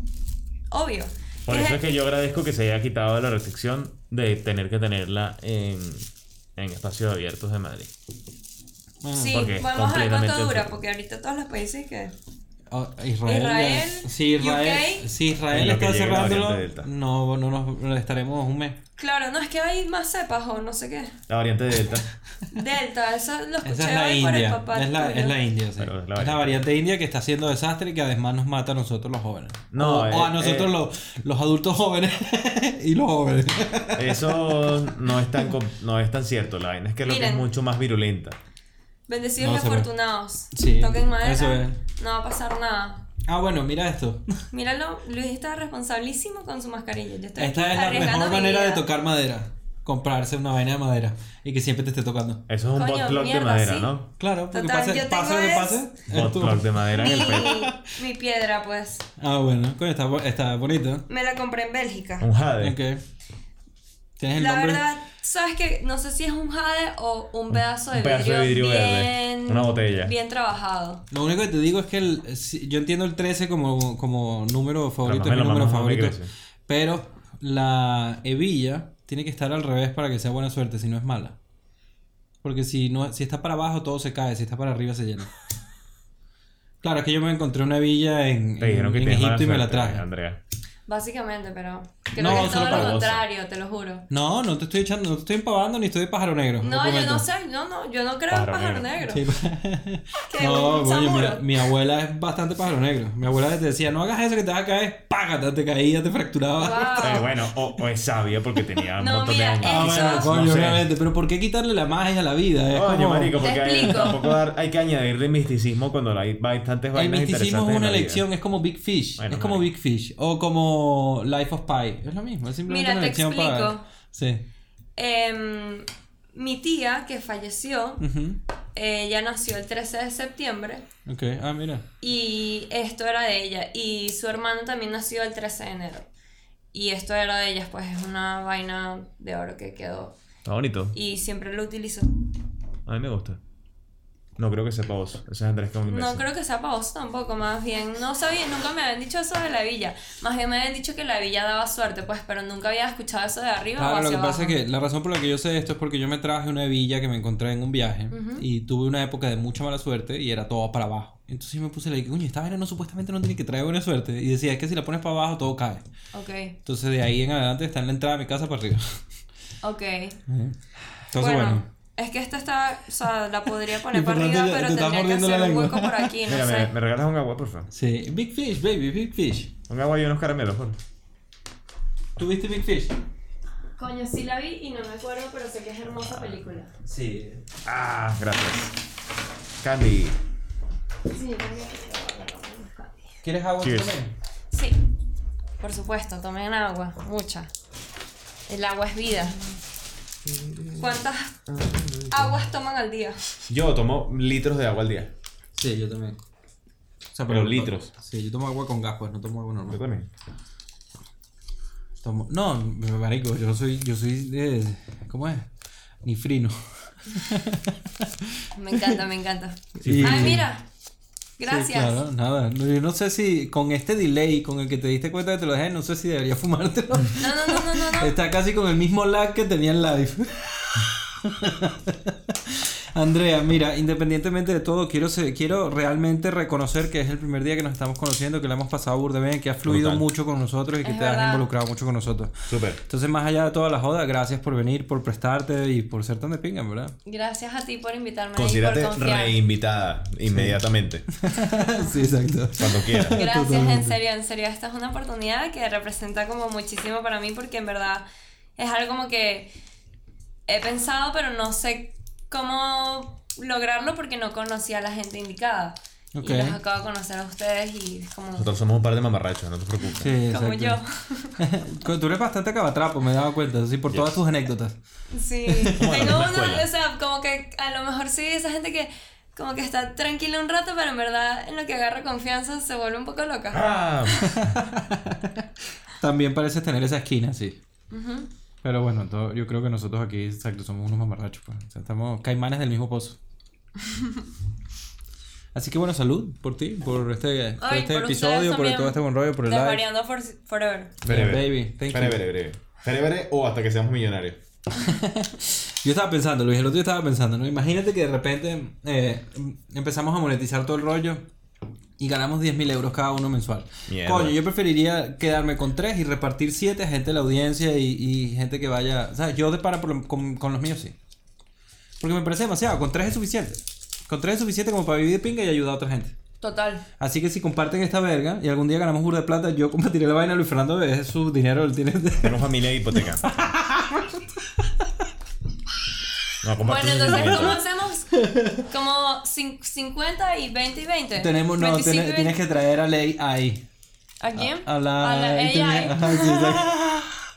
Speaker 3: obvio.
Speaker 2: Por
Speaker 3: Es
Speaker 2: eso
Speaker 3: el-
Speaker 2: es que yo agradezco que se haya quitado la restricción de tener que tenerla en, en espacios abiertos de Madrid.
Speaker 1: Ah.
Speaker 3: Sí,
Speaker 2: mm, porque es
Speaker 3: vamos a ver cuánto
Speaker 2: completamente
Speaker 3: dura,
Speaker 2: absurdo.
Speaker 3: porque ahorita todos los países que...
Speaker 1: Ah, Israel,
Speaker 3: Israel,
Speaker 1: ya- si Israel,
Speaker 3: UK.
Speaker 1: si
Speaker 2: En
Speaker 1: Israel
Speaker 2: lo
Speaker 1: está
Speaker 2: que llegue la
Speaker 1: cerrándolo,
Speaker 2: variante Delta.
Speaker 1: no, no nos no estaremos un mes.
Speaker 3: Claro, no, es que hay más cepas o no sé qué.
Speaker 2: La variante Delta.
Speaker 3: Delta, eso lo escuché
Speaker 1: Esa es la
Speaker 3: hoy por el
Speaker 1: India,
Speaker 3: papá
Speaker 1: es la,
Speaker 3: tuyo.
Speaker 1: es la India, sí.
Speaker 2: Pero es la
Speaker 1: es
Speaker 2: variante.
Speaker 1: la variante india que está haciendo desastre y que además nos mata a nosotros los jóvenes.
Speaker 2: No,
Speaker 1: o, o
Speaker 2: eh,
Speaker 1: a nosotros
Speaker 2: eh.
Speaker 1: los, los adultos jóvenes y los jóvenes.
Speaker 2: Eso no es, tan, com- no es tan cierto. La vaina es que lo que es
Speaker 3: Miren.
Speaker 2: mucho más virulenta.
Speaker 3: Bendecidos
Speaker 1: No
Speaker 3: y
Speaker 1: se ve.
Speaker 3: afortunados.
Speaker 1: Sí,
Speaker 3: Toquen madera.
Speaker 1: eso es.
Speaker 3: No va a pasar nada.
Speaker 1: Ah, bueno, mira esto.
Speaker 3: Míralo, Luis está responsabilísimo con su mascarilla. Yo estoy
Speaker 1: Esta es la
Speaker 3: arriesgando
Speaker 1: mejor
Speaker 3: mi
Speaker 1: manera de
Speaker 3: vida.
Speaker 1: tocar madera. Comprarse una vaina de madera y que siempre te esté tocando.
Speaker 2: Eso es un
Speaker 3: Coño,
Speaker 2: bot clock de
Speaker 3: mierda,
Speaker 2: madera,
Speaker 3: sí.
Speaker 2: ¿no?
Speaker 1: Claro, porque
Speaker 3: Total, yo
Speaker 1: pase,
Speaker 3: tengo
Speaker 1: pase lo que
Speaker 3: es-
Speaker 1: pase. es
Speaker 2: Bot
Speaker 1: tú.
Speaker 2: clock de madera en el pecho.
Speaker 3: Mi, mi piedra, pues.
Speaker 1: Ah, bueno, coño, está, bu- está bonito.
Speaker 4: Me la compré en Bélgica.
Speaker 2: Un jade.
Speaker 1: Ok. Tienes el
Speaker 3: La
Speaker 1: nombre.
Speaker 3: verdad, sabes que no sé si es un jade o un pedazo de
Speaker 2: un pedazo
Speaker 3: vidrio,
Speaker 2: de vidrio verde.
Speaker 3: bien,
Speaker 2: Una botella.
Speaker 3: Bien trabajado.
Speaker 1: Lo único que te digo es que el- si- yo entiendo el 13 como, como número favorito,
Speaker 2: Pero
Speaker 1: es mi
Speaker 2: no me lo
Speaker 1: número
Speaker 2: mandas a mi
Speaker 1: favorito.
Speaker 2: iglesia.
Speaker 1: Pero la hebilla tiene que estar al revés para que sea buena suerte, si no es mala. Porque si, no, si está para abajo todo se cae, si está para arriba se llena. Claro, es que yo me encontré una hebilla en,
Speaker 2: Te dijeron
Speaker 1: en,
Speaker 2: que
Speaker 1: en
Speaker 2: tienes mala
Speaker 1: Egipto y me la
Speaker 2: suerte,
Speaker 1: traje.
Speaker 2: Andrea.
Speaker 3: Básicamente, pero. Creo
Speaker 1: No,
Speaker 3: que es
Speaker 1: solo
Speaker 3: todo lo
Speaker 1: para
Speaker 2: vos.
Speaker 3: contrario, te lo juro.
Speaker 1: No, no te estoy echando, no te estoy empavando ni estoy de pájaro negro. lo
Speaker 3: No, yo
Speaker 1: prometo.
Speaker 3: no sé, no, no, yo no creo en
Speaker 2: Pájaro
Speaker 3: pájaro negro.
Speaker 2: negro.
Speaker 1: Sí.
Speaker 3: Que
Speaker 1: no,
Speaker 3: un
Speaker 1: coño,
Speaker 3: samuro.
Speaker 1: mi, mi abuela es bastante pájaro negro. Mi abuela te decía, no hagas eso que te vas a caer, págate, te caías, te fracturabas.
Speaker 3: Wow.
Speaker 2: Eh, bueno, o, o es sabia porque tenía un
Speaker 3: Ah. No,
Speaker 2: montón
Speaker 3: mira,
Speaker 2: de
Speaker 1: Ah,
Speaker 2: años.
Speaker 3: eso-
Speaker 1: bueno,
Speaker 2: No
Speaker 1: coño,
Speaker 2: sé.
Speaker 1: obviamente. Pero ¿por qué quitarle la magia a la vida? Es
Speaker 2: Coño,
Speaker 1: como-
Speaker 2: marico,
Speaker 3: Te
Speaker 2: porque hay,
Speaker 3: explico.
Speaker 2: tampoco dar- hay que añadirle misticismo cuando hay bastantes
Speaker 1: El
Speaker 2: vainas
Speaker 1: misticismo
Speaker 2: interesantes.
Speaker 1: es
Speaker 2: en
Speaker 1: una
Speaker 2: la vida.
Speaker 1: elección, es como Big Fish.
Speaker 2: Bueno,
Speaker 1: es como
Speaker 2: marico.
Speaker 1: Big Fish. O como Life of Pi. Es lo mismo, es simplemente
Speaker 3: Mira,
Speaker 1: una
Speaker 3: te
Speaker 1: elección para.
Speaker 3: explico.
Speaker 1: Sí.
Speaker 3: Em, mi tía, que falleció,
Speaker 2: Mm.
Speaker 1: Ujú.
Speaker 3: ella nació el 13 de septiembre
Speaker 1: Ok, ah, mira.
Speaker 3: y esto era de ella. Y su hermano también nació el 13 de enero. Y esto era de ellas, pues es una vaina de oro que quedó.
Speaker 2: Está bonito.
Speaker 3: Y siempre lo utilizo.
Speaker 2: A mí me gusta. No creo que sepa vos. Ese es Andrés que es un imbécil.
Speaker 3: No creo que sea para vos tampoco, más bien. No sabía, nunca me habían dicho eso de la villa. Más bien me habían dicho que la villa daba suerte, pues, pero nunca había escuchado eso de arriba o
Speaker 1: Claro, lo
Speaker 3: hacia
Speaker 1: que
Speaker 3: abajo.
Speaker 1: pasa es que la razón por la que yo sé esto es porque yo me traje una hebilla que me encontré en un viaje y tuve una época de mucha mala suerte y era todo para abajo. Entonces yo me puse la idea, coño, esta vaina no supuestamente no tiene que traer buena suerte. Y decía, es que si la pones para abajo todo cae.
Speaker 3: Ok,
Speaker 1: Entonces de ahí en adelante está en la entrada de mi casa para arriba.
Speaker 3: ok.
Speaker 1: Entonces bueno.
Speaker 3: Es que esta está, o sea, la podría poner
Speaker 1: Y
Speaker 3: para
Speaker 1: Fernando
Speaker 3: arriba,
Speaker 1: ya-
Speaker 3: pero
Speaker 1: te está
Speaker 3: tendría que
Speaker 1: mordiendo la
Speaker 3: hacer un
Speaker 1: lengua.
Speaker 3: hueco por aquí, no
Speaker 2: Mira,
Speaker 3: sé.
Speaker 2: me, me regalas un agua, porfa.
Speaker 1: Sí, Big Fish, baby, Big Fish.
Speaker 2: Un agua y unos caramelos, por
Speaker 1: ¿Tuviste Big Fish?
Speaker 3: Coño, sí la vi y no me acuerdo, pero sé que es hermosa película.
Speaker 1: Ah. Sí.
Speaker 2: Ah, gracias. Candy.
Speaker 3: Sí,
Speaker 1: ¿Quieres agua
Speaker 2: Cheers.
Speaker 1: también?
Speaker 3: Sí, por supuesto, tomen agua, mucha. El agua es vida. ¿Cuántas aguas toman al día?
Speaker 2: Yo tomo litros de agua al día.
Speaker 1: Sí, yo también. O sea,
Speaker 2: Pero litros.
Speaker 1: Sí, yo tomo agua con gas, pues no tomo agua normal.
Speaker 2: Yo también.
Speaker 1: Tomo- No, marico, yo soy, yo soy de, ¿cómo es? Nifrino.
Speaker 3: Me encanta, me encanta.
Speaker 1: Sí,
Speaker 3: Ay,
Speaker 1: sí.
Speaker 3: mira. Gracias.
Speaker 1: Sí, claro, nada. No, Yo no sé si con este delay con el que te diste cuenta que te lo dejé, no sé si debería fumártelo.
Speaker 3: No, no, no, no, no, no.
Speaker 1: Está casi con el mismo lag que tenía en live. Andrea, mira, independientemente de todo, quiero, se- quiero realmente reconocer que es el primer día que nos estamos conociendo, que la hemos pasado burda bien, que has fluido
Speaker 2: Brutal.
Speaker 1: mucho con nosotros y que
Speaker 3: Es
Speaker 1: te has
Speaker 3: verdad.
Speaker 1: involucrado mucho con nosotros.
Speaker 2: Súper.
Speaker 1: Entonces, más allá de toda la joda, gracias por venir, por prestarte y por ser tan de pinga, en ¿verdad?
Speaker 3: Gracias a ti por invitarme y
Speaker 2: Considérate
Speaker 3: por confiar.
Speaker 2: reinvitada inmediatamente.
Speaker 1: sí, exacto.
Speaker 2: Cuando quieras.
Speaker 3: Gracias, en serio, en serio. Esta es una oportunidad que representa como muchísimo para mí porque en verdad es algo como que he pensado, pero no sé cómo lograrlo porque no conocía a la gente indicada.
Speaker 1: Ok.
Speaker 3: Y los acabo de conocer a ustedes y es como,
Speaker 2: Nosotros somos un par de mamarrachos, no te preocupes.
Speaker 1: Sí,
Speaker 3: como yo.
Speaker 1: exacto. Tú eres bastante cabatrapo, me he dado cuenta, así por todas tus anécdotas.
Speaker 3: Sí,
Speaker 2: Como en la misma
Speaker 3: tengo una,
Speaker 2: escuela.
Speaker 3: o sea, como que a lo mejor sí, esa gente que como que está tranquila un rato, pero en verdad en lo que agarra confianza se vuelve un poco loca.
Speaker 2: Ah,
Speaker 1: También pareces tener esa esquina, sí. Pero bueno, todo- yo creo que nosotros aquí, exacto, somos unos mamarrachos, pues. O sea, estamos caimanes del mismo pozo. Así que bueno, salud por ti, por este, por
Speaker 3: Ay,
Speaker 1: este
Speaker 3: por ustedes
Speaker 1: episodio, por
Speaker 3: también.
Speaker 1: todo este buen rollo, por el live.
Speaker 3: Desvariando for- forever.
Speaker 1: Yeah, baby, thank you.
Speaker 2: breve, breve, breve. Breve, breve, o hasta que seamos millonarios.
Speaker 1: Yo estaba pensando, Luis, el otro día estaba pensando, ¿no? Imagínate que de repente eh, empezamos a monetizar todo el rollo y ganamos 10.000 euros cada uno mensual.
Speaker 2: Mierda.
Speaker 1: Coño, yo preferiría quedarme con tres y repartir siete a gente de la audiencia y, y gente que vaya... O sea, yo de para por lo- con, con los míos sí. Porque me parece demasiado, con tres es suficiente. Con tres es suficiente como para vivir de pinga y ayudar a otra gente.
Speaker 3: Total.
Speaker 1: Así que si comparten esta verga y algún día ganamos burda de plata, yo compartiré la vaina a Luis Fernando, es su dinero, él tiene...
Speaker 2: Tengo familia e hipoteca. No, comparto
Speaker 3: Bueno, entonces,
Speaker 2: sentimiento.
Speaker 3: ¿cómo hacemos? Como cin- 50 y 20 y 20.
Speaker 1: Tenemos, no,
Speaker 3: 25 y
Speaker 1: tiene- tienes
Speaker 3: 20.
Speaker 1: que traer a Ley ahí.
Speaker 3: ¿A quién?
Speaker 1: A la,
Speaker 3: AI.
Speaker 1: internet- Ajá, sí,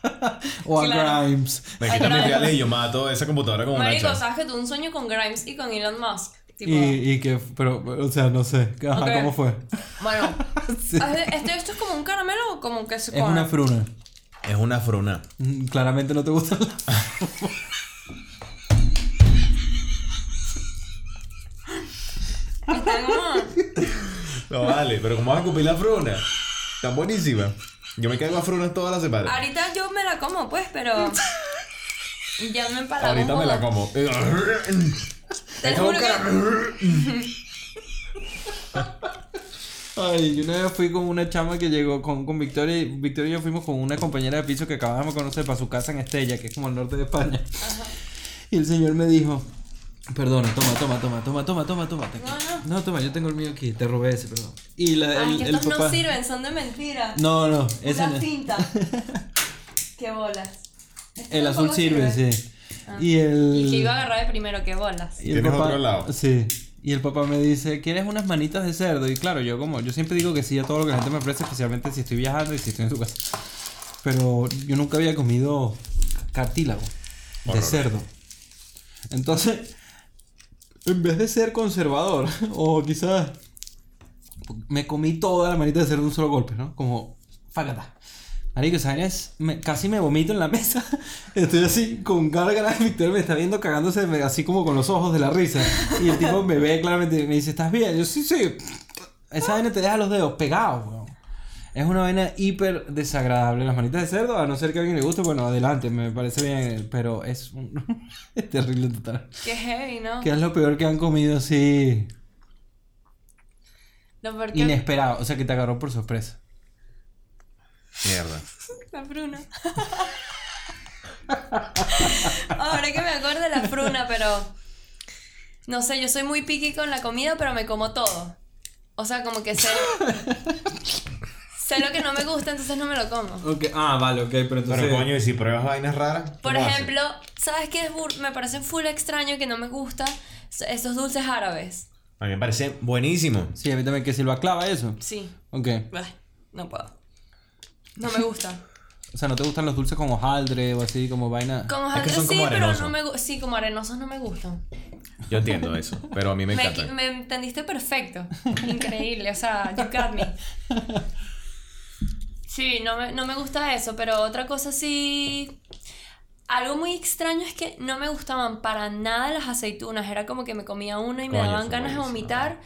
Speaker 1: exacto. o a
Speaker 3: Claro.
Speaker 1: Grimes.
Speaker 2: Me quita mis reales y yo mato esa computadora con una
Speaker 3: Marico,
Speaker 2: hacha.
Speaker 3: sabes que tuve un sueño con Grimes y con Elon Musk. Tipo,
Speaker 1: Y, y que, pero, o sea, no sé. Ajá,
Speaker 3: Ok.
Speaker 1: ¿cómo fue?
Speaker 3: bueno,
Speaker 1: Sí.
Speaker 3: ¿este, ¿esto es como un caramelo o como que se
Speaker 1: Es una fruna.
Speaker 2: Es una fruna.
Speaker 1: Mm, Claramente no te gusta la...
Speaker 3: Está como-
Speaker 2: No vale, pero ¿cómo vas a cumplir la fruna? Está buenísima. Yo me caigo a frunas todas las semanas.
Speaker 3: Ahorita yo me la como, pues, pero. Ya me empalago.
Speaker 2: Ahorita me la
Speaker 3: un poco.
Speaker 2: como.
Speaker 3: Te juro que.
Speaker 1: Ay, yo una vez fui con una chama que llegó con, con Victoria y Victoria y yo fuimos con una compañera de piso que acabábamos de conocer para su casa en Estella, que es como el norte de España. Y el señor me dijo, perdona, toma, toma, toma, toma, toma, toma, toma. tranquilo.
Speaker 3: No,
Speaker 1: No, toma, yo tengo el mío aquí, te robé ese, perdón. Y la,
Speaker 3: Ay,
Speaker 1: el,
Speaker 3: que
Speaker 1: el
Speaker 3: estos
Speaker 1: papá...
Speaker 3: no sirven, son de mentira.
Speaker 1: No, no, ese
Speaker 3: La
Speaker 1: no.
Speaker 3: cinta. Qué bolas. Este
Speaker 1: El azul
Speaker 3: tampoco
Speaker 1: sirve, sí. Y el.
Speaker 3: Y que iba a agarrar de primero, qué bolas.
Speaker 1: y el
Speaker 2: Tienes
Speaker 1: papá,
Speaker 2: otro lado.
Speaker 1: Sí. Y el papá me dice, ¿quieres unas manitas de cerdo? Y claro, yo como, yo siempre digo que sí a todo lo que la gente me ofrece, especialmente si estoy viajando y si estoy en su casa. Pero yo nunca había comido cartílago de
Speaker 2: Horror.
Speaker 1: cerdo. Entonces, en vez de ser conservador, o quizás me comí toda la manita de cerdo de un solo golpe, ¿no? Como, fácata. Marico, ¿sabes? Me- casi me vomito en la mesa. Estoy así con gárgaras. Victoria me está viendo cagándose me- así como con los ojos de la risa. Y el tipo me ve claramente y me dice, ¿estás bien? Yo sí, sí. Esa vaina te deja los dedos pegados, weón. Es una vaina hiper desagradable. Las manitas de cerdo, a no ser que a alguien le guste, bueno, adelante, me parece bien. Pero es, un... es terrible total.
Speaker 3: Qué heavy, ¿no?
Speaker 1: ¿Qué es lo peor que han comido así
Speaker 3: Lo peor que-
Speaker 1: inesperado? O sea, que te agarró por sorpresa.
Speaker 2: Mierda.
Speaker 3: La fruna. Ahora que me acuerdo de la fruna, pero. No sé, yo soy muy piqui con la comida, pero me como todo. O sea, como que sé. sé lo que no me gusta, entonces no me lo como.
Speaker 1: Ah, vale, ok, pero
Speaker 2: Pero coño, y si pruebas vainas raras.
Speaker 3: Por
Speaker 2: ¿cómo haces?
Speaker 3: ejemplo, ¿sabes qué es bur- me parece full extraño que no me gusta? S- Esos dulces árabes.
Speaker 2: A mí me parece buenísimo.
Speaker 1: Sí, a mí también que si lo aclava eso.
Speaker 3: Sí.
Speaker 1: Ok.
Speaker 3: Bah, No puedo. No me gusta.
Speaker 1: O sea, ¿no te gustan los dulces con hojaldre o así como vaina?
Speaker 3: Como
Speaker 2: Es que
Speaker 3: hojaldre
Speaker 2: son
Speaker 3: sí,
Speaker 2: como
Speaker 3: pero no
Speaker 2: arenosos.
Speaker 3: me gu- Sí, como arenosos no me gustan.
Speaker 2: Yo entiendo eso, pero a mí me
Speaker 3: Me,
Speaker 2: encanta.
Speaker 3: qui- me entendiste perfecto. Increíble, o sea, you got me. Sí, no me, no me gusta eso, pero otra cosa sí. Algo muy extraño es que no me gustaban para nada las aceitunas. Era como que me comía una y me
Speaker 2: Coño,
Speaker 3: daban
Speaker 2: fue
Speaker 3: ganas de
Speaker 2: buenísimo.
Speaker 3: vomitar.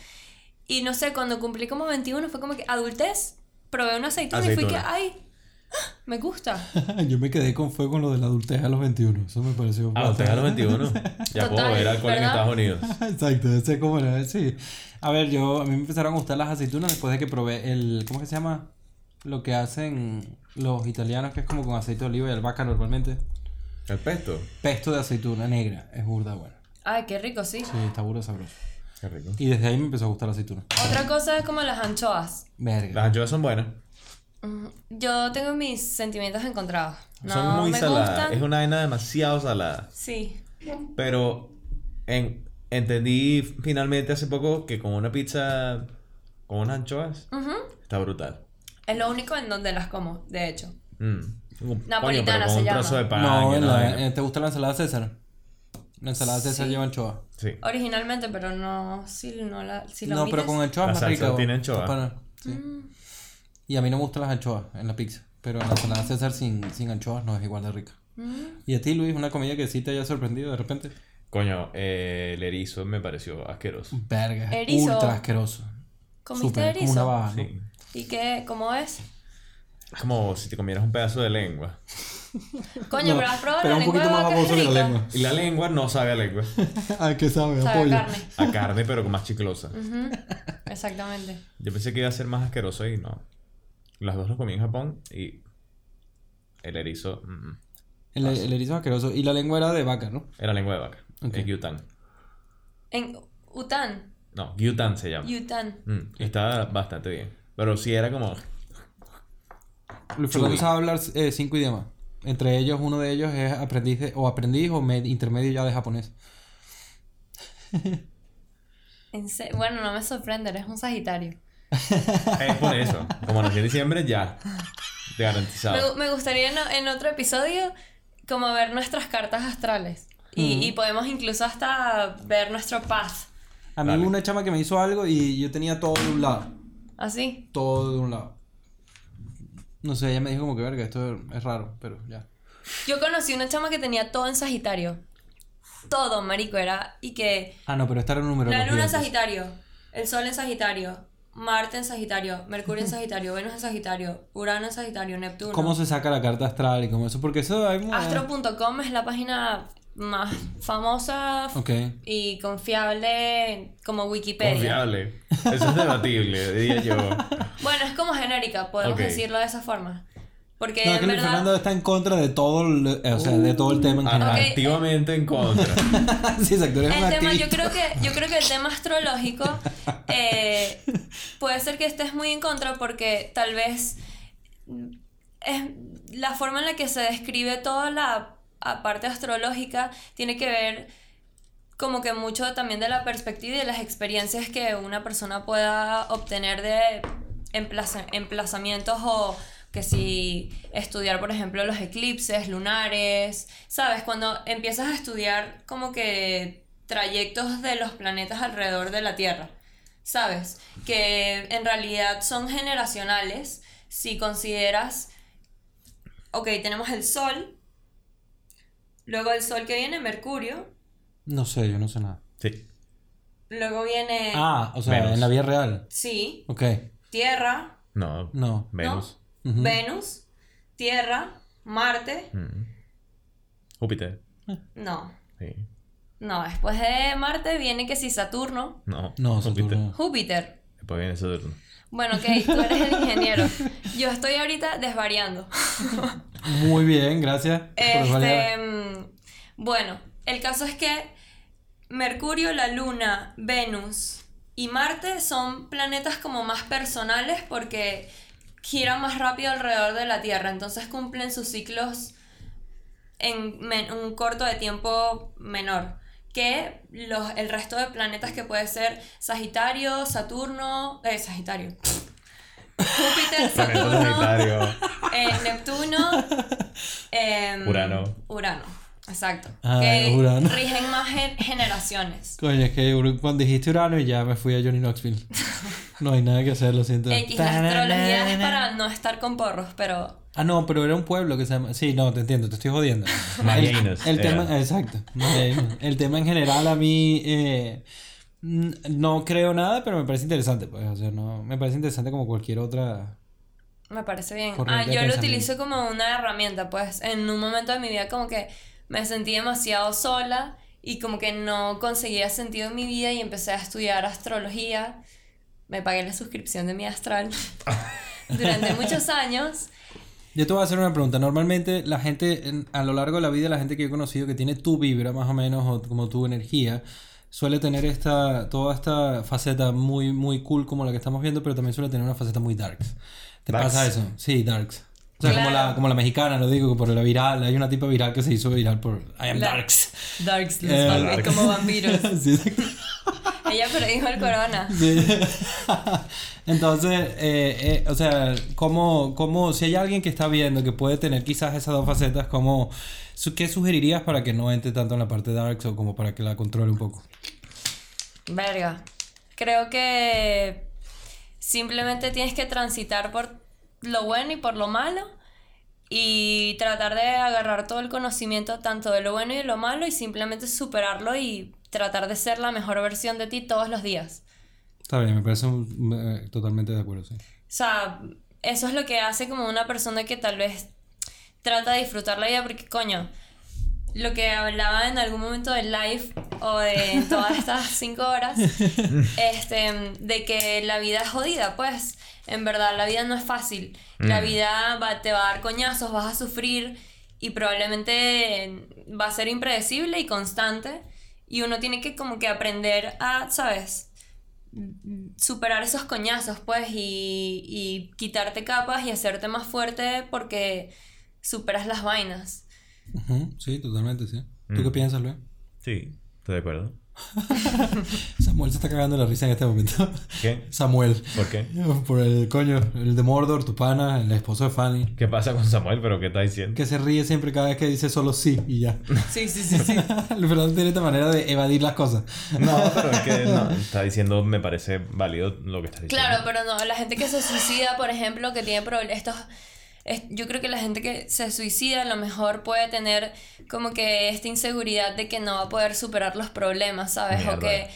Speaker 3: Y no sé, cuando cumplí como 21 fue como que adultez, probé una aceituna, y fui que,
Speaker 2: Aceituna.
Speaker 3: ay, ¡ah! me gusta.
Speaker 1: Yo me quedé con fue con lo de la adultez a los 21. Eso me pareció.
Speaker 2: Ah, usted es a los 21. Ya puedo
Speaker 3: Total,
Speaker 2: beber alcohol en
Speaker 3: ¿verdad?
Speaker 2: Estados Unidos.
Speaker 1: Exacto, ese es como era. Sí. A ver, yo. A mí me empezaron a gustar las aceitunas después de que probé el. ¿Cómo es que se llama? Lo que hacen los italianos, que es como con aceite de oliva y albahaca normalmente.
Speaker 2: El pesto.
Speaker 1: Pesto de aceituna negra. Es burda, bueno.
Speaker 3: Ay, qué rico, sí.
Speaker 1: Sí, está burda sabroso.
Speaker 2: Qué rico.
Speaker 1: Y desde ahí me empezó a gustar la aceituna.
Speaker 3: Otra cosa es como las anchoas.
Speaker 1: Verga.
Speaker 2: Las anchoas son buenas.
Speaker 3: Ujú. Yo tengo mis sentimientos encontrados. No
Speaker 2: son muy
Speaker 3: me
Speaker 2: saladas.
Speaker 3: gustan.
Speaker 2: Es una vaina demasiado salada.
Speaker 3: Sí.
Speaker 2: Pero en- entendí finalmente hace poco que con una pizza con unas anchoas
Speaker 3: Ujú.
Speaker 2: está brutal.
Speaker 3: Es lo único en donde las como, de hecho.
Speaker 2: Mm. Coño,
Speaker 3: Napolitana
Speaker 2: pero
Speaker 3: se
Speaker 2: con un
Speaker 3: llama.
Speaker 2: trozo de pan.
Speaker 1: no,
Speaker 2: y
Speaker 1: en
Speaker 2: una
Speaker 1: la-
Speaker 2: vaina.
Speaker 1: eh, ¿te gusta la ensalada César? La ensalada César lleva anchoa.
Speaker 2: Sí.
Speaker 3: Originalmente, pero no, si no la, si lo Mm.
Speaker 1: no, pero
Speaker 3: omites-
Speaker 1: con anchoas
Speaker 2: La
Speaker 1: más
Speaker 2: salsa
Speaker 1: rica.
Speaker 2: tiene
Speaker 1: weón.
Speaker 2: anchoa.
Speaker 1: Para- sí. Y a mí no me gustan las anchoas en la pizza. Pero la ensalada César sin, sin anchoas no es igual de rica.
Speaker 3: Mm.
Speaker 1: ¿Y a ti, Luis, una comida que sí te haya sorprendido de repente?
Speaker 2: Coño, eh, el erizo me pareció asqueroso.
Speaker 1: Verga.
Speaker 3: Erizo.
Speaker 1: Ultra asqueroso.
Speaker 3: ¿Comiste
Speaker 1: Súper, Como
Speaker 3: erizo?
Speaker 1: una baja.
Speaker 2: Sí.
Speaker 3: ¿Y qué? ¿Cómo es?
Speaker 2: Es como si te comieras un pedazo de lengua.
Speaker 3: Coño, pero has probado la
Speaker 1: un
Speaker 3: lengua
Speaker 1: poquito
Speaker 3: de
Speaker 1: más
Speaker 3: vaca,
Speaker 1: baboso
Speaker 3: es
Speaker 1: que la
Speaker 3: rica.
Speaker 1: lengua.
Speaker 2: Y la lengua no sabe a lengua.
Speaker 1: Ah, que sabe,
Speaker 3: Sabe a
Speaker 1: apoyo.
Speaker 3: carne.
Speaker 2: A carne, pero más chiclosa.
Speaker 3: Ujú. Exactamente.
Speaker 2: Yo pensé que iba a ser más asqueroso y no. Las dos lo comí en Japón y el erizo mm,
Speaker 1: El, el erizo es asqueroso. Y la lengua era de vaca, ¿no?
Speaker 2: era lengua de vaca.
Speaker 1: Ok.
Speaker 2: Es gyutan.
Speaker 3: En Után.
Speaker 2: No, gyutan se llama.
Speaker 3: Után.
Speaker 2: Mm, y estaba bastante bien. Pero sí era como...
Speaker 1: Luis Fernando sabe hablar eh, cinco idiomas. Entre ellos, uno de ellos es aprendiz de- o aprendiz o med- intermedio ya de japonés.
Speaker 3: En se- Bueno, no me sorprende, eres un sagitario.
Speaker 2: eh, Es por eso. Como nació en diciembre, ya. Te
Speaker 3: Me,
Speaker 2: garantizado.
Speaker 3: gu- me gustaría en, en otro episodio como ver nuestras cartas astrales.
Speaker 1: Mm.
Speaker 3: Y, y podemos incluso hasta ver nuestro paz.
Speaker 1: A mí
Speaker 2: Dale.
Speaker 1: hubo una chama que me hizo algo y yo tenía todo de un lado.
Speaker 3: Así.
Speaker 1: Todo de un lado. No sé, ella me dijo como que verga, esto es raro, pero ya.
Speaker 3: Yo conocí una chama que tenía todo en Sagitario. Todo, marico, era. Y que.
Speaker 1: Ah, no, pero esta era un número. pues.
Speaker 3: La luna en Sagitario, el sol en Sagitario, Marte en Sagitario, Mercurio en Sagitario, Venus en Sagitario, Urano en Sagitario, Neptuno.
Speaker 1: ¿Cómo se saca la carta astral y como eso? Porque eso hay mu-
Speaker 3: Astro.com es la página más famosa
Speaker 1: Ok.
Speaker 3: y confiable como Wikipedia.
Speaker 2: Confiable. Eso es debatible, diría yo.
Speaker 3: Bueno, es como genérica, podemos
Speaker 2: Ok.
Speaker 3: decirlo de esa forma. Porque
Speaker 1: No, es que
Speaker 3: en
Speaker 1: Luis Fernando
Speaker 3: verdad.
Speaker 1: está en contra de todo el, eh, o sea, de todo el tema en
Speaker 2: Ah,
Speaker 1: general.
Speaker 3: Ok.
Speaker 2: Activamente en contra.
Speaker 1: sí, exacto, eres un
Speaker 3: El tema, yo
Speaker 1: activista.
Speaker 3: creo que, yo creo que el tema astrológico eh, puede ser que estés muy en contra porque tal vez mm, es la forma en la que se describe toda la a- parte astrológica tiene que ver como que mucho también de la perspectiva y de las experiencias que una persona pueda obtener de emplaza- emplazamientos o que si estudiar, por ejemplo, los eclipses lunares, ¿sabes? Cuando empiezas a estudiar como que trayectos de los planetas alrededor de la Tierra, ¿sabes? Que en realidad son generacionales si consideras ok, tenemos el Sol. Luego el Sol que viene, Mercurio.
Speaker 1: No sé, yo no sé nada.
Speaker 2: Sí.
Speaker 3: Luego viene.
Speaker 1: Ah, o sea,
Speaker 2: Venus.
Speaker 1: en la vida real.
Speaker 3: Sí,
Speaker 1: Ok,
Speaker 3: Tierra,
Speaker 2: No.
Speaker 1: no.
Speaker 2: Venus.
Speaker 1: Ujú.
Speaker 3: Venus, Tierra, Marte.
Speaker 2: Mm. Júpiter.
Speaker 3: No,
Speaker 2: Sí.
Speaker 3: no, después de Marte viene que sí Saturno,
Speaker 2: No.
Speaker 1: No,
Speaker 2: Júpiter.
Speaker 1: Saturno.
Speaker 3: Júpiter.
Speaker 2: Después viene Saturno.
Speaker 3: Bueno, ok, tú eres el ingeniero. Yo estoy ahorita desvariando.
Speaker 1: Muy bien, gracias. por
Speaker 3: Este,
Speaker 1: validar.
Speaker 3: mm, bueno, el caso es que Mercurio, la Luna, Venus y Marte son planetas como más personales porque giran más rápido alrededor de la Tierra, entonces cumplen sus ciclos en men- un corto de tiempo menor que los, el resto de planetas que puede ser Sagitario, Saturno, eh, Sagitario, Júpiter,
Speaker 2: Planeta
Speaker 3: Saturno,
Speaker 2: Sagitario.
Speaker 3: eh, Neptuno. em,
Speaker 2: Urano.
Speaker 3: Urano, exacto.
Speaker 1: Ah,
Speaker 3: que
Speaker 1: Urano.
Speaker 3: rigen más gen- generaciones.
Speaker 1: Coño, es que Ur- cuando dijiste Urano y ya me fui a Johnny Knoxville. No hay nada que hacer, lo siento.
Speaker 3: X, la astrología es para no estar con porros, pero
Speaker 1: Ah, no, pero era un pueblo que se llama. Sí, no, te entiendo, te estoy jodiendo. el,
Speaker 2: Marianos,
Speaker 1: el tema,
Speaker 2: era.
Speaker 1: exacto. Marianos. El tema en general a mí eh, n- no creo nada, pero me parece interesante, pues. O sea, no, me parece interesante como cualquier otra.
Speaker 3: me parece bien.
Speaker 1: Corriente
Speaker 3: Ah,
Speaker 1: de
Speaker 3: yo lo
Speaker 1: pensamiento.
Speaker 3: utilizo como una herramienta, pues en un momento de mi vida como que me sentí demasiado sola y como que no conseguía sentido en mi vida y empecé a estudiar astrología. Me pagué la suscripción de mi astral durante muchos años.
Speaker 1: Yo te voy a hacer una pregunta. Normalmente la gente, en- a lo largo de la vida, la gente que yo he conocido que tiene tu vibra más o menos, o como tu energía, suele tener esta, toda esta faceta muy, muy cool como la que estamos viendo, pero también suele tener una faceta muy darks. ¿Te
Speaker 2: Darks.
Speaker 1: pasa eso? Sí, darks. O sea, como,
Speaker 3: Claro.
Speaker 1: la, como la mexicana, lo digo, por la viral. Hay una tipa viral que se hizo viral por I am
Speaker 3: La-
Speaker 1: darks.
Speaker 3: Darks, los
Speaker 1: Eh,
Speaker 3: vampiros,
Speaker 2: Darks.
Speaker 3: como vampiros.
Speaker 1: Sí, sí.
Speaker 3: Ella predijo el corona.
Speaker 1: Sí. Entonces, eh, eh, o sea, ¿cómo, cómo, si hay alguien que está viendo que puede tener quizás esas dos facetas, ¿cómo, su- ¿qué sugerirías para que no entre tanto en la parte darks o como para que la controle un poco?
Speaker 3: Verga. Creo que simplemente tienes que transitar por lo bueno y por lo malo y tratar de agarrar todo el conocimiento tanto de lo bueno y de lo malo y simplemente superarlo y tratar de ser la mejor versión de ti todos los días.
Speaker 1: Está bien, me parece un- eh, totalmente de acuerdo, sí.
Speaker 3: O sea, eso es lo que hace como una persona que tal vez trata de disfrutar la vida porque coño, lo que hablaba en algún momento del live o de en todas estas cinco horas, este, de que la vida es jodida, pues en verdad la vida no es fácil, la vida va- te va a dar coñazos, vas a sufrir y probablemente eh, va a ser impredecible y constante y uno tiene que como que aprender a, ¿sabes? superar esos coñazos, pues, y, y quitarte capas y hacerte más fuerte porque superas las vainas.
Speaker 1: Ujú, Sí, totalmente, sí. ¿Tú qué
Speaker 2: Mm.
Speaker 1: piensas, Luis?
Speaker 2: Sí. Estoy de acuerdo.
Speaker 1: Samuel se está cagando la risa en este momento.
Speaker 2: ¿Qué?
Speaker 1: Samuel.
Speaker 2: ¿Por qué?
Speaker 1: Por el coño, el de Mordor, tu pana, el esposo de Fanny.
Speaker 2: ¿Qué pasa con Samuel? ¿Pero qué está diciendo?
Speaker 1: Que se ríe siempre cada vez que dice solo sí y ya.
Speaker 3: Sí, sí, sí, sí.
Speaker 1: El Fernando tiene esta manera de evadir las cosas.
Speaker 2: No, pero es que no, está diciendo, me parece válido lo que está diciendo.
Speaker 3: Claro, pero no, la gente que se suicida, por ejemplo, que tiene problemas, estos... es- Yo creo que la gente que se suicida a lo mejor puede tener como que esta inseguridad de que no va a poder superar los problemas, ¿sabes?
Speaker 2: Mierda.
Speaker 3: O que,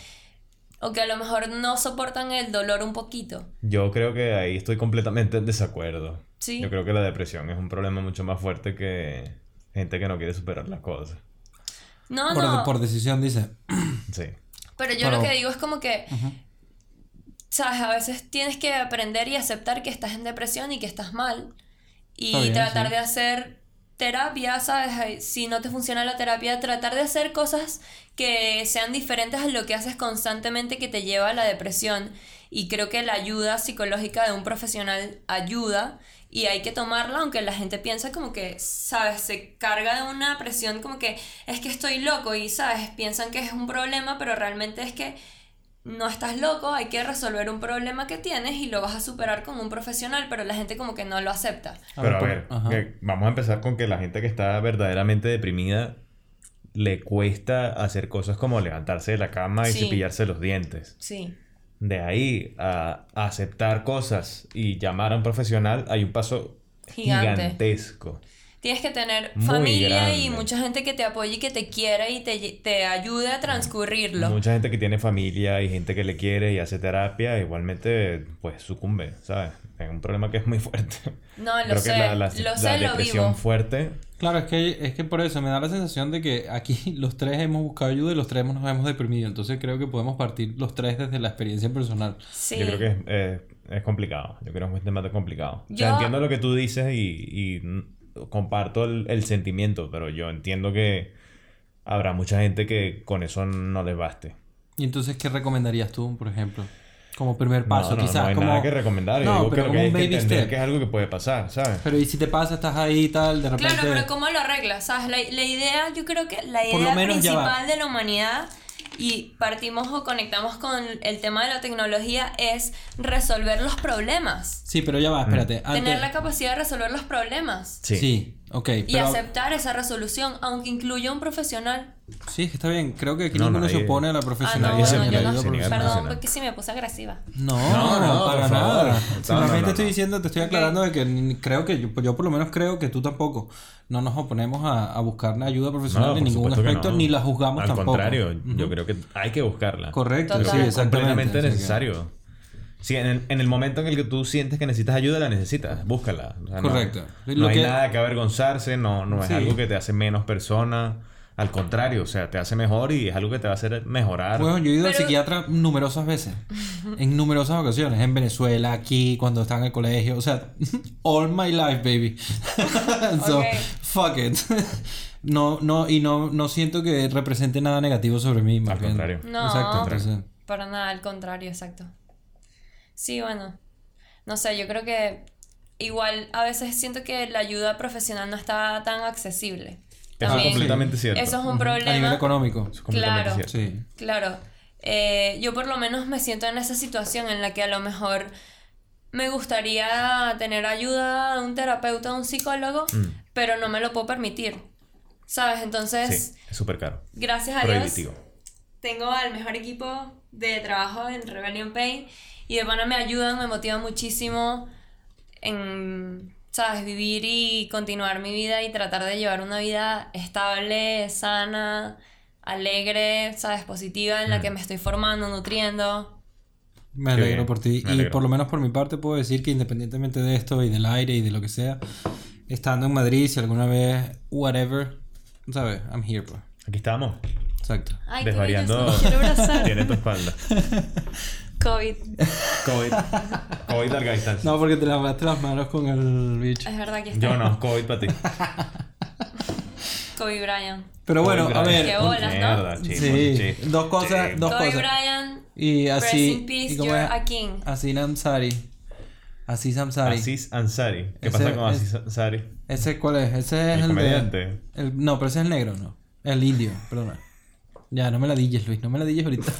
Speaker 3: o que a lo mejor no soportan el dolor un poquito.
Speaker 2: Yo creo que ahí estoy completamente en desacuerdo.
Speaker 3: Sí.
Speaker 2: Yo creo que la depresión es un problema mucho más fuerte que gente que no quiere superar las cosas.
Speaker 3: No,
Speaker 1: por,
Speaker 3: no.
Speaker 1: por decisión dice.
Speaker 2: Sí.
Speaker 3: Pero yo
Speaker 1: Pero-
Speaker 3: lo que digo es como que, sabes, a veces tienes que aprender y aceptar que estás en depresión y que estás mal. Y
Speaker 1: Está bien,
Speaker 3: tratar
Speaker 1: sí.
Speaker 3: de hacer terapia, sabes, Ay, si no te funciona la terapia, tratar de hacer cosas que sean diferentes a lo que haces constantemente que te lleva a la depresión. Y creo que la ayuda psicológica de un profesional ayuda y hay que tomarla, aunque la gente piensa como que, sabes, se carga de una presión como que es que estoy loco y, sabes, piensan que es un problema, pero realmente es que no estás loco, hay que resolver un problema que tienes y lo vas a superar con un profesional, pero la gente como que no lo acepta.
Speaker 2: Pero a
Speaker 1: por-
Speaker 2: ver,
Speaker 1: ajá.
Speaker 2: que vamos a empezar con que la gente que está verdaderamente deprimida le cuesta hacer cosas como levantarse de la cama y
Speaker 3: Sí.
Speaker 2: cepillarse los dientes.
Speaker 3: Sí.
Speaker 2: De ahí a a aceptar cosas y llamar a un profesional hay un paso
Speaker 3: Gigante.
Speaker 2: gigantesco.
Speaker 3: Tienes que tener
Speaker 2: Muy
Speaker 3: familia y
Speaker 2: grande.
Speaker 3: mucha gente que te apoye y que te quiera y te, lle- te ayude a transcurrirlo.
Speaker 2: Mucha gente que tiene familia y gente que le quiere y hace terapia, igualmente, pues sucumbe, ¿sabes? Es un problema que es muy fuerte.
Speaker 3: No, lo
Speaker 2: Creo
Speaker 3: sé,
Speaker 2: que la, la-
Speaker 3: lo
Speaker 2: la
Speaker 3: sé, lo
Speaker 2: depresión
Speaker 3: vivo.
Speaker 2: fuerte.
Speaker 1: Claro, es que, es que por eso me da la sensación de que aquí los tres hemos buscado ayuda y los tres nos hemos deprimido. Entonces creo que podemos partir los tres desde la experiencia personal.
Speaker 3: Sí.
Speaker 2: Yo creo que es, eh, es complicado. Yo creo que es un tema complicado. O sea,
Speaker 3: Yo-
Speaker 2: entiendo lo que tú dices y, y, mm, comparto el, el sentimiento, pero yo entiendo que habrá mucha gente que con eso no les baste.
Speaker 1: ¿Y entonces qué recomendarías tú, por ejemplo? Como primer paso,
Speaker 2: no, no,
Speaker 1: quizás.
Speaker 2: no hay
Speaker 1: como...
Speaker 2: nada que recomendar. Yo
Speaker 1: No,
Speaker 2: digo que
Speaker 1: pero
Speaker 2: lo que
Speaker 1: como
Speaker 2: hay
Speaker 1: un
Speaker 2: que
Speaker 1: baby
Speaker 2: entender
Speaker 1: step.
Speaker 2: que es algo que puede pasar, ¿sabes?
Speaker 1: Pero y si te pasa, estás ahí y tal, de repente...
Speaker 3: Claro, pero ¿cómo lo arreglas? ¿Sabes? La, la idea, yo creo que la
Speaker 1: Por lo
Speaker 3: idea
Speaker 1: menos ya va.
Speaker 3: principal de la humanidad, y partimos o conectamos con el tema de la tecnología, es resolver los problemas.
Speaker 1: Sí, pero ya va, espérate.
Speaker 2: Mm.
Speaker 1: Antes...
Speaker 3: Tener la capacidad de resolver los problemas.
Speaker 1: Sí. ok.
Speaker 3: Y
Speaker 1: pero-
Speaker 3: aceptar esa resolución, aunque incluya un profesional.
Speaker 1: Sí, es que está bien. Creo que aquí
Speaker 2: No,
Speaker 1: ninguno
Speaker 2: nadie-
Speaker 1: se opone a la
Speaker 3: Ah,
Speaker 1: profesionalidad.
Speaker 3: no,
Speaker 2: Nadie se
Speaker 1: ni
Speaker 3: bueno,
Speaker 1: al
Speaker 3: yo
Speaker 2: niega-
Speaker 3: no.
Speaker 1: ayuda
Speaker 2: se niega a
Speaker 1: profesional.
Speaker 3: Perdón,
Speaker 2: profesional.
Speaker 3: porque sí me puse agresiva.
Speaker 1: No,
Speaker 2: No, no,
Speaker 1: para
Speaker 2: por favor.
Speaker 1: nada.
Speaker 2: No,
Speaker 1: Simplemente
Speaker 2: no, no,
Speaker 1: estoy
Speaker 2: no.
Speaker 1: diciendo, te estoy aclarando de que ni- creo que yo, yo por lo menos creo que tú tampoco. No nos oponemos a, a buscar ayuda profesional
Speaker 2: por
Speaker 1: en ningún
Speaker 2: supuesto que
Speaker 1: aspecto,
Speaker 2: no.
Speaker 1: ni la juzgamos
Speaker 2: Al
Speaker 1: tampoco.
Speaker 2: contrario, yo
Speaker 1: Ujú.
Speaker 2: creo que hay que buscarla.
Speaker 1: Correcto,
Speaker 3: Total.
Speaker 1: sí,
Speaker 3: Es
Speaker 2: Es
Speaker 1: exactamente.
Speaker 2: completamente
Speaker 1: O sea que-
Speaker 2: necesario. Sí, en el, en el momento en el que tú sientes que necesitas ayuda, la necesitas. Búscala. O sea, no-
Speaker 1: Correcto.
Speaker 2: No,
Speaker 1: Lo
Speaker 2: hay
Speaker 1: que-
Speaker 2: nada que avergonzarse, no, no es
Speaker 1: Sí.
Speaker 2: algo que te hace menos persona. Al contrario, o sea, te hace mejor y es algo que te va a hacer mejorar.
Speaker 1: Bueno, yo he ido al
Speaker 3: Pero-
Speaker 1: psiquiatra numerosas veces. En numerosas ocasiones. En Venezuela, aquí, cuando estaba en el colegio. O sea, all my life, baby. so,
Speaker 3: Ok.
Speaker 1: fuck it. No, no, y no, no siento que represente nada negativo sobre mí. más
Speaker 2: Al
Speaker 1: bien.
Speaker 2: contrario.
Speaker 3: No.
Speaker 1: Exacto. entonces,
Speaker 3: Para nada, al contrario, exacto. Sí, bueno. No sé, yo creo que igual a veces siento que la ayuda profesional no está tan accesible.
Speaker 2: Eso es
Speaker 3: También.
Speaker 2: completamente cierto.
Speaker 3: Eso es
Speaker 1: ujú,
Speaker 3: un
Speaker 1: A nivel
Speaker 3: problema.
Speaker 1: económico.
Speaker 2: Es completamente
Speaker 3: Claro.
Speaker 2: cierto.
Speaker 1: Sí.
Speaker 3: Claro, eh, yo por lo menos me siento en esa situación en la que a lo mejor me gustaría tener ayuda de un terapeuta, de un psicólogo,
Speaker 2: Mm.
Speaker 3: pero no me lo puedo permitir. ¿Sabes? Entonces,
Speaker 2: Sí, es súper caro.
Speaker 3: gracias a Dios,
Speaker 2: Prohibitivo.
Speaker 3: tengo al mejor equipo de trabajo en Rebellion Pain y de pana me ayudan, me motivan muchísimo en, ¿sabes? Vivir y continuar mi vida y tratar de llevar una vida estable, sana, alegre, ¿sabes? Positiva en la
Speaker 2: Mm.
Speaker 3: que me estoy formando, nutriendo.
Speaker 2: Qué
Speaker 1: Me alegro
Speaker 2: bien,
Speaker 1: por ti.
Speaker 2: me
Speaker 1: Y
Speaker 2: alegro.
Speaker 1: por lo menos por mi parte puedo decir que independientemente de esto y del aire y de lo que sea, estando en Madrid, si alguna vez, whatever, ¿sabes? I'm here, pues.
Speaker 2: Aquí estamos.
Speaker 1: Exacto.
Speaker 3: Ay, qué bello,
Speaker 2: desvariando.
Speaker 3: eso me quiero abrazar.
Speaker 2: Tiene tu espalda.
Speaker 3: COVID.
Speaker 2: COVID. COVID larga distancia.
Speaker 1: No, porque te lavaste las manos con el bicho.
Speaker 3: Es verdad que está.
Speaker 2: Yo no, COVID para ti.
Speaker 3: Kobe Bryant.
Speaker 1: Pero bueno, a ver.
Speaker 3: Qué
Speaker 1: un-
Speaker 3: bolas, ¿no?
Speaker 2: Mierda, chico,
Speaker 1: sí,
Speaker 2: chico,
Speaker 1: dos cosas,
Speaker 2: chico.
Speaker 1: dos
Speaker 3: Kobe
Speaker 1: cosas.
Speaker 3: Bryant.
Speaker 1: Y
Speaker 3: Rest
Speaker 1: así.
Speaker 3: in peace,
Speaker 1: ¿y cómo
Speaker 3: you're
Speaker 1: es?
Speaker 3: a king.
Speaker 1: Así Namsari. Así Samsari.
Speaker 2: Aziz Ansari. ¿Qué
Speaker 1: Ese-
Speaker 2: pasa con
Speaker 1: es-
Speaker 2: Aziz Ansari?
Speaker 1: ¿Ese cuál es? Ese
Speaker 2: El
Speaker 1: es el, de-
Speaker 2: comediante.
Speaker 1: el- no, pero ese es el negro, no. El indio, perdona. Ya, no me la dilles, Luis, no me la dilles ahorita.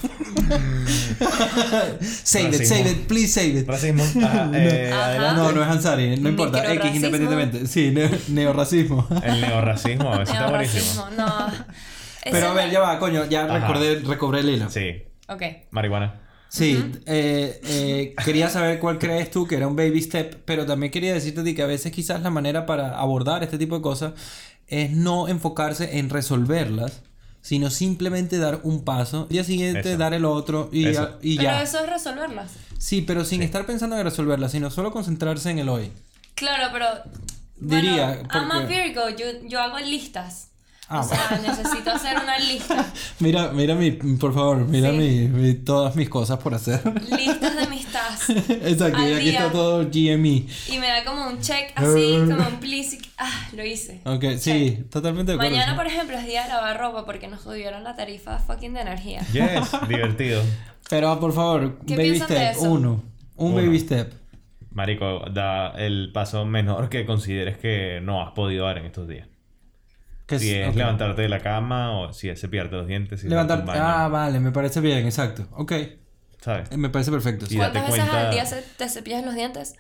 Speaker 1: save it,
Speaker 2: Racismo.
Speaker 1: save it, please save it.
Speaker 2: Racismo. Ajá, eh,
Speaker 3: Ajá.
Speaker 2: adelante.
Speaker 1: No, no es Ansari, no importa. X
Speaker 3: Microrracismo.
Speaker 1: independientemente. Sí, neo- neorracismo.
Speaker 2: El neorracismo, eso está buenísimo.
Speaker 3: Neorracismo, No. Ese
Speaker 1: Pero a ver, ya va, coño, ya
Speaker 2: Ajá.
Speaker 1: recordé, recobré el hilo.
Speaker 2: Sí,
Speaker 3: Ok.
Speaker 2: marihuana.
Speaker 1: Sí, eh, eh, quería saber cuál crees tú que era un baby step, pero también quería decirte a ti que a veces quizás la manera para abordar este tipo de cosas es no enfocarse en resolverlas, sino simplemente dar un paso, al día siguiente
Speaker 2: Eso.
Speaker 1: dar el otro y
Speaker 2: Eso.
Speaker 1: ya. y
Speaker 3: Pero
Speaker 1: ya.
Speaker 3: eso es resolverlas.
Speaker 1: Sí, pero sin estar pensando en resolverlas, sino solo concentrarse en el hoy.
Speaker 3: Claro, pero.
Speaker 1: Diría,
Speaker 3: Bueno, I'm a
Speaker 1: porque-
Speaker 3: Virgo, yo, yo hago listas.
Speaker 1: Ah,
Speaker 3: o sea, necesito hacer una lista.
Speaker 1: Mira, mira mi, por favor, mira
Speaker 3: Sí.
Speaker 1: mi- mi- todas mis cosas por hacer.
Speaker 3: Listas de mis tasks.
Speaker 1: Exacto,
Speaker 3: Al
Speaker 1: y aquí
Speaker 3: día.
Speaker 1: está todo E. GME.
Speaker 3: Y me da como un check así, como un please. y- Ah, lo hice.
Speaker 1: Ok, sí, totalmente de acuerdo.
Speaker 3: Mañana,
Speaker 1: sí.
Speaker 3: por ejemplo, es día de lavar ropa porque nos subieron la tarifa fucking de energía.
Speaker 2: Yes, divertido.
Speaker 1: Pero por favor,
Speaker 3: ¿Qué
Speaker 1: baby
Speaker 3: piensan de
Speaker 1: step,
Speaker 3: eso?
Speaker 1: uno. Un
Speaker 2: Uno.
Speaker 1: baby step.
Speaker 2: Marico, da el paso menor que consideres que no has podido dar en estos días.
Speaker 1: Que
Speaker 2: Si es
Speaker 1: ok.
Speaker 2: levantarte de la cama o si es cepillarte los dientes. Si
Speaker 1: Levantar-
Speaker 2: darte un baño,
Speaker 1: Ah, vale, me parece bien, exacto. Ok, eh,
Speaker 2: ¿Sabes?
Speaker 1: me parece perfecto. sí.
Speaker 2: Y date
Speaker 3: ¿Cuántas veces
Speaker 2: cuenta-
Speaker 3: al día se- te cepillas los dientes?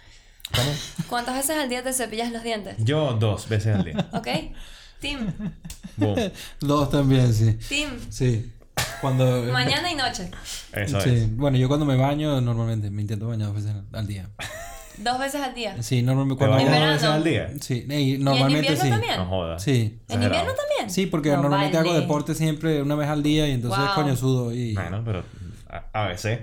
Speaker 2: ¿Cómo?
Speaker 3: ¿Cuántas veces al día te cepillas los dientes?
Speaker 2: Yo dos veces al día.
Speaker 3: ¿Ok? Tim,
Speaker 2: Boom.
Speaker 1: Dos también, sí.
Speaker 3: Tim.
Speaker 1: Sí. Cuando.
Speaker 3: Mañana y noche.
Speaker 2: Eso
Speaker 1: Sí.
Speaker 2: es.
Speaker 1: Bueno, yo cuando me baño, normalmente me intento bañar dos veces al- al día.
Speaker 3: Dos veces al día.
Speaker 1: Sí, normalmente
Speaker 2: ¿Te
Speaker 1: cuando...
Speaker 2: bañas
Speaker 3: En
Speaker 2: dos
Speaker 3: verano.
Speaker 2: veces al día?
Speaker 1: Sí, y
Speaker 3: ¿Y en
Speaker 1: normalmente
Speaker 3: invierno
Speaker 1: sí.
Speaker 3: también?
Speaker 2: No jodas.
Speaker 1: Sí.
Speaker 3: ¿En
Speaker 2: Exagerado.
Speaker 3: invierno también?
Speaker 1: Sí, porque
Speaker 3: No,
Speaker 1: normalmente hago
Speaker 3: vale.
Speaker 1: deporte siempre una vez al día y entonces
Speaker 3: Wow.
Speaker 1: coño sudo y...
Speaker 2: Bueno, pero a- a veces.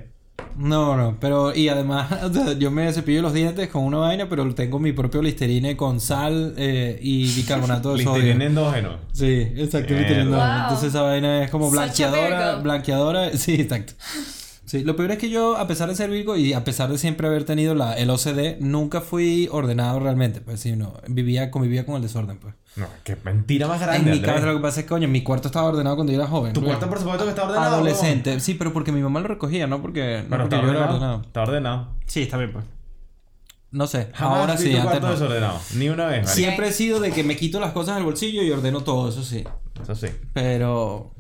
Speaker 1: No, no, pero y además o sea, yo me cepillo los dientes con una vaina, pero tengo mi propio listerine con sal eh, y bicarbonato de sodio.
Speaker 2: Listerine endógeno.
Speaker 1: Sí, exacto,
Speaker 2: Mierda.
Speaker 1: listerine. no.
Speaker 3: Wow.
Speaker 1: Entonces esa vaina es como
Speaker 3: Such a
Speaker 1: blanqueadora,
Speaker 3: Virgo.
Speaker 1: blanqueadora, sí, exacto. Sí, lo peor es que yo, a pesar de ser Virgo y a pesar de siempre haber tenido la, el OCD, nunca fui ordenado realmente, pues sí, no, vivía, convivía con el desorden, pues.
Speaker 2: No, qué mentira más
Speaker 1: En
Speaker 2: grande.
Speaker 1: mi
Speaker 2: Andrés.
Speaker 1: casa lo que pasa es que, coño, mi cuarto estaba ordenado cuando yo era joven.
Speaker 2: Tu
Speaker 1: pues.
Speaker 2: cuarto, por supuesto, que está ordenado. huevón.
Speaker 1: Adolescente, sí, pero porque mi mamá lo recogía, no porque, no
Speaker 2: Pero está
Speaker 1: porque yo era
Speaker 2: ordenado.
Speaker 1: ordenado.
Speaker 2: Está ordenado.
Speaker 1: Sí, está bien, pues. No sé,
Speaker 2: Jamás
Speaker 1: ahora
Speaker 2: vi
Speaker 1: sí,
Speaker 2: tu
Speaker 1: antes
Speaker 2: cuarto
Speaker 1: no.
Speaker 2: desordenado. Ni una vez, marico.
Speaker 1: Siempre he sido de que me quito las cosas del bolsillo y ordeno todo, eso sí.
Speaker 2: Eso sí.
Speaker 1: Pero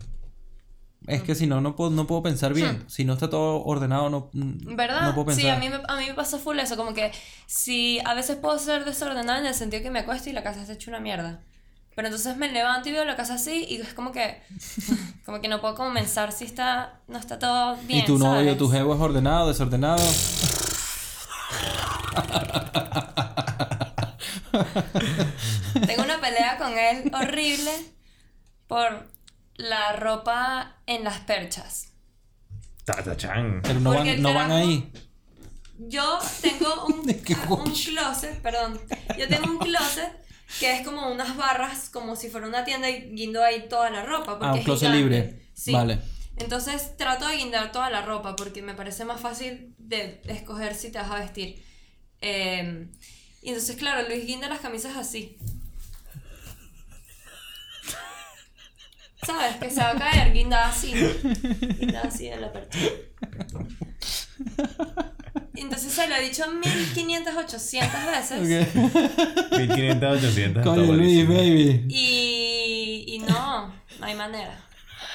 Speaker 1: es que si no, no puedo, no puedo pensar bien. Si no está todo ordenado, no, mm,
Speaker 3: Hmm. ¿Verdad?
Speaker 1: no puedo pensar.
Speaker 3: sí, a mí, me, a mí me pasa full eso, como que si a veces puedo ser desordenada en el sentido que me acuesto y la casa está hecha una mierda. Pero entonces me levanto y veo la casa así y es como que como que no puedo comenzar si está no está todo bien.
Speaker 1: y tu novio,
Speaker 3: ¿sabes?
Speaker 1: tu jevo es ordenado, desordenado.
Speaker 3: Tengo una pelea con él horrible por la ropa en las perchas.
Speaker 2: Tatachan.
Speaker 1: Pero no
Speaker 3: Porque
Speaker 1: van, no van
Speaker 3: trajo-
Speaker 1: ahí.
Speaker 3: Yo tengo un, ah,
Speaker 1: ¿Qué
Speaker 3: un
Speaker 1: coño?
Speaker 3: closet, perdón. Yo tengo un closet que es como unas barras, como si fuera una tienda y guindo ahí toda la ropa. Porque
Speaker 1: Ah, un
Speaker 3: es
Speaker 1: closet
Speaker 3: gigante.
Speaker 1: libre.
Speaker 3: Sí.
Speaker 1: Vale.
Speaker 3: Entonces trato de guindar toda la ropa porque me parece más fácil de escoger si te vas a vestir. Eh, y entonces, claro, Luis guinda las camisas así. ¿Sabes? Que se va a caer, guinda así. Guinda así en la percha. Entonces se lo he dicho 1500, 800 veces.
Speaker 2: 1500, 800. está
Speaker 1: Coño, Luis,
Speaker 2: buenísimo.
Speaker 1: baby.
Speaker 3: Y, y no, no hay manera.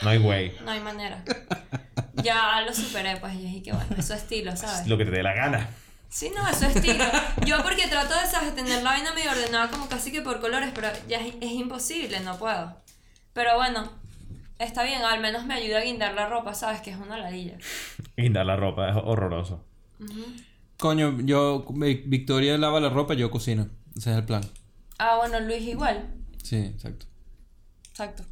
Speaker 2: No hay güey.
Speaker 3: No hay manera. Ya lo superé, pues, y dije que bueno, es su estilo, ¿sabes?
Speaker 2: Lo que te dé la gana.
Speaker 3: Sí, no, eso es estilo. Yo porque trato de ¿sabes? tener la vaina medio ordenada como casi que por colores, pero ya es, es imposible, no puedo. Pero bueno, está bien, al menos me ayuda a guindar la ropa, ¿sabes? Que es una ladilla.
Speaker 2: Guindar la ropa es horroroso.
Speaker 1: Coño, yo, Vi- Victoria lava la ropa, yo cocino. Ese es el plan.
Speaker 3: Ah, bueno, Luis igual.
Speaker 1: Sí, exacto.
Speaker 3: Exacto.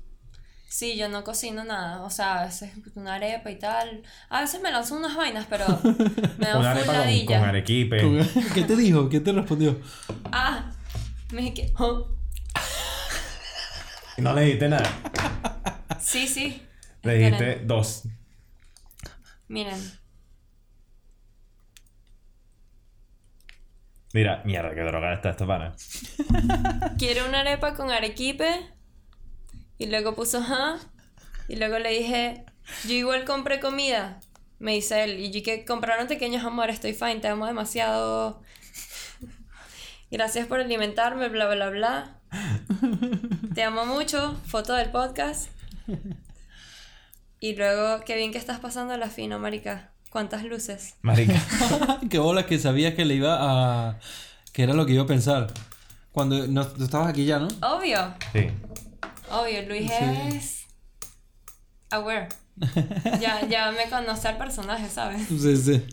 Speaker 3: Sí, yo no cocino nada, o sea, a veces una arepa y tal. A veces me lanzo unas vainas, pero me da
Speaker 2: Una
Speaker 3: una
Speaker 2: arepa con, con
Speaker 3: ladilla.
Speaker 2: arequipe.
Speaker 1: ¿Qué te dijo? ¿Qué te respondió?
Speaker 3: Ah, me dije que... oh,
Speaker 2: No le dijiste nada.
Speaker 3: Sí, sí.
Speaker 2: Le
Speaker 3: Esperen,
Speaker 2: dijiste dos.
Speaker 3: Miren,
Speaker 2: Mira, mierda, qué drogada está esta pana.
Speaker 3: quiero una arepa con arequipe. Y luego puso, ajá. Y luego le dije, yo igual compré comida. Me dice él, y yo que compraron pequeños amores, estoy fine, te amo demasiado. Gracias por alimentarme, bla, bla, bla. Te amo mucho, foto del podcast. Y luego, qué bien que estás pasando la fino, marica. Cuántas luces.
Speaker 2: Marica.
Speaker 1: Qué bola que sabías que le iba a. que era lo que iba a pensar. Cuando. No, tú estabas aquí ya, ¿no?
Speaker 3: Obvio.
Speaker 2: Sí.
Speaker 3: Obvio, Luis es aware. Ya, ya me conoce al personaje, ¿sabes?
Speaker 1: Sí, sí.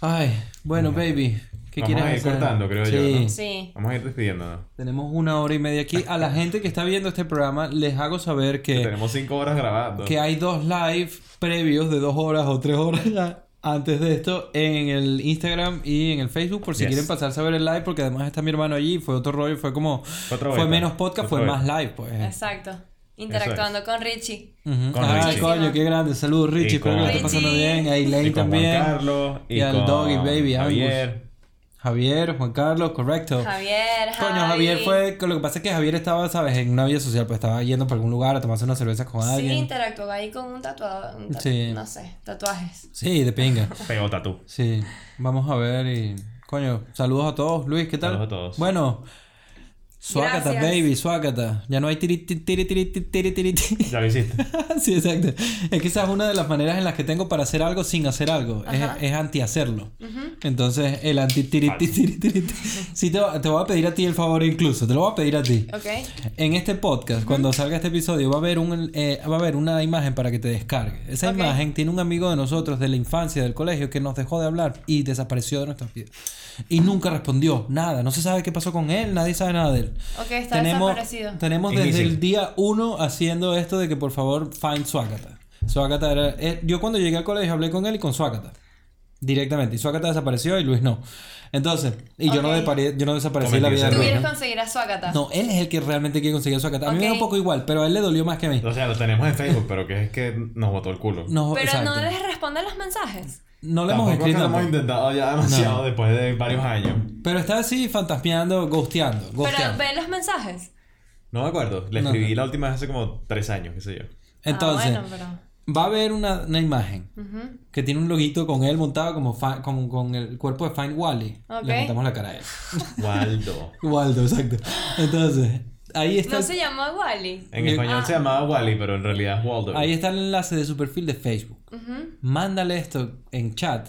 Speaker 1: Ay, bueno, baby. ¿Qué
Speaker 2: Vamos
Speaker 1: quieres
Speaker 2: a ir
Speaker 1: hacer?
Speaker 2: cortando, creo
Speaker 1: Sí.
Speaker 2: yo, ¿no?
Speaker 3: Sí.
Speaker 2: Vamos a ir despidiéndonos.
Speaker 1: Tenemos una hora y media aquí. A la gente que está viendo este programa, les hago saber que,
Speaker 2: Tenemos cinco horas grabando.
Speaker 1: que hay dos live previos de dos horas o tres horas ya antes de esto en el Instagram y en el Facebook. Por si
Speaker 2: Yes.
Speaker 1: quieren pasarse a ver el live, porque además está mi hermano allí. Fue otro rollo, fue como.
Speaker 2: Otra
Speaker 1: fue
Speaker 2: vuelta.
Speaker 1: menos podcast, fue
Speaker 2: Otra
Speaker 1: más
Speaker 2: vuelta.
Speaker 1: live, pues.
Speaker 3: Exacto. Interactuando con Richie.
Speaker 1: Ujú.
Speaker 2: Con
Speaker 1: Ay,
Speaker 2: Richie.
Speaker 1: coño, qué grande. Saludos, Richie.
Speaker 2: con-
Speaker 1: Espero que lo estés pasando
Speaker 3: Richie.
Speaker 1: bien. A Elaine
Speaker 2: Y con Juan
Speaker 1: también.
Speaker 2: Carlos. Y,
Speaker 1: Y al
Speaker 2: con
Speaker 1: Doggy Baby,
Speaker 2: Javier.
Speaker 1: Javier, Juan Carlos, correcto.
Speaker 3: Javier,
Speaker 1: Oh. Coño,
Speaker 3: Javi.
Speaker 1: Javier fue. Lo que pasa es que Javier estaba, ¿sabes? En una vida social, pues estaba yendo para algún lugar a tomarse una cerveza con
Speaker 3: Sí,
Speaker 1: alguien.
Speaker 3: interactuó ahí con un tatuado. un tatu-
Speaker 1: Sí.
Speaker 3: No sé, tatuajes.
Speaker 1: Sí, de pinga.
Speaker 2: Pegota tú.
Speaker 1: Sí, vamos a ver y. Coño, saludos a todos. Luis, ¿qué tal?
Speaker 2: Saludos a todos.
Speaker 1: Bueno, Suácata,
Speaker 4: Gracias.
Speaker 1: baby, suácata. Ya no hay tiri, tiri, tiri, tiri, tiri, tiri, tiri.
Speaker 2: Ya lo hiciste.
Speaker 1: sí, exacto. Es que esa es una de las maneras en las que tengo para hacer algo sin hacer algo. Es, es anti-hacerlo. Entonces, el anti tiri, tiri, tiri, tiri, tiri. Sí, te, va- te voy a pedir a ti el favor incluso. Te lo voy a pedir a ti.
Speaker 3: Ok.
Speaker 1: En este podcast, cuando salga este episodio, va a haber un eh, va a haber una imagen para que te descargue. Esa
Speaker 3: Ok.
Speaker 1: imagen tiene un amigo de nosotros de la infancia, del colegio, que nos dejó de hablar y desapareció de nuestras vidas. Y nunca respondió nada. No se sabe qué pasó con él, nadie sabe nada de él.
Speaker 3: Ok, está desaparecido.
Speaker 1: Tenemos
Speaker 2: Difícil.
Speaker 1: desde el día uno haciendo esto de que por favor find Suácata. Suácata era. eh, yo cuando llegué al colegio hablé con él y con Suácata. Directamente. Y Suácata desapareció y Luis no. Entonces, y yo, no
Speaker 3: Ok.
Speaker 1: depare- yo no desaparecí en la vida de
Speaker 3: Tú
Speaker 1: Luis.
Speaker 3: quieres
Speaker 1: ¿no?
Speaker 3: conseguir a Suácata.
Speaker 1: No, él es el que realmente quiere conseguir a Suácata. A mí me da un
Speaker 3: Ok.
Speaker 1: poco igual, pero a él le dolió más que a mí.
Speaker 2: O sea, lo tenemos en Facebook, pero que es que nos botó el culo.
Speaker 1: No,
Speaker 3: Pero
Speaker 1: exacto.
Speaker 3: no les responde los mensajes.
Speaker 1: No le hemos
Speaker 2: Tampoco es que
Speaker 1: escrito.
Speaker 2: lo hemos
Speaker 1: pues.
Speaker 2: intentado ya demasiado después de varios años.
Speaker 1: Pero está así fantasmeando, ghosteando.
Speaker 3: Pero
Speaker 1: ghosteando.
Speaker 3: ve los mensajes.
Speaker 2: No me acuerdo. Le
Speaker 1: No,
Speaker 2: escribí la última vez hace como tres años, qué sé yo.
Speaker 1: Entonces,
Speaker 3: Ah, bueno, pero.
Speaker 1: va a haber una, una imagen
Speaker 3: Ujú.
Speaker 1: que tiene un loguito con él montado como fa- con, con el cuerpo de Fine Wally.
Speaker 3: Ok.
Speaker 1: Le montamos la cara a él.
Speaker 2: Waldo.
Speaker 1: Waldo, exacto. Entonces, ahí está,
Speaker 3: No
Speaker 1: el-
Speaker 3: se llamó Wally.
Speaker 2: En
Speaker 1: Yo-
Speaker 2: español se llamaba Wally, pero en realidad es Waldo.
Speaker 1: ahí está el enlace de su perfil de Facebook.
Speaker 3: Ujú.
Speaker 1: Mándale esto en chat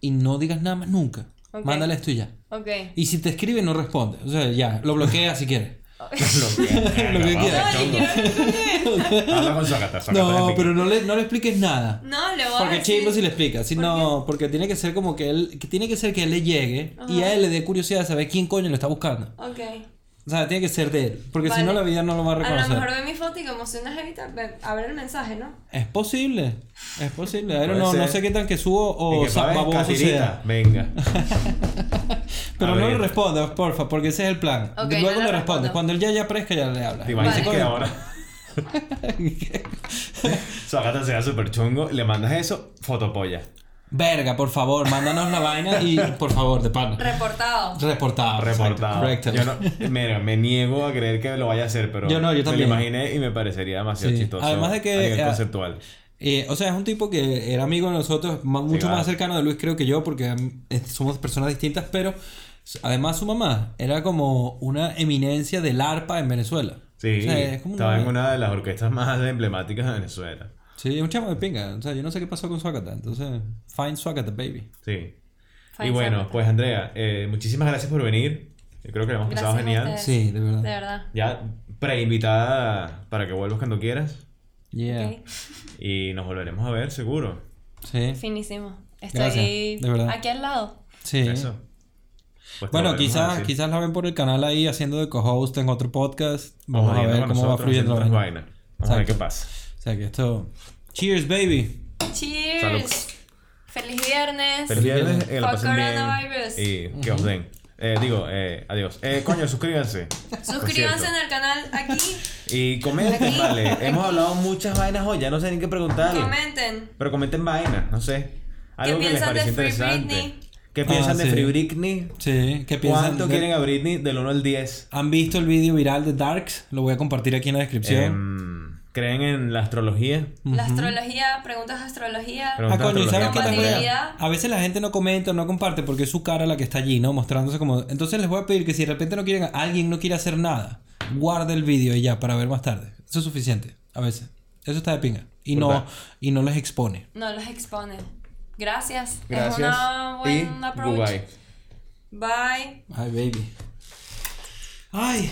Speaker 1: y no digas nada más nunca.
Speaker 3: Ok.
Speaker 1: Mándale esto y ya.
Speaker 3: Ok.
Speaker 1: Y si te escribe, no responde. O sea, ya, lo bloquea si quieres.
Speaker 2: lo que,
Speaker 1: Lo que
Speaker 2: vamos,
Speaker 1: quiera.
Speaker 2: cachondo. Habla con Sakata, Sakata
Speaker 1: No,
Speaker 2: le pica.
Speaker 1: pero no le, no le expliques nada.
Speaker 3: No, le voy a
Speaker 1: Porque
Speaker 3: decir.
Speaker 1: Chimbo si le explica. Si no, porque tiene que ser como que él, que tiene que ser que él le llegue y a él le dé curiosidad de saber quién coño lo está buscando.
Speaker 3: Ok.
Speaker 1: O sea, tiene que ser de él. Porque si
Speaker 3: Vale.
Speaker 1: no, la vida no lo va a
Speaker 3: A lo
Speaker 1: reconocer.
Speaker 3: mejor ve mi foto y como soy una jevita, ve- abre el mensaje, ¿no?
Speaker 1: Es posible. Es posible. Pero
Speaker 2: Puede
Speaker 1: no, no
Speaker 2: ser.
Speaker 1: sé qué tan que subo
Speaker 2: Y
Speaker 1: o
Speaker 2: que,
Speaker 1: sa-
Speaker 2: ¿sabes?
Speaker 1: baboso
Speaker 2: Catirita,
Speaker 1: sea.
Speaker 2: Venga.
Speaker 1: Pero
Speaker 2: A
Speaker 1: no le
Speaker 2: ver.
Speaker 1: respondas, porfa, porque ese es el plan. Luego
Speaker 3: Ok, no
Speaker 1: le
Speaker 3: le
Speaker 1: respondes.
Speaker 3: respondo.
Speaker 1: Cuando él ya ya aparezca, ya le hablas.
Speaker 2: ¿Te imaginas
Speaker 3: Vale.
Speaker 2: que ahora Sakata sea súper chungo? Le mandas eso, fotopolla.
Speaker 1: Verga, por favor, mándanos la vaina y por favor, de pana.
Speaker 3: Reportado.
Speaker 1: Reportado.
Speaker 2: Reportado.
Speaker 1: Correcto.
Speaker 2: Yo no, mira, me niego a creer que lo vaya a hacer, pero
Speaker 1: Yo no, yo también.
Speaker 2: me lo imaginé y me parecería demasiado
Speaker 1: Sí.
Speaker 2: chistoso.
Speaker 1: Además de que-
Speaker 2: a nivel
Speaker 1: eh,
Speaker 2: conceptual.
Speaker 1: Eh, o sea, es un tipo que era amigo de nosotros, ma- mucho
Speaker 2: va.
Speaker 1: más cercano de Luis creo que yo, porque mm, eh, somos personas distintas, pero s- además su mamá era como una eminencia del arpa en Venezuela.
Speaker 2: Sí,
Speaker 1: O sea, es como
Speaker 2: estaba
Speaker 1: una-
Speaker 2: en una de las orquestas más emblemáticas de Venezuela.
Speaker 1: Sí, es un chamo de pinga. O sea, yo no sé qué pasó con Suácata. Entonces, find Suácata, baby.
Speaker 2: Sí. y
Speaker 3: Fine,
Speaker 2: bueno,
Speaker 3: Sakata.
Speaker 2: pues Andrea, eh, muchísimas gracias por venir. Yo creo que lo hemos pasado
Speaker 3: Gracias a
Speaker 2: genial.
Speaker 3: ustedes.
Speaker 1: Sí, de verdad.
Speaker 3: De verdad.
Speaker 2: Ya preinvitada para que vuelvas cuando quieras.
Speaker 1: Yeah.
Speaker 3: Ok.
Speaker 2: Y nos volveremos a ver, seguro.
Speaker 1: Sí.
Speaker 3: Finísimo.
Speaker 1: Gracias,
Speaker 3: Estoy
Speaker 1: de verdad.
Speaker 3: aquí al lado.
Speaker 1: Sí.
Speaker 2: Eso. Pues te
Speaker 1: Bueno,
Speaker 2: volveremos a
Speaker 1: quizás
Speaker 2: decir.
Speaker 1: quizás la ven por el canal ahí haciendo de co-host en otro podcast.
Speaker 2: O
Speaker 1: Vamos a
Speaker 2: jodiendo
Speaker 1: ver
Speaker 2: con
Speaker 1: cómo va
Speaker 2: nosotros,
Speaker 1: fluyendo la
Speaker 2: haciendo
Speaker 1: vaina.
Speaker 2: otras vainas. Vamos a ver qué
Speaker 1: Exacto.
Speaker 2: pasa.
Speaker 1: O sea, que esto. Cheers, baby.
Speaker 3: Cheers.
Speaker 2: Saludos.
Speaker 3: Feliz viernes.
Speaker 2: Feliz viernes, que eh, la
Speaker 3: Fuck
Speaker 2: pasen bien
Speaker 3: coronavirus.
Speaker 2: Y que os den. Eh, digo, eh, adiós. Eh, coño, suscríbanse. por
Speaker 3: Suscríbanse
Speaker 2: cierto.
Speaker 3: en el canal aquí.
Speaker 2: Y comenten, vale. Hemos hablado muchas vainas hoy, ya no sé ni qué preguntarle.
Speaker 3: Comenten.
Speaker 2: Pero comenten vainas, no sé. Algo que les
Speaker 3: piensan de
Speaker 2: pareció
Speaker 3: Free
Speaker 2: interesante.
Speaker 3: Britney?
Speaker 2: ¿Qué
Speaker 1: Ah,
Speaker 2: piensan de
Speaker 1: sí.
Speaker 2: Free Britney?
Speaker 1: Sí, ¿qué piensan?
Speaker 2: ¿Cuánto
Speaker 1: de-
Speaker 2: quieren a Britney del 1 al 10?
Speaker 1: ¿Han visto el vídeo viral de Darks? Lo voy a compartir aquí en la descripción.
Speaker 2: Em, ¿Creen en la astrología?
Speaker 3: La astrología, preguntas de astrología.
Speaker 2: Pero-
Speaker 1: ah,
Speaker 2: pregunta
Speaker 1: coño, ¿y ¿sabes qué también?
Speaker 3: Compatibilidad.
Speaker 1: A veces la gente no comenta o no comparte porque es su cara la que está allí, ¿no? Mostrándose como... Entonces les voy a pedir que si de repente no quieren... Alguien no quiere hacer nada, guarde el vídeo y ya para ver más tarde. Eso es suficiente, a veces. Eso está de pinga. Y no,
Speaker 2: Brutal.
Speaker 1: y no les expone.
Speaker 3: No los expone. Gracias.
Speaker 2: Gracias.
Speaker 3: Es una
Speaker 2: y
Speaker 3: buena approach.
Speaker 2: goodbye.
Speaker 3: Bye.
Speaker 1: Ay, baby. Ay.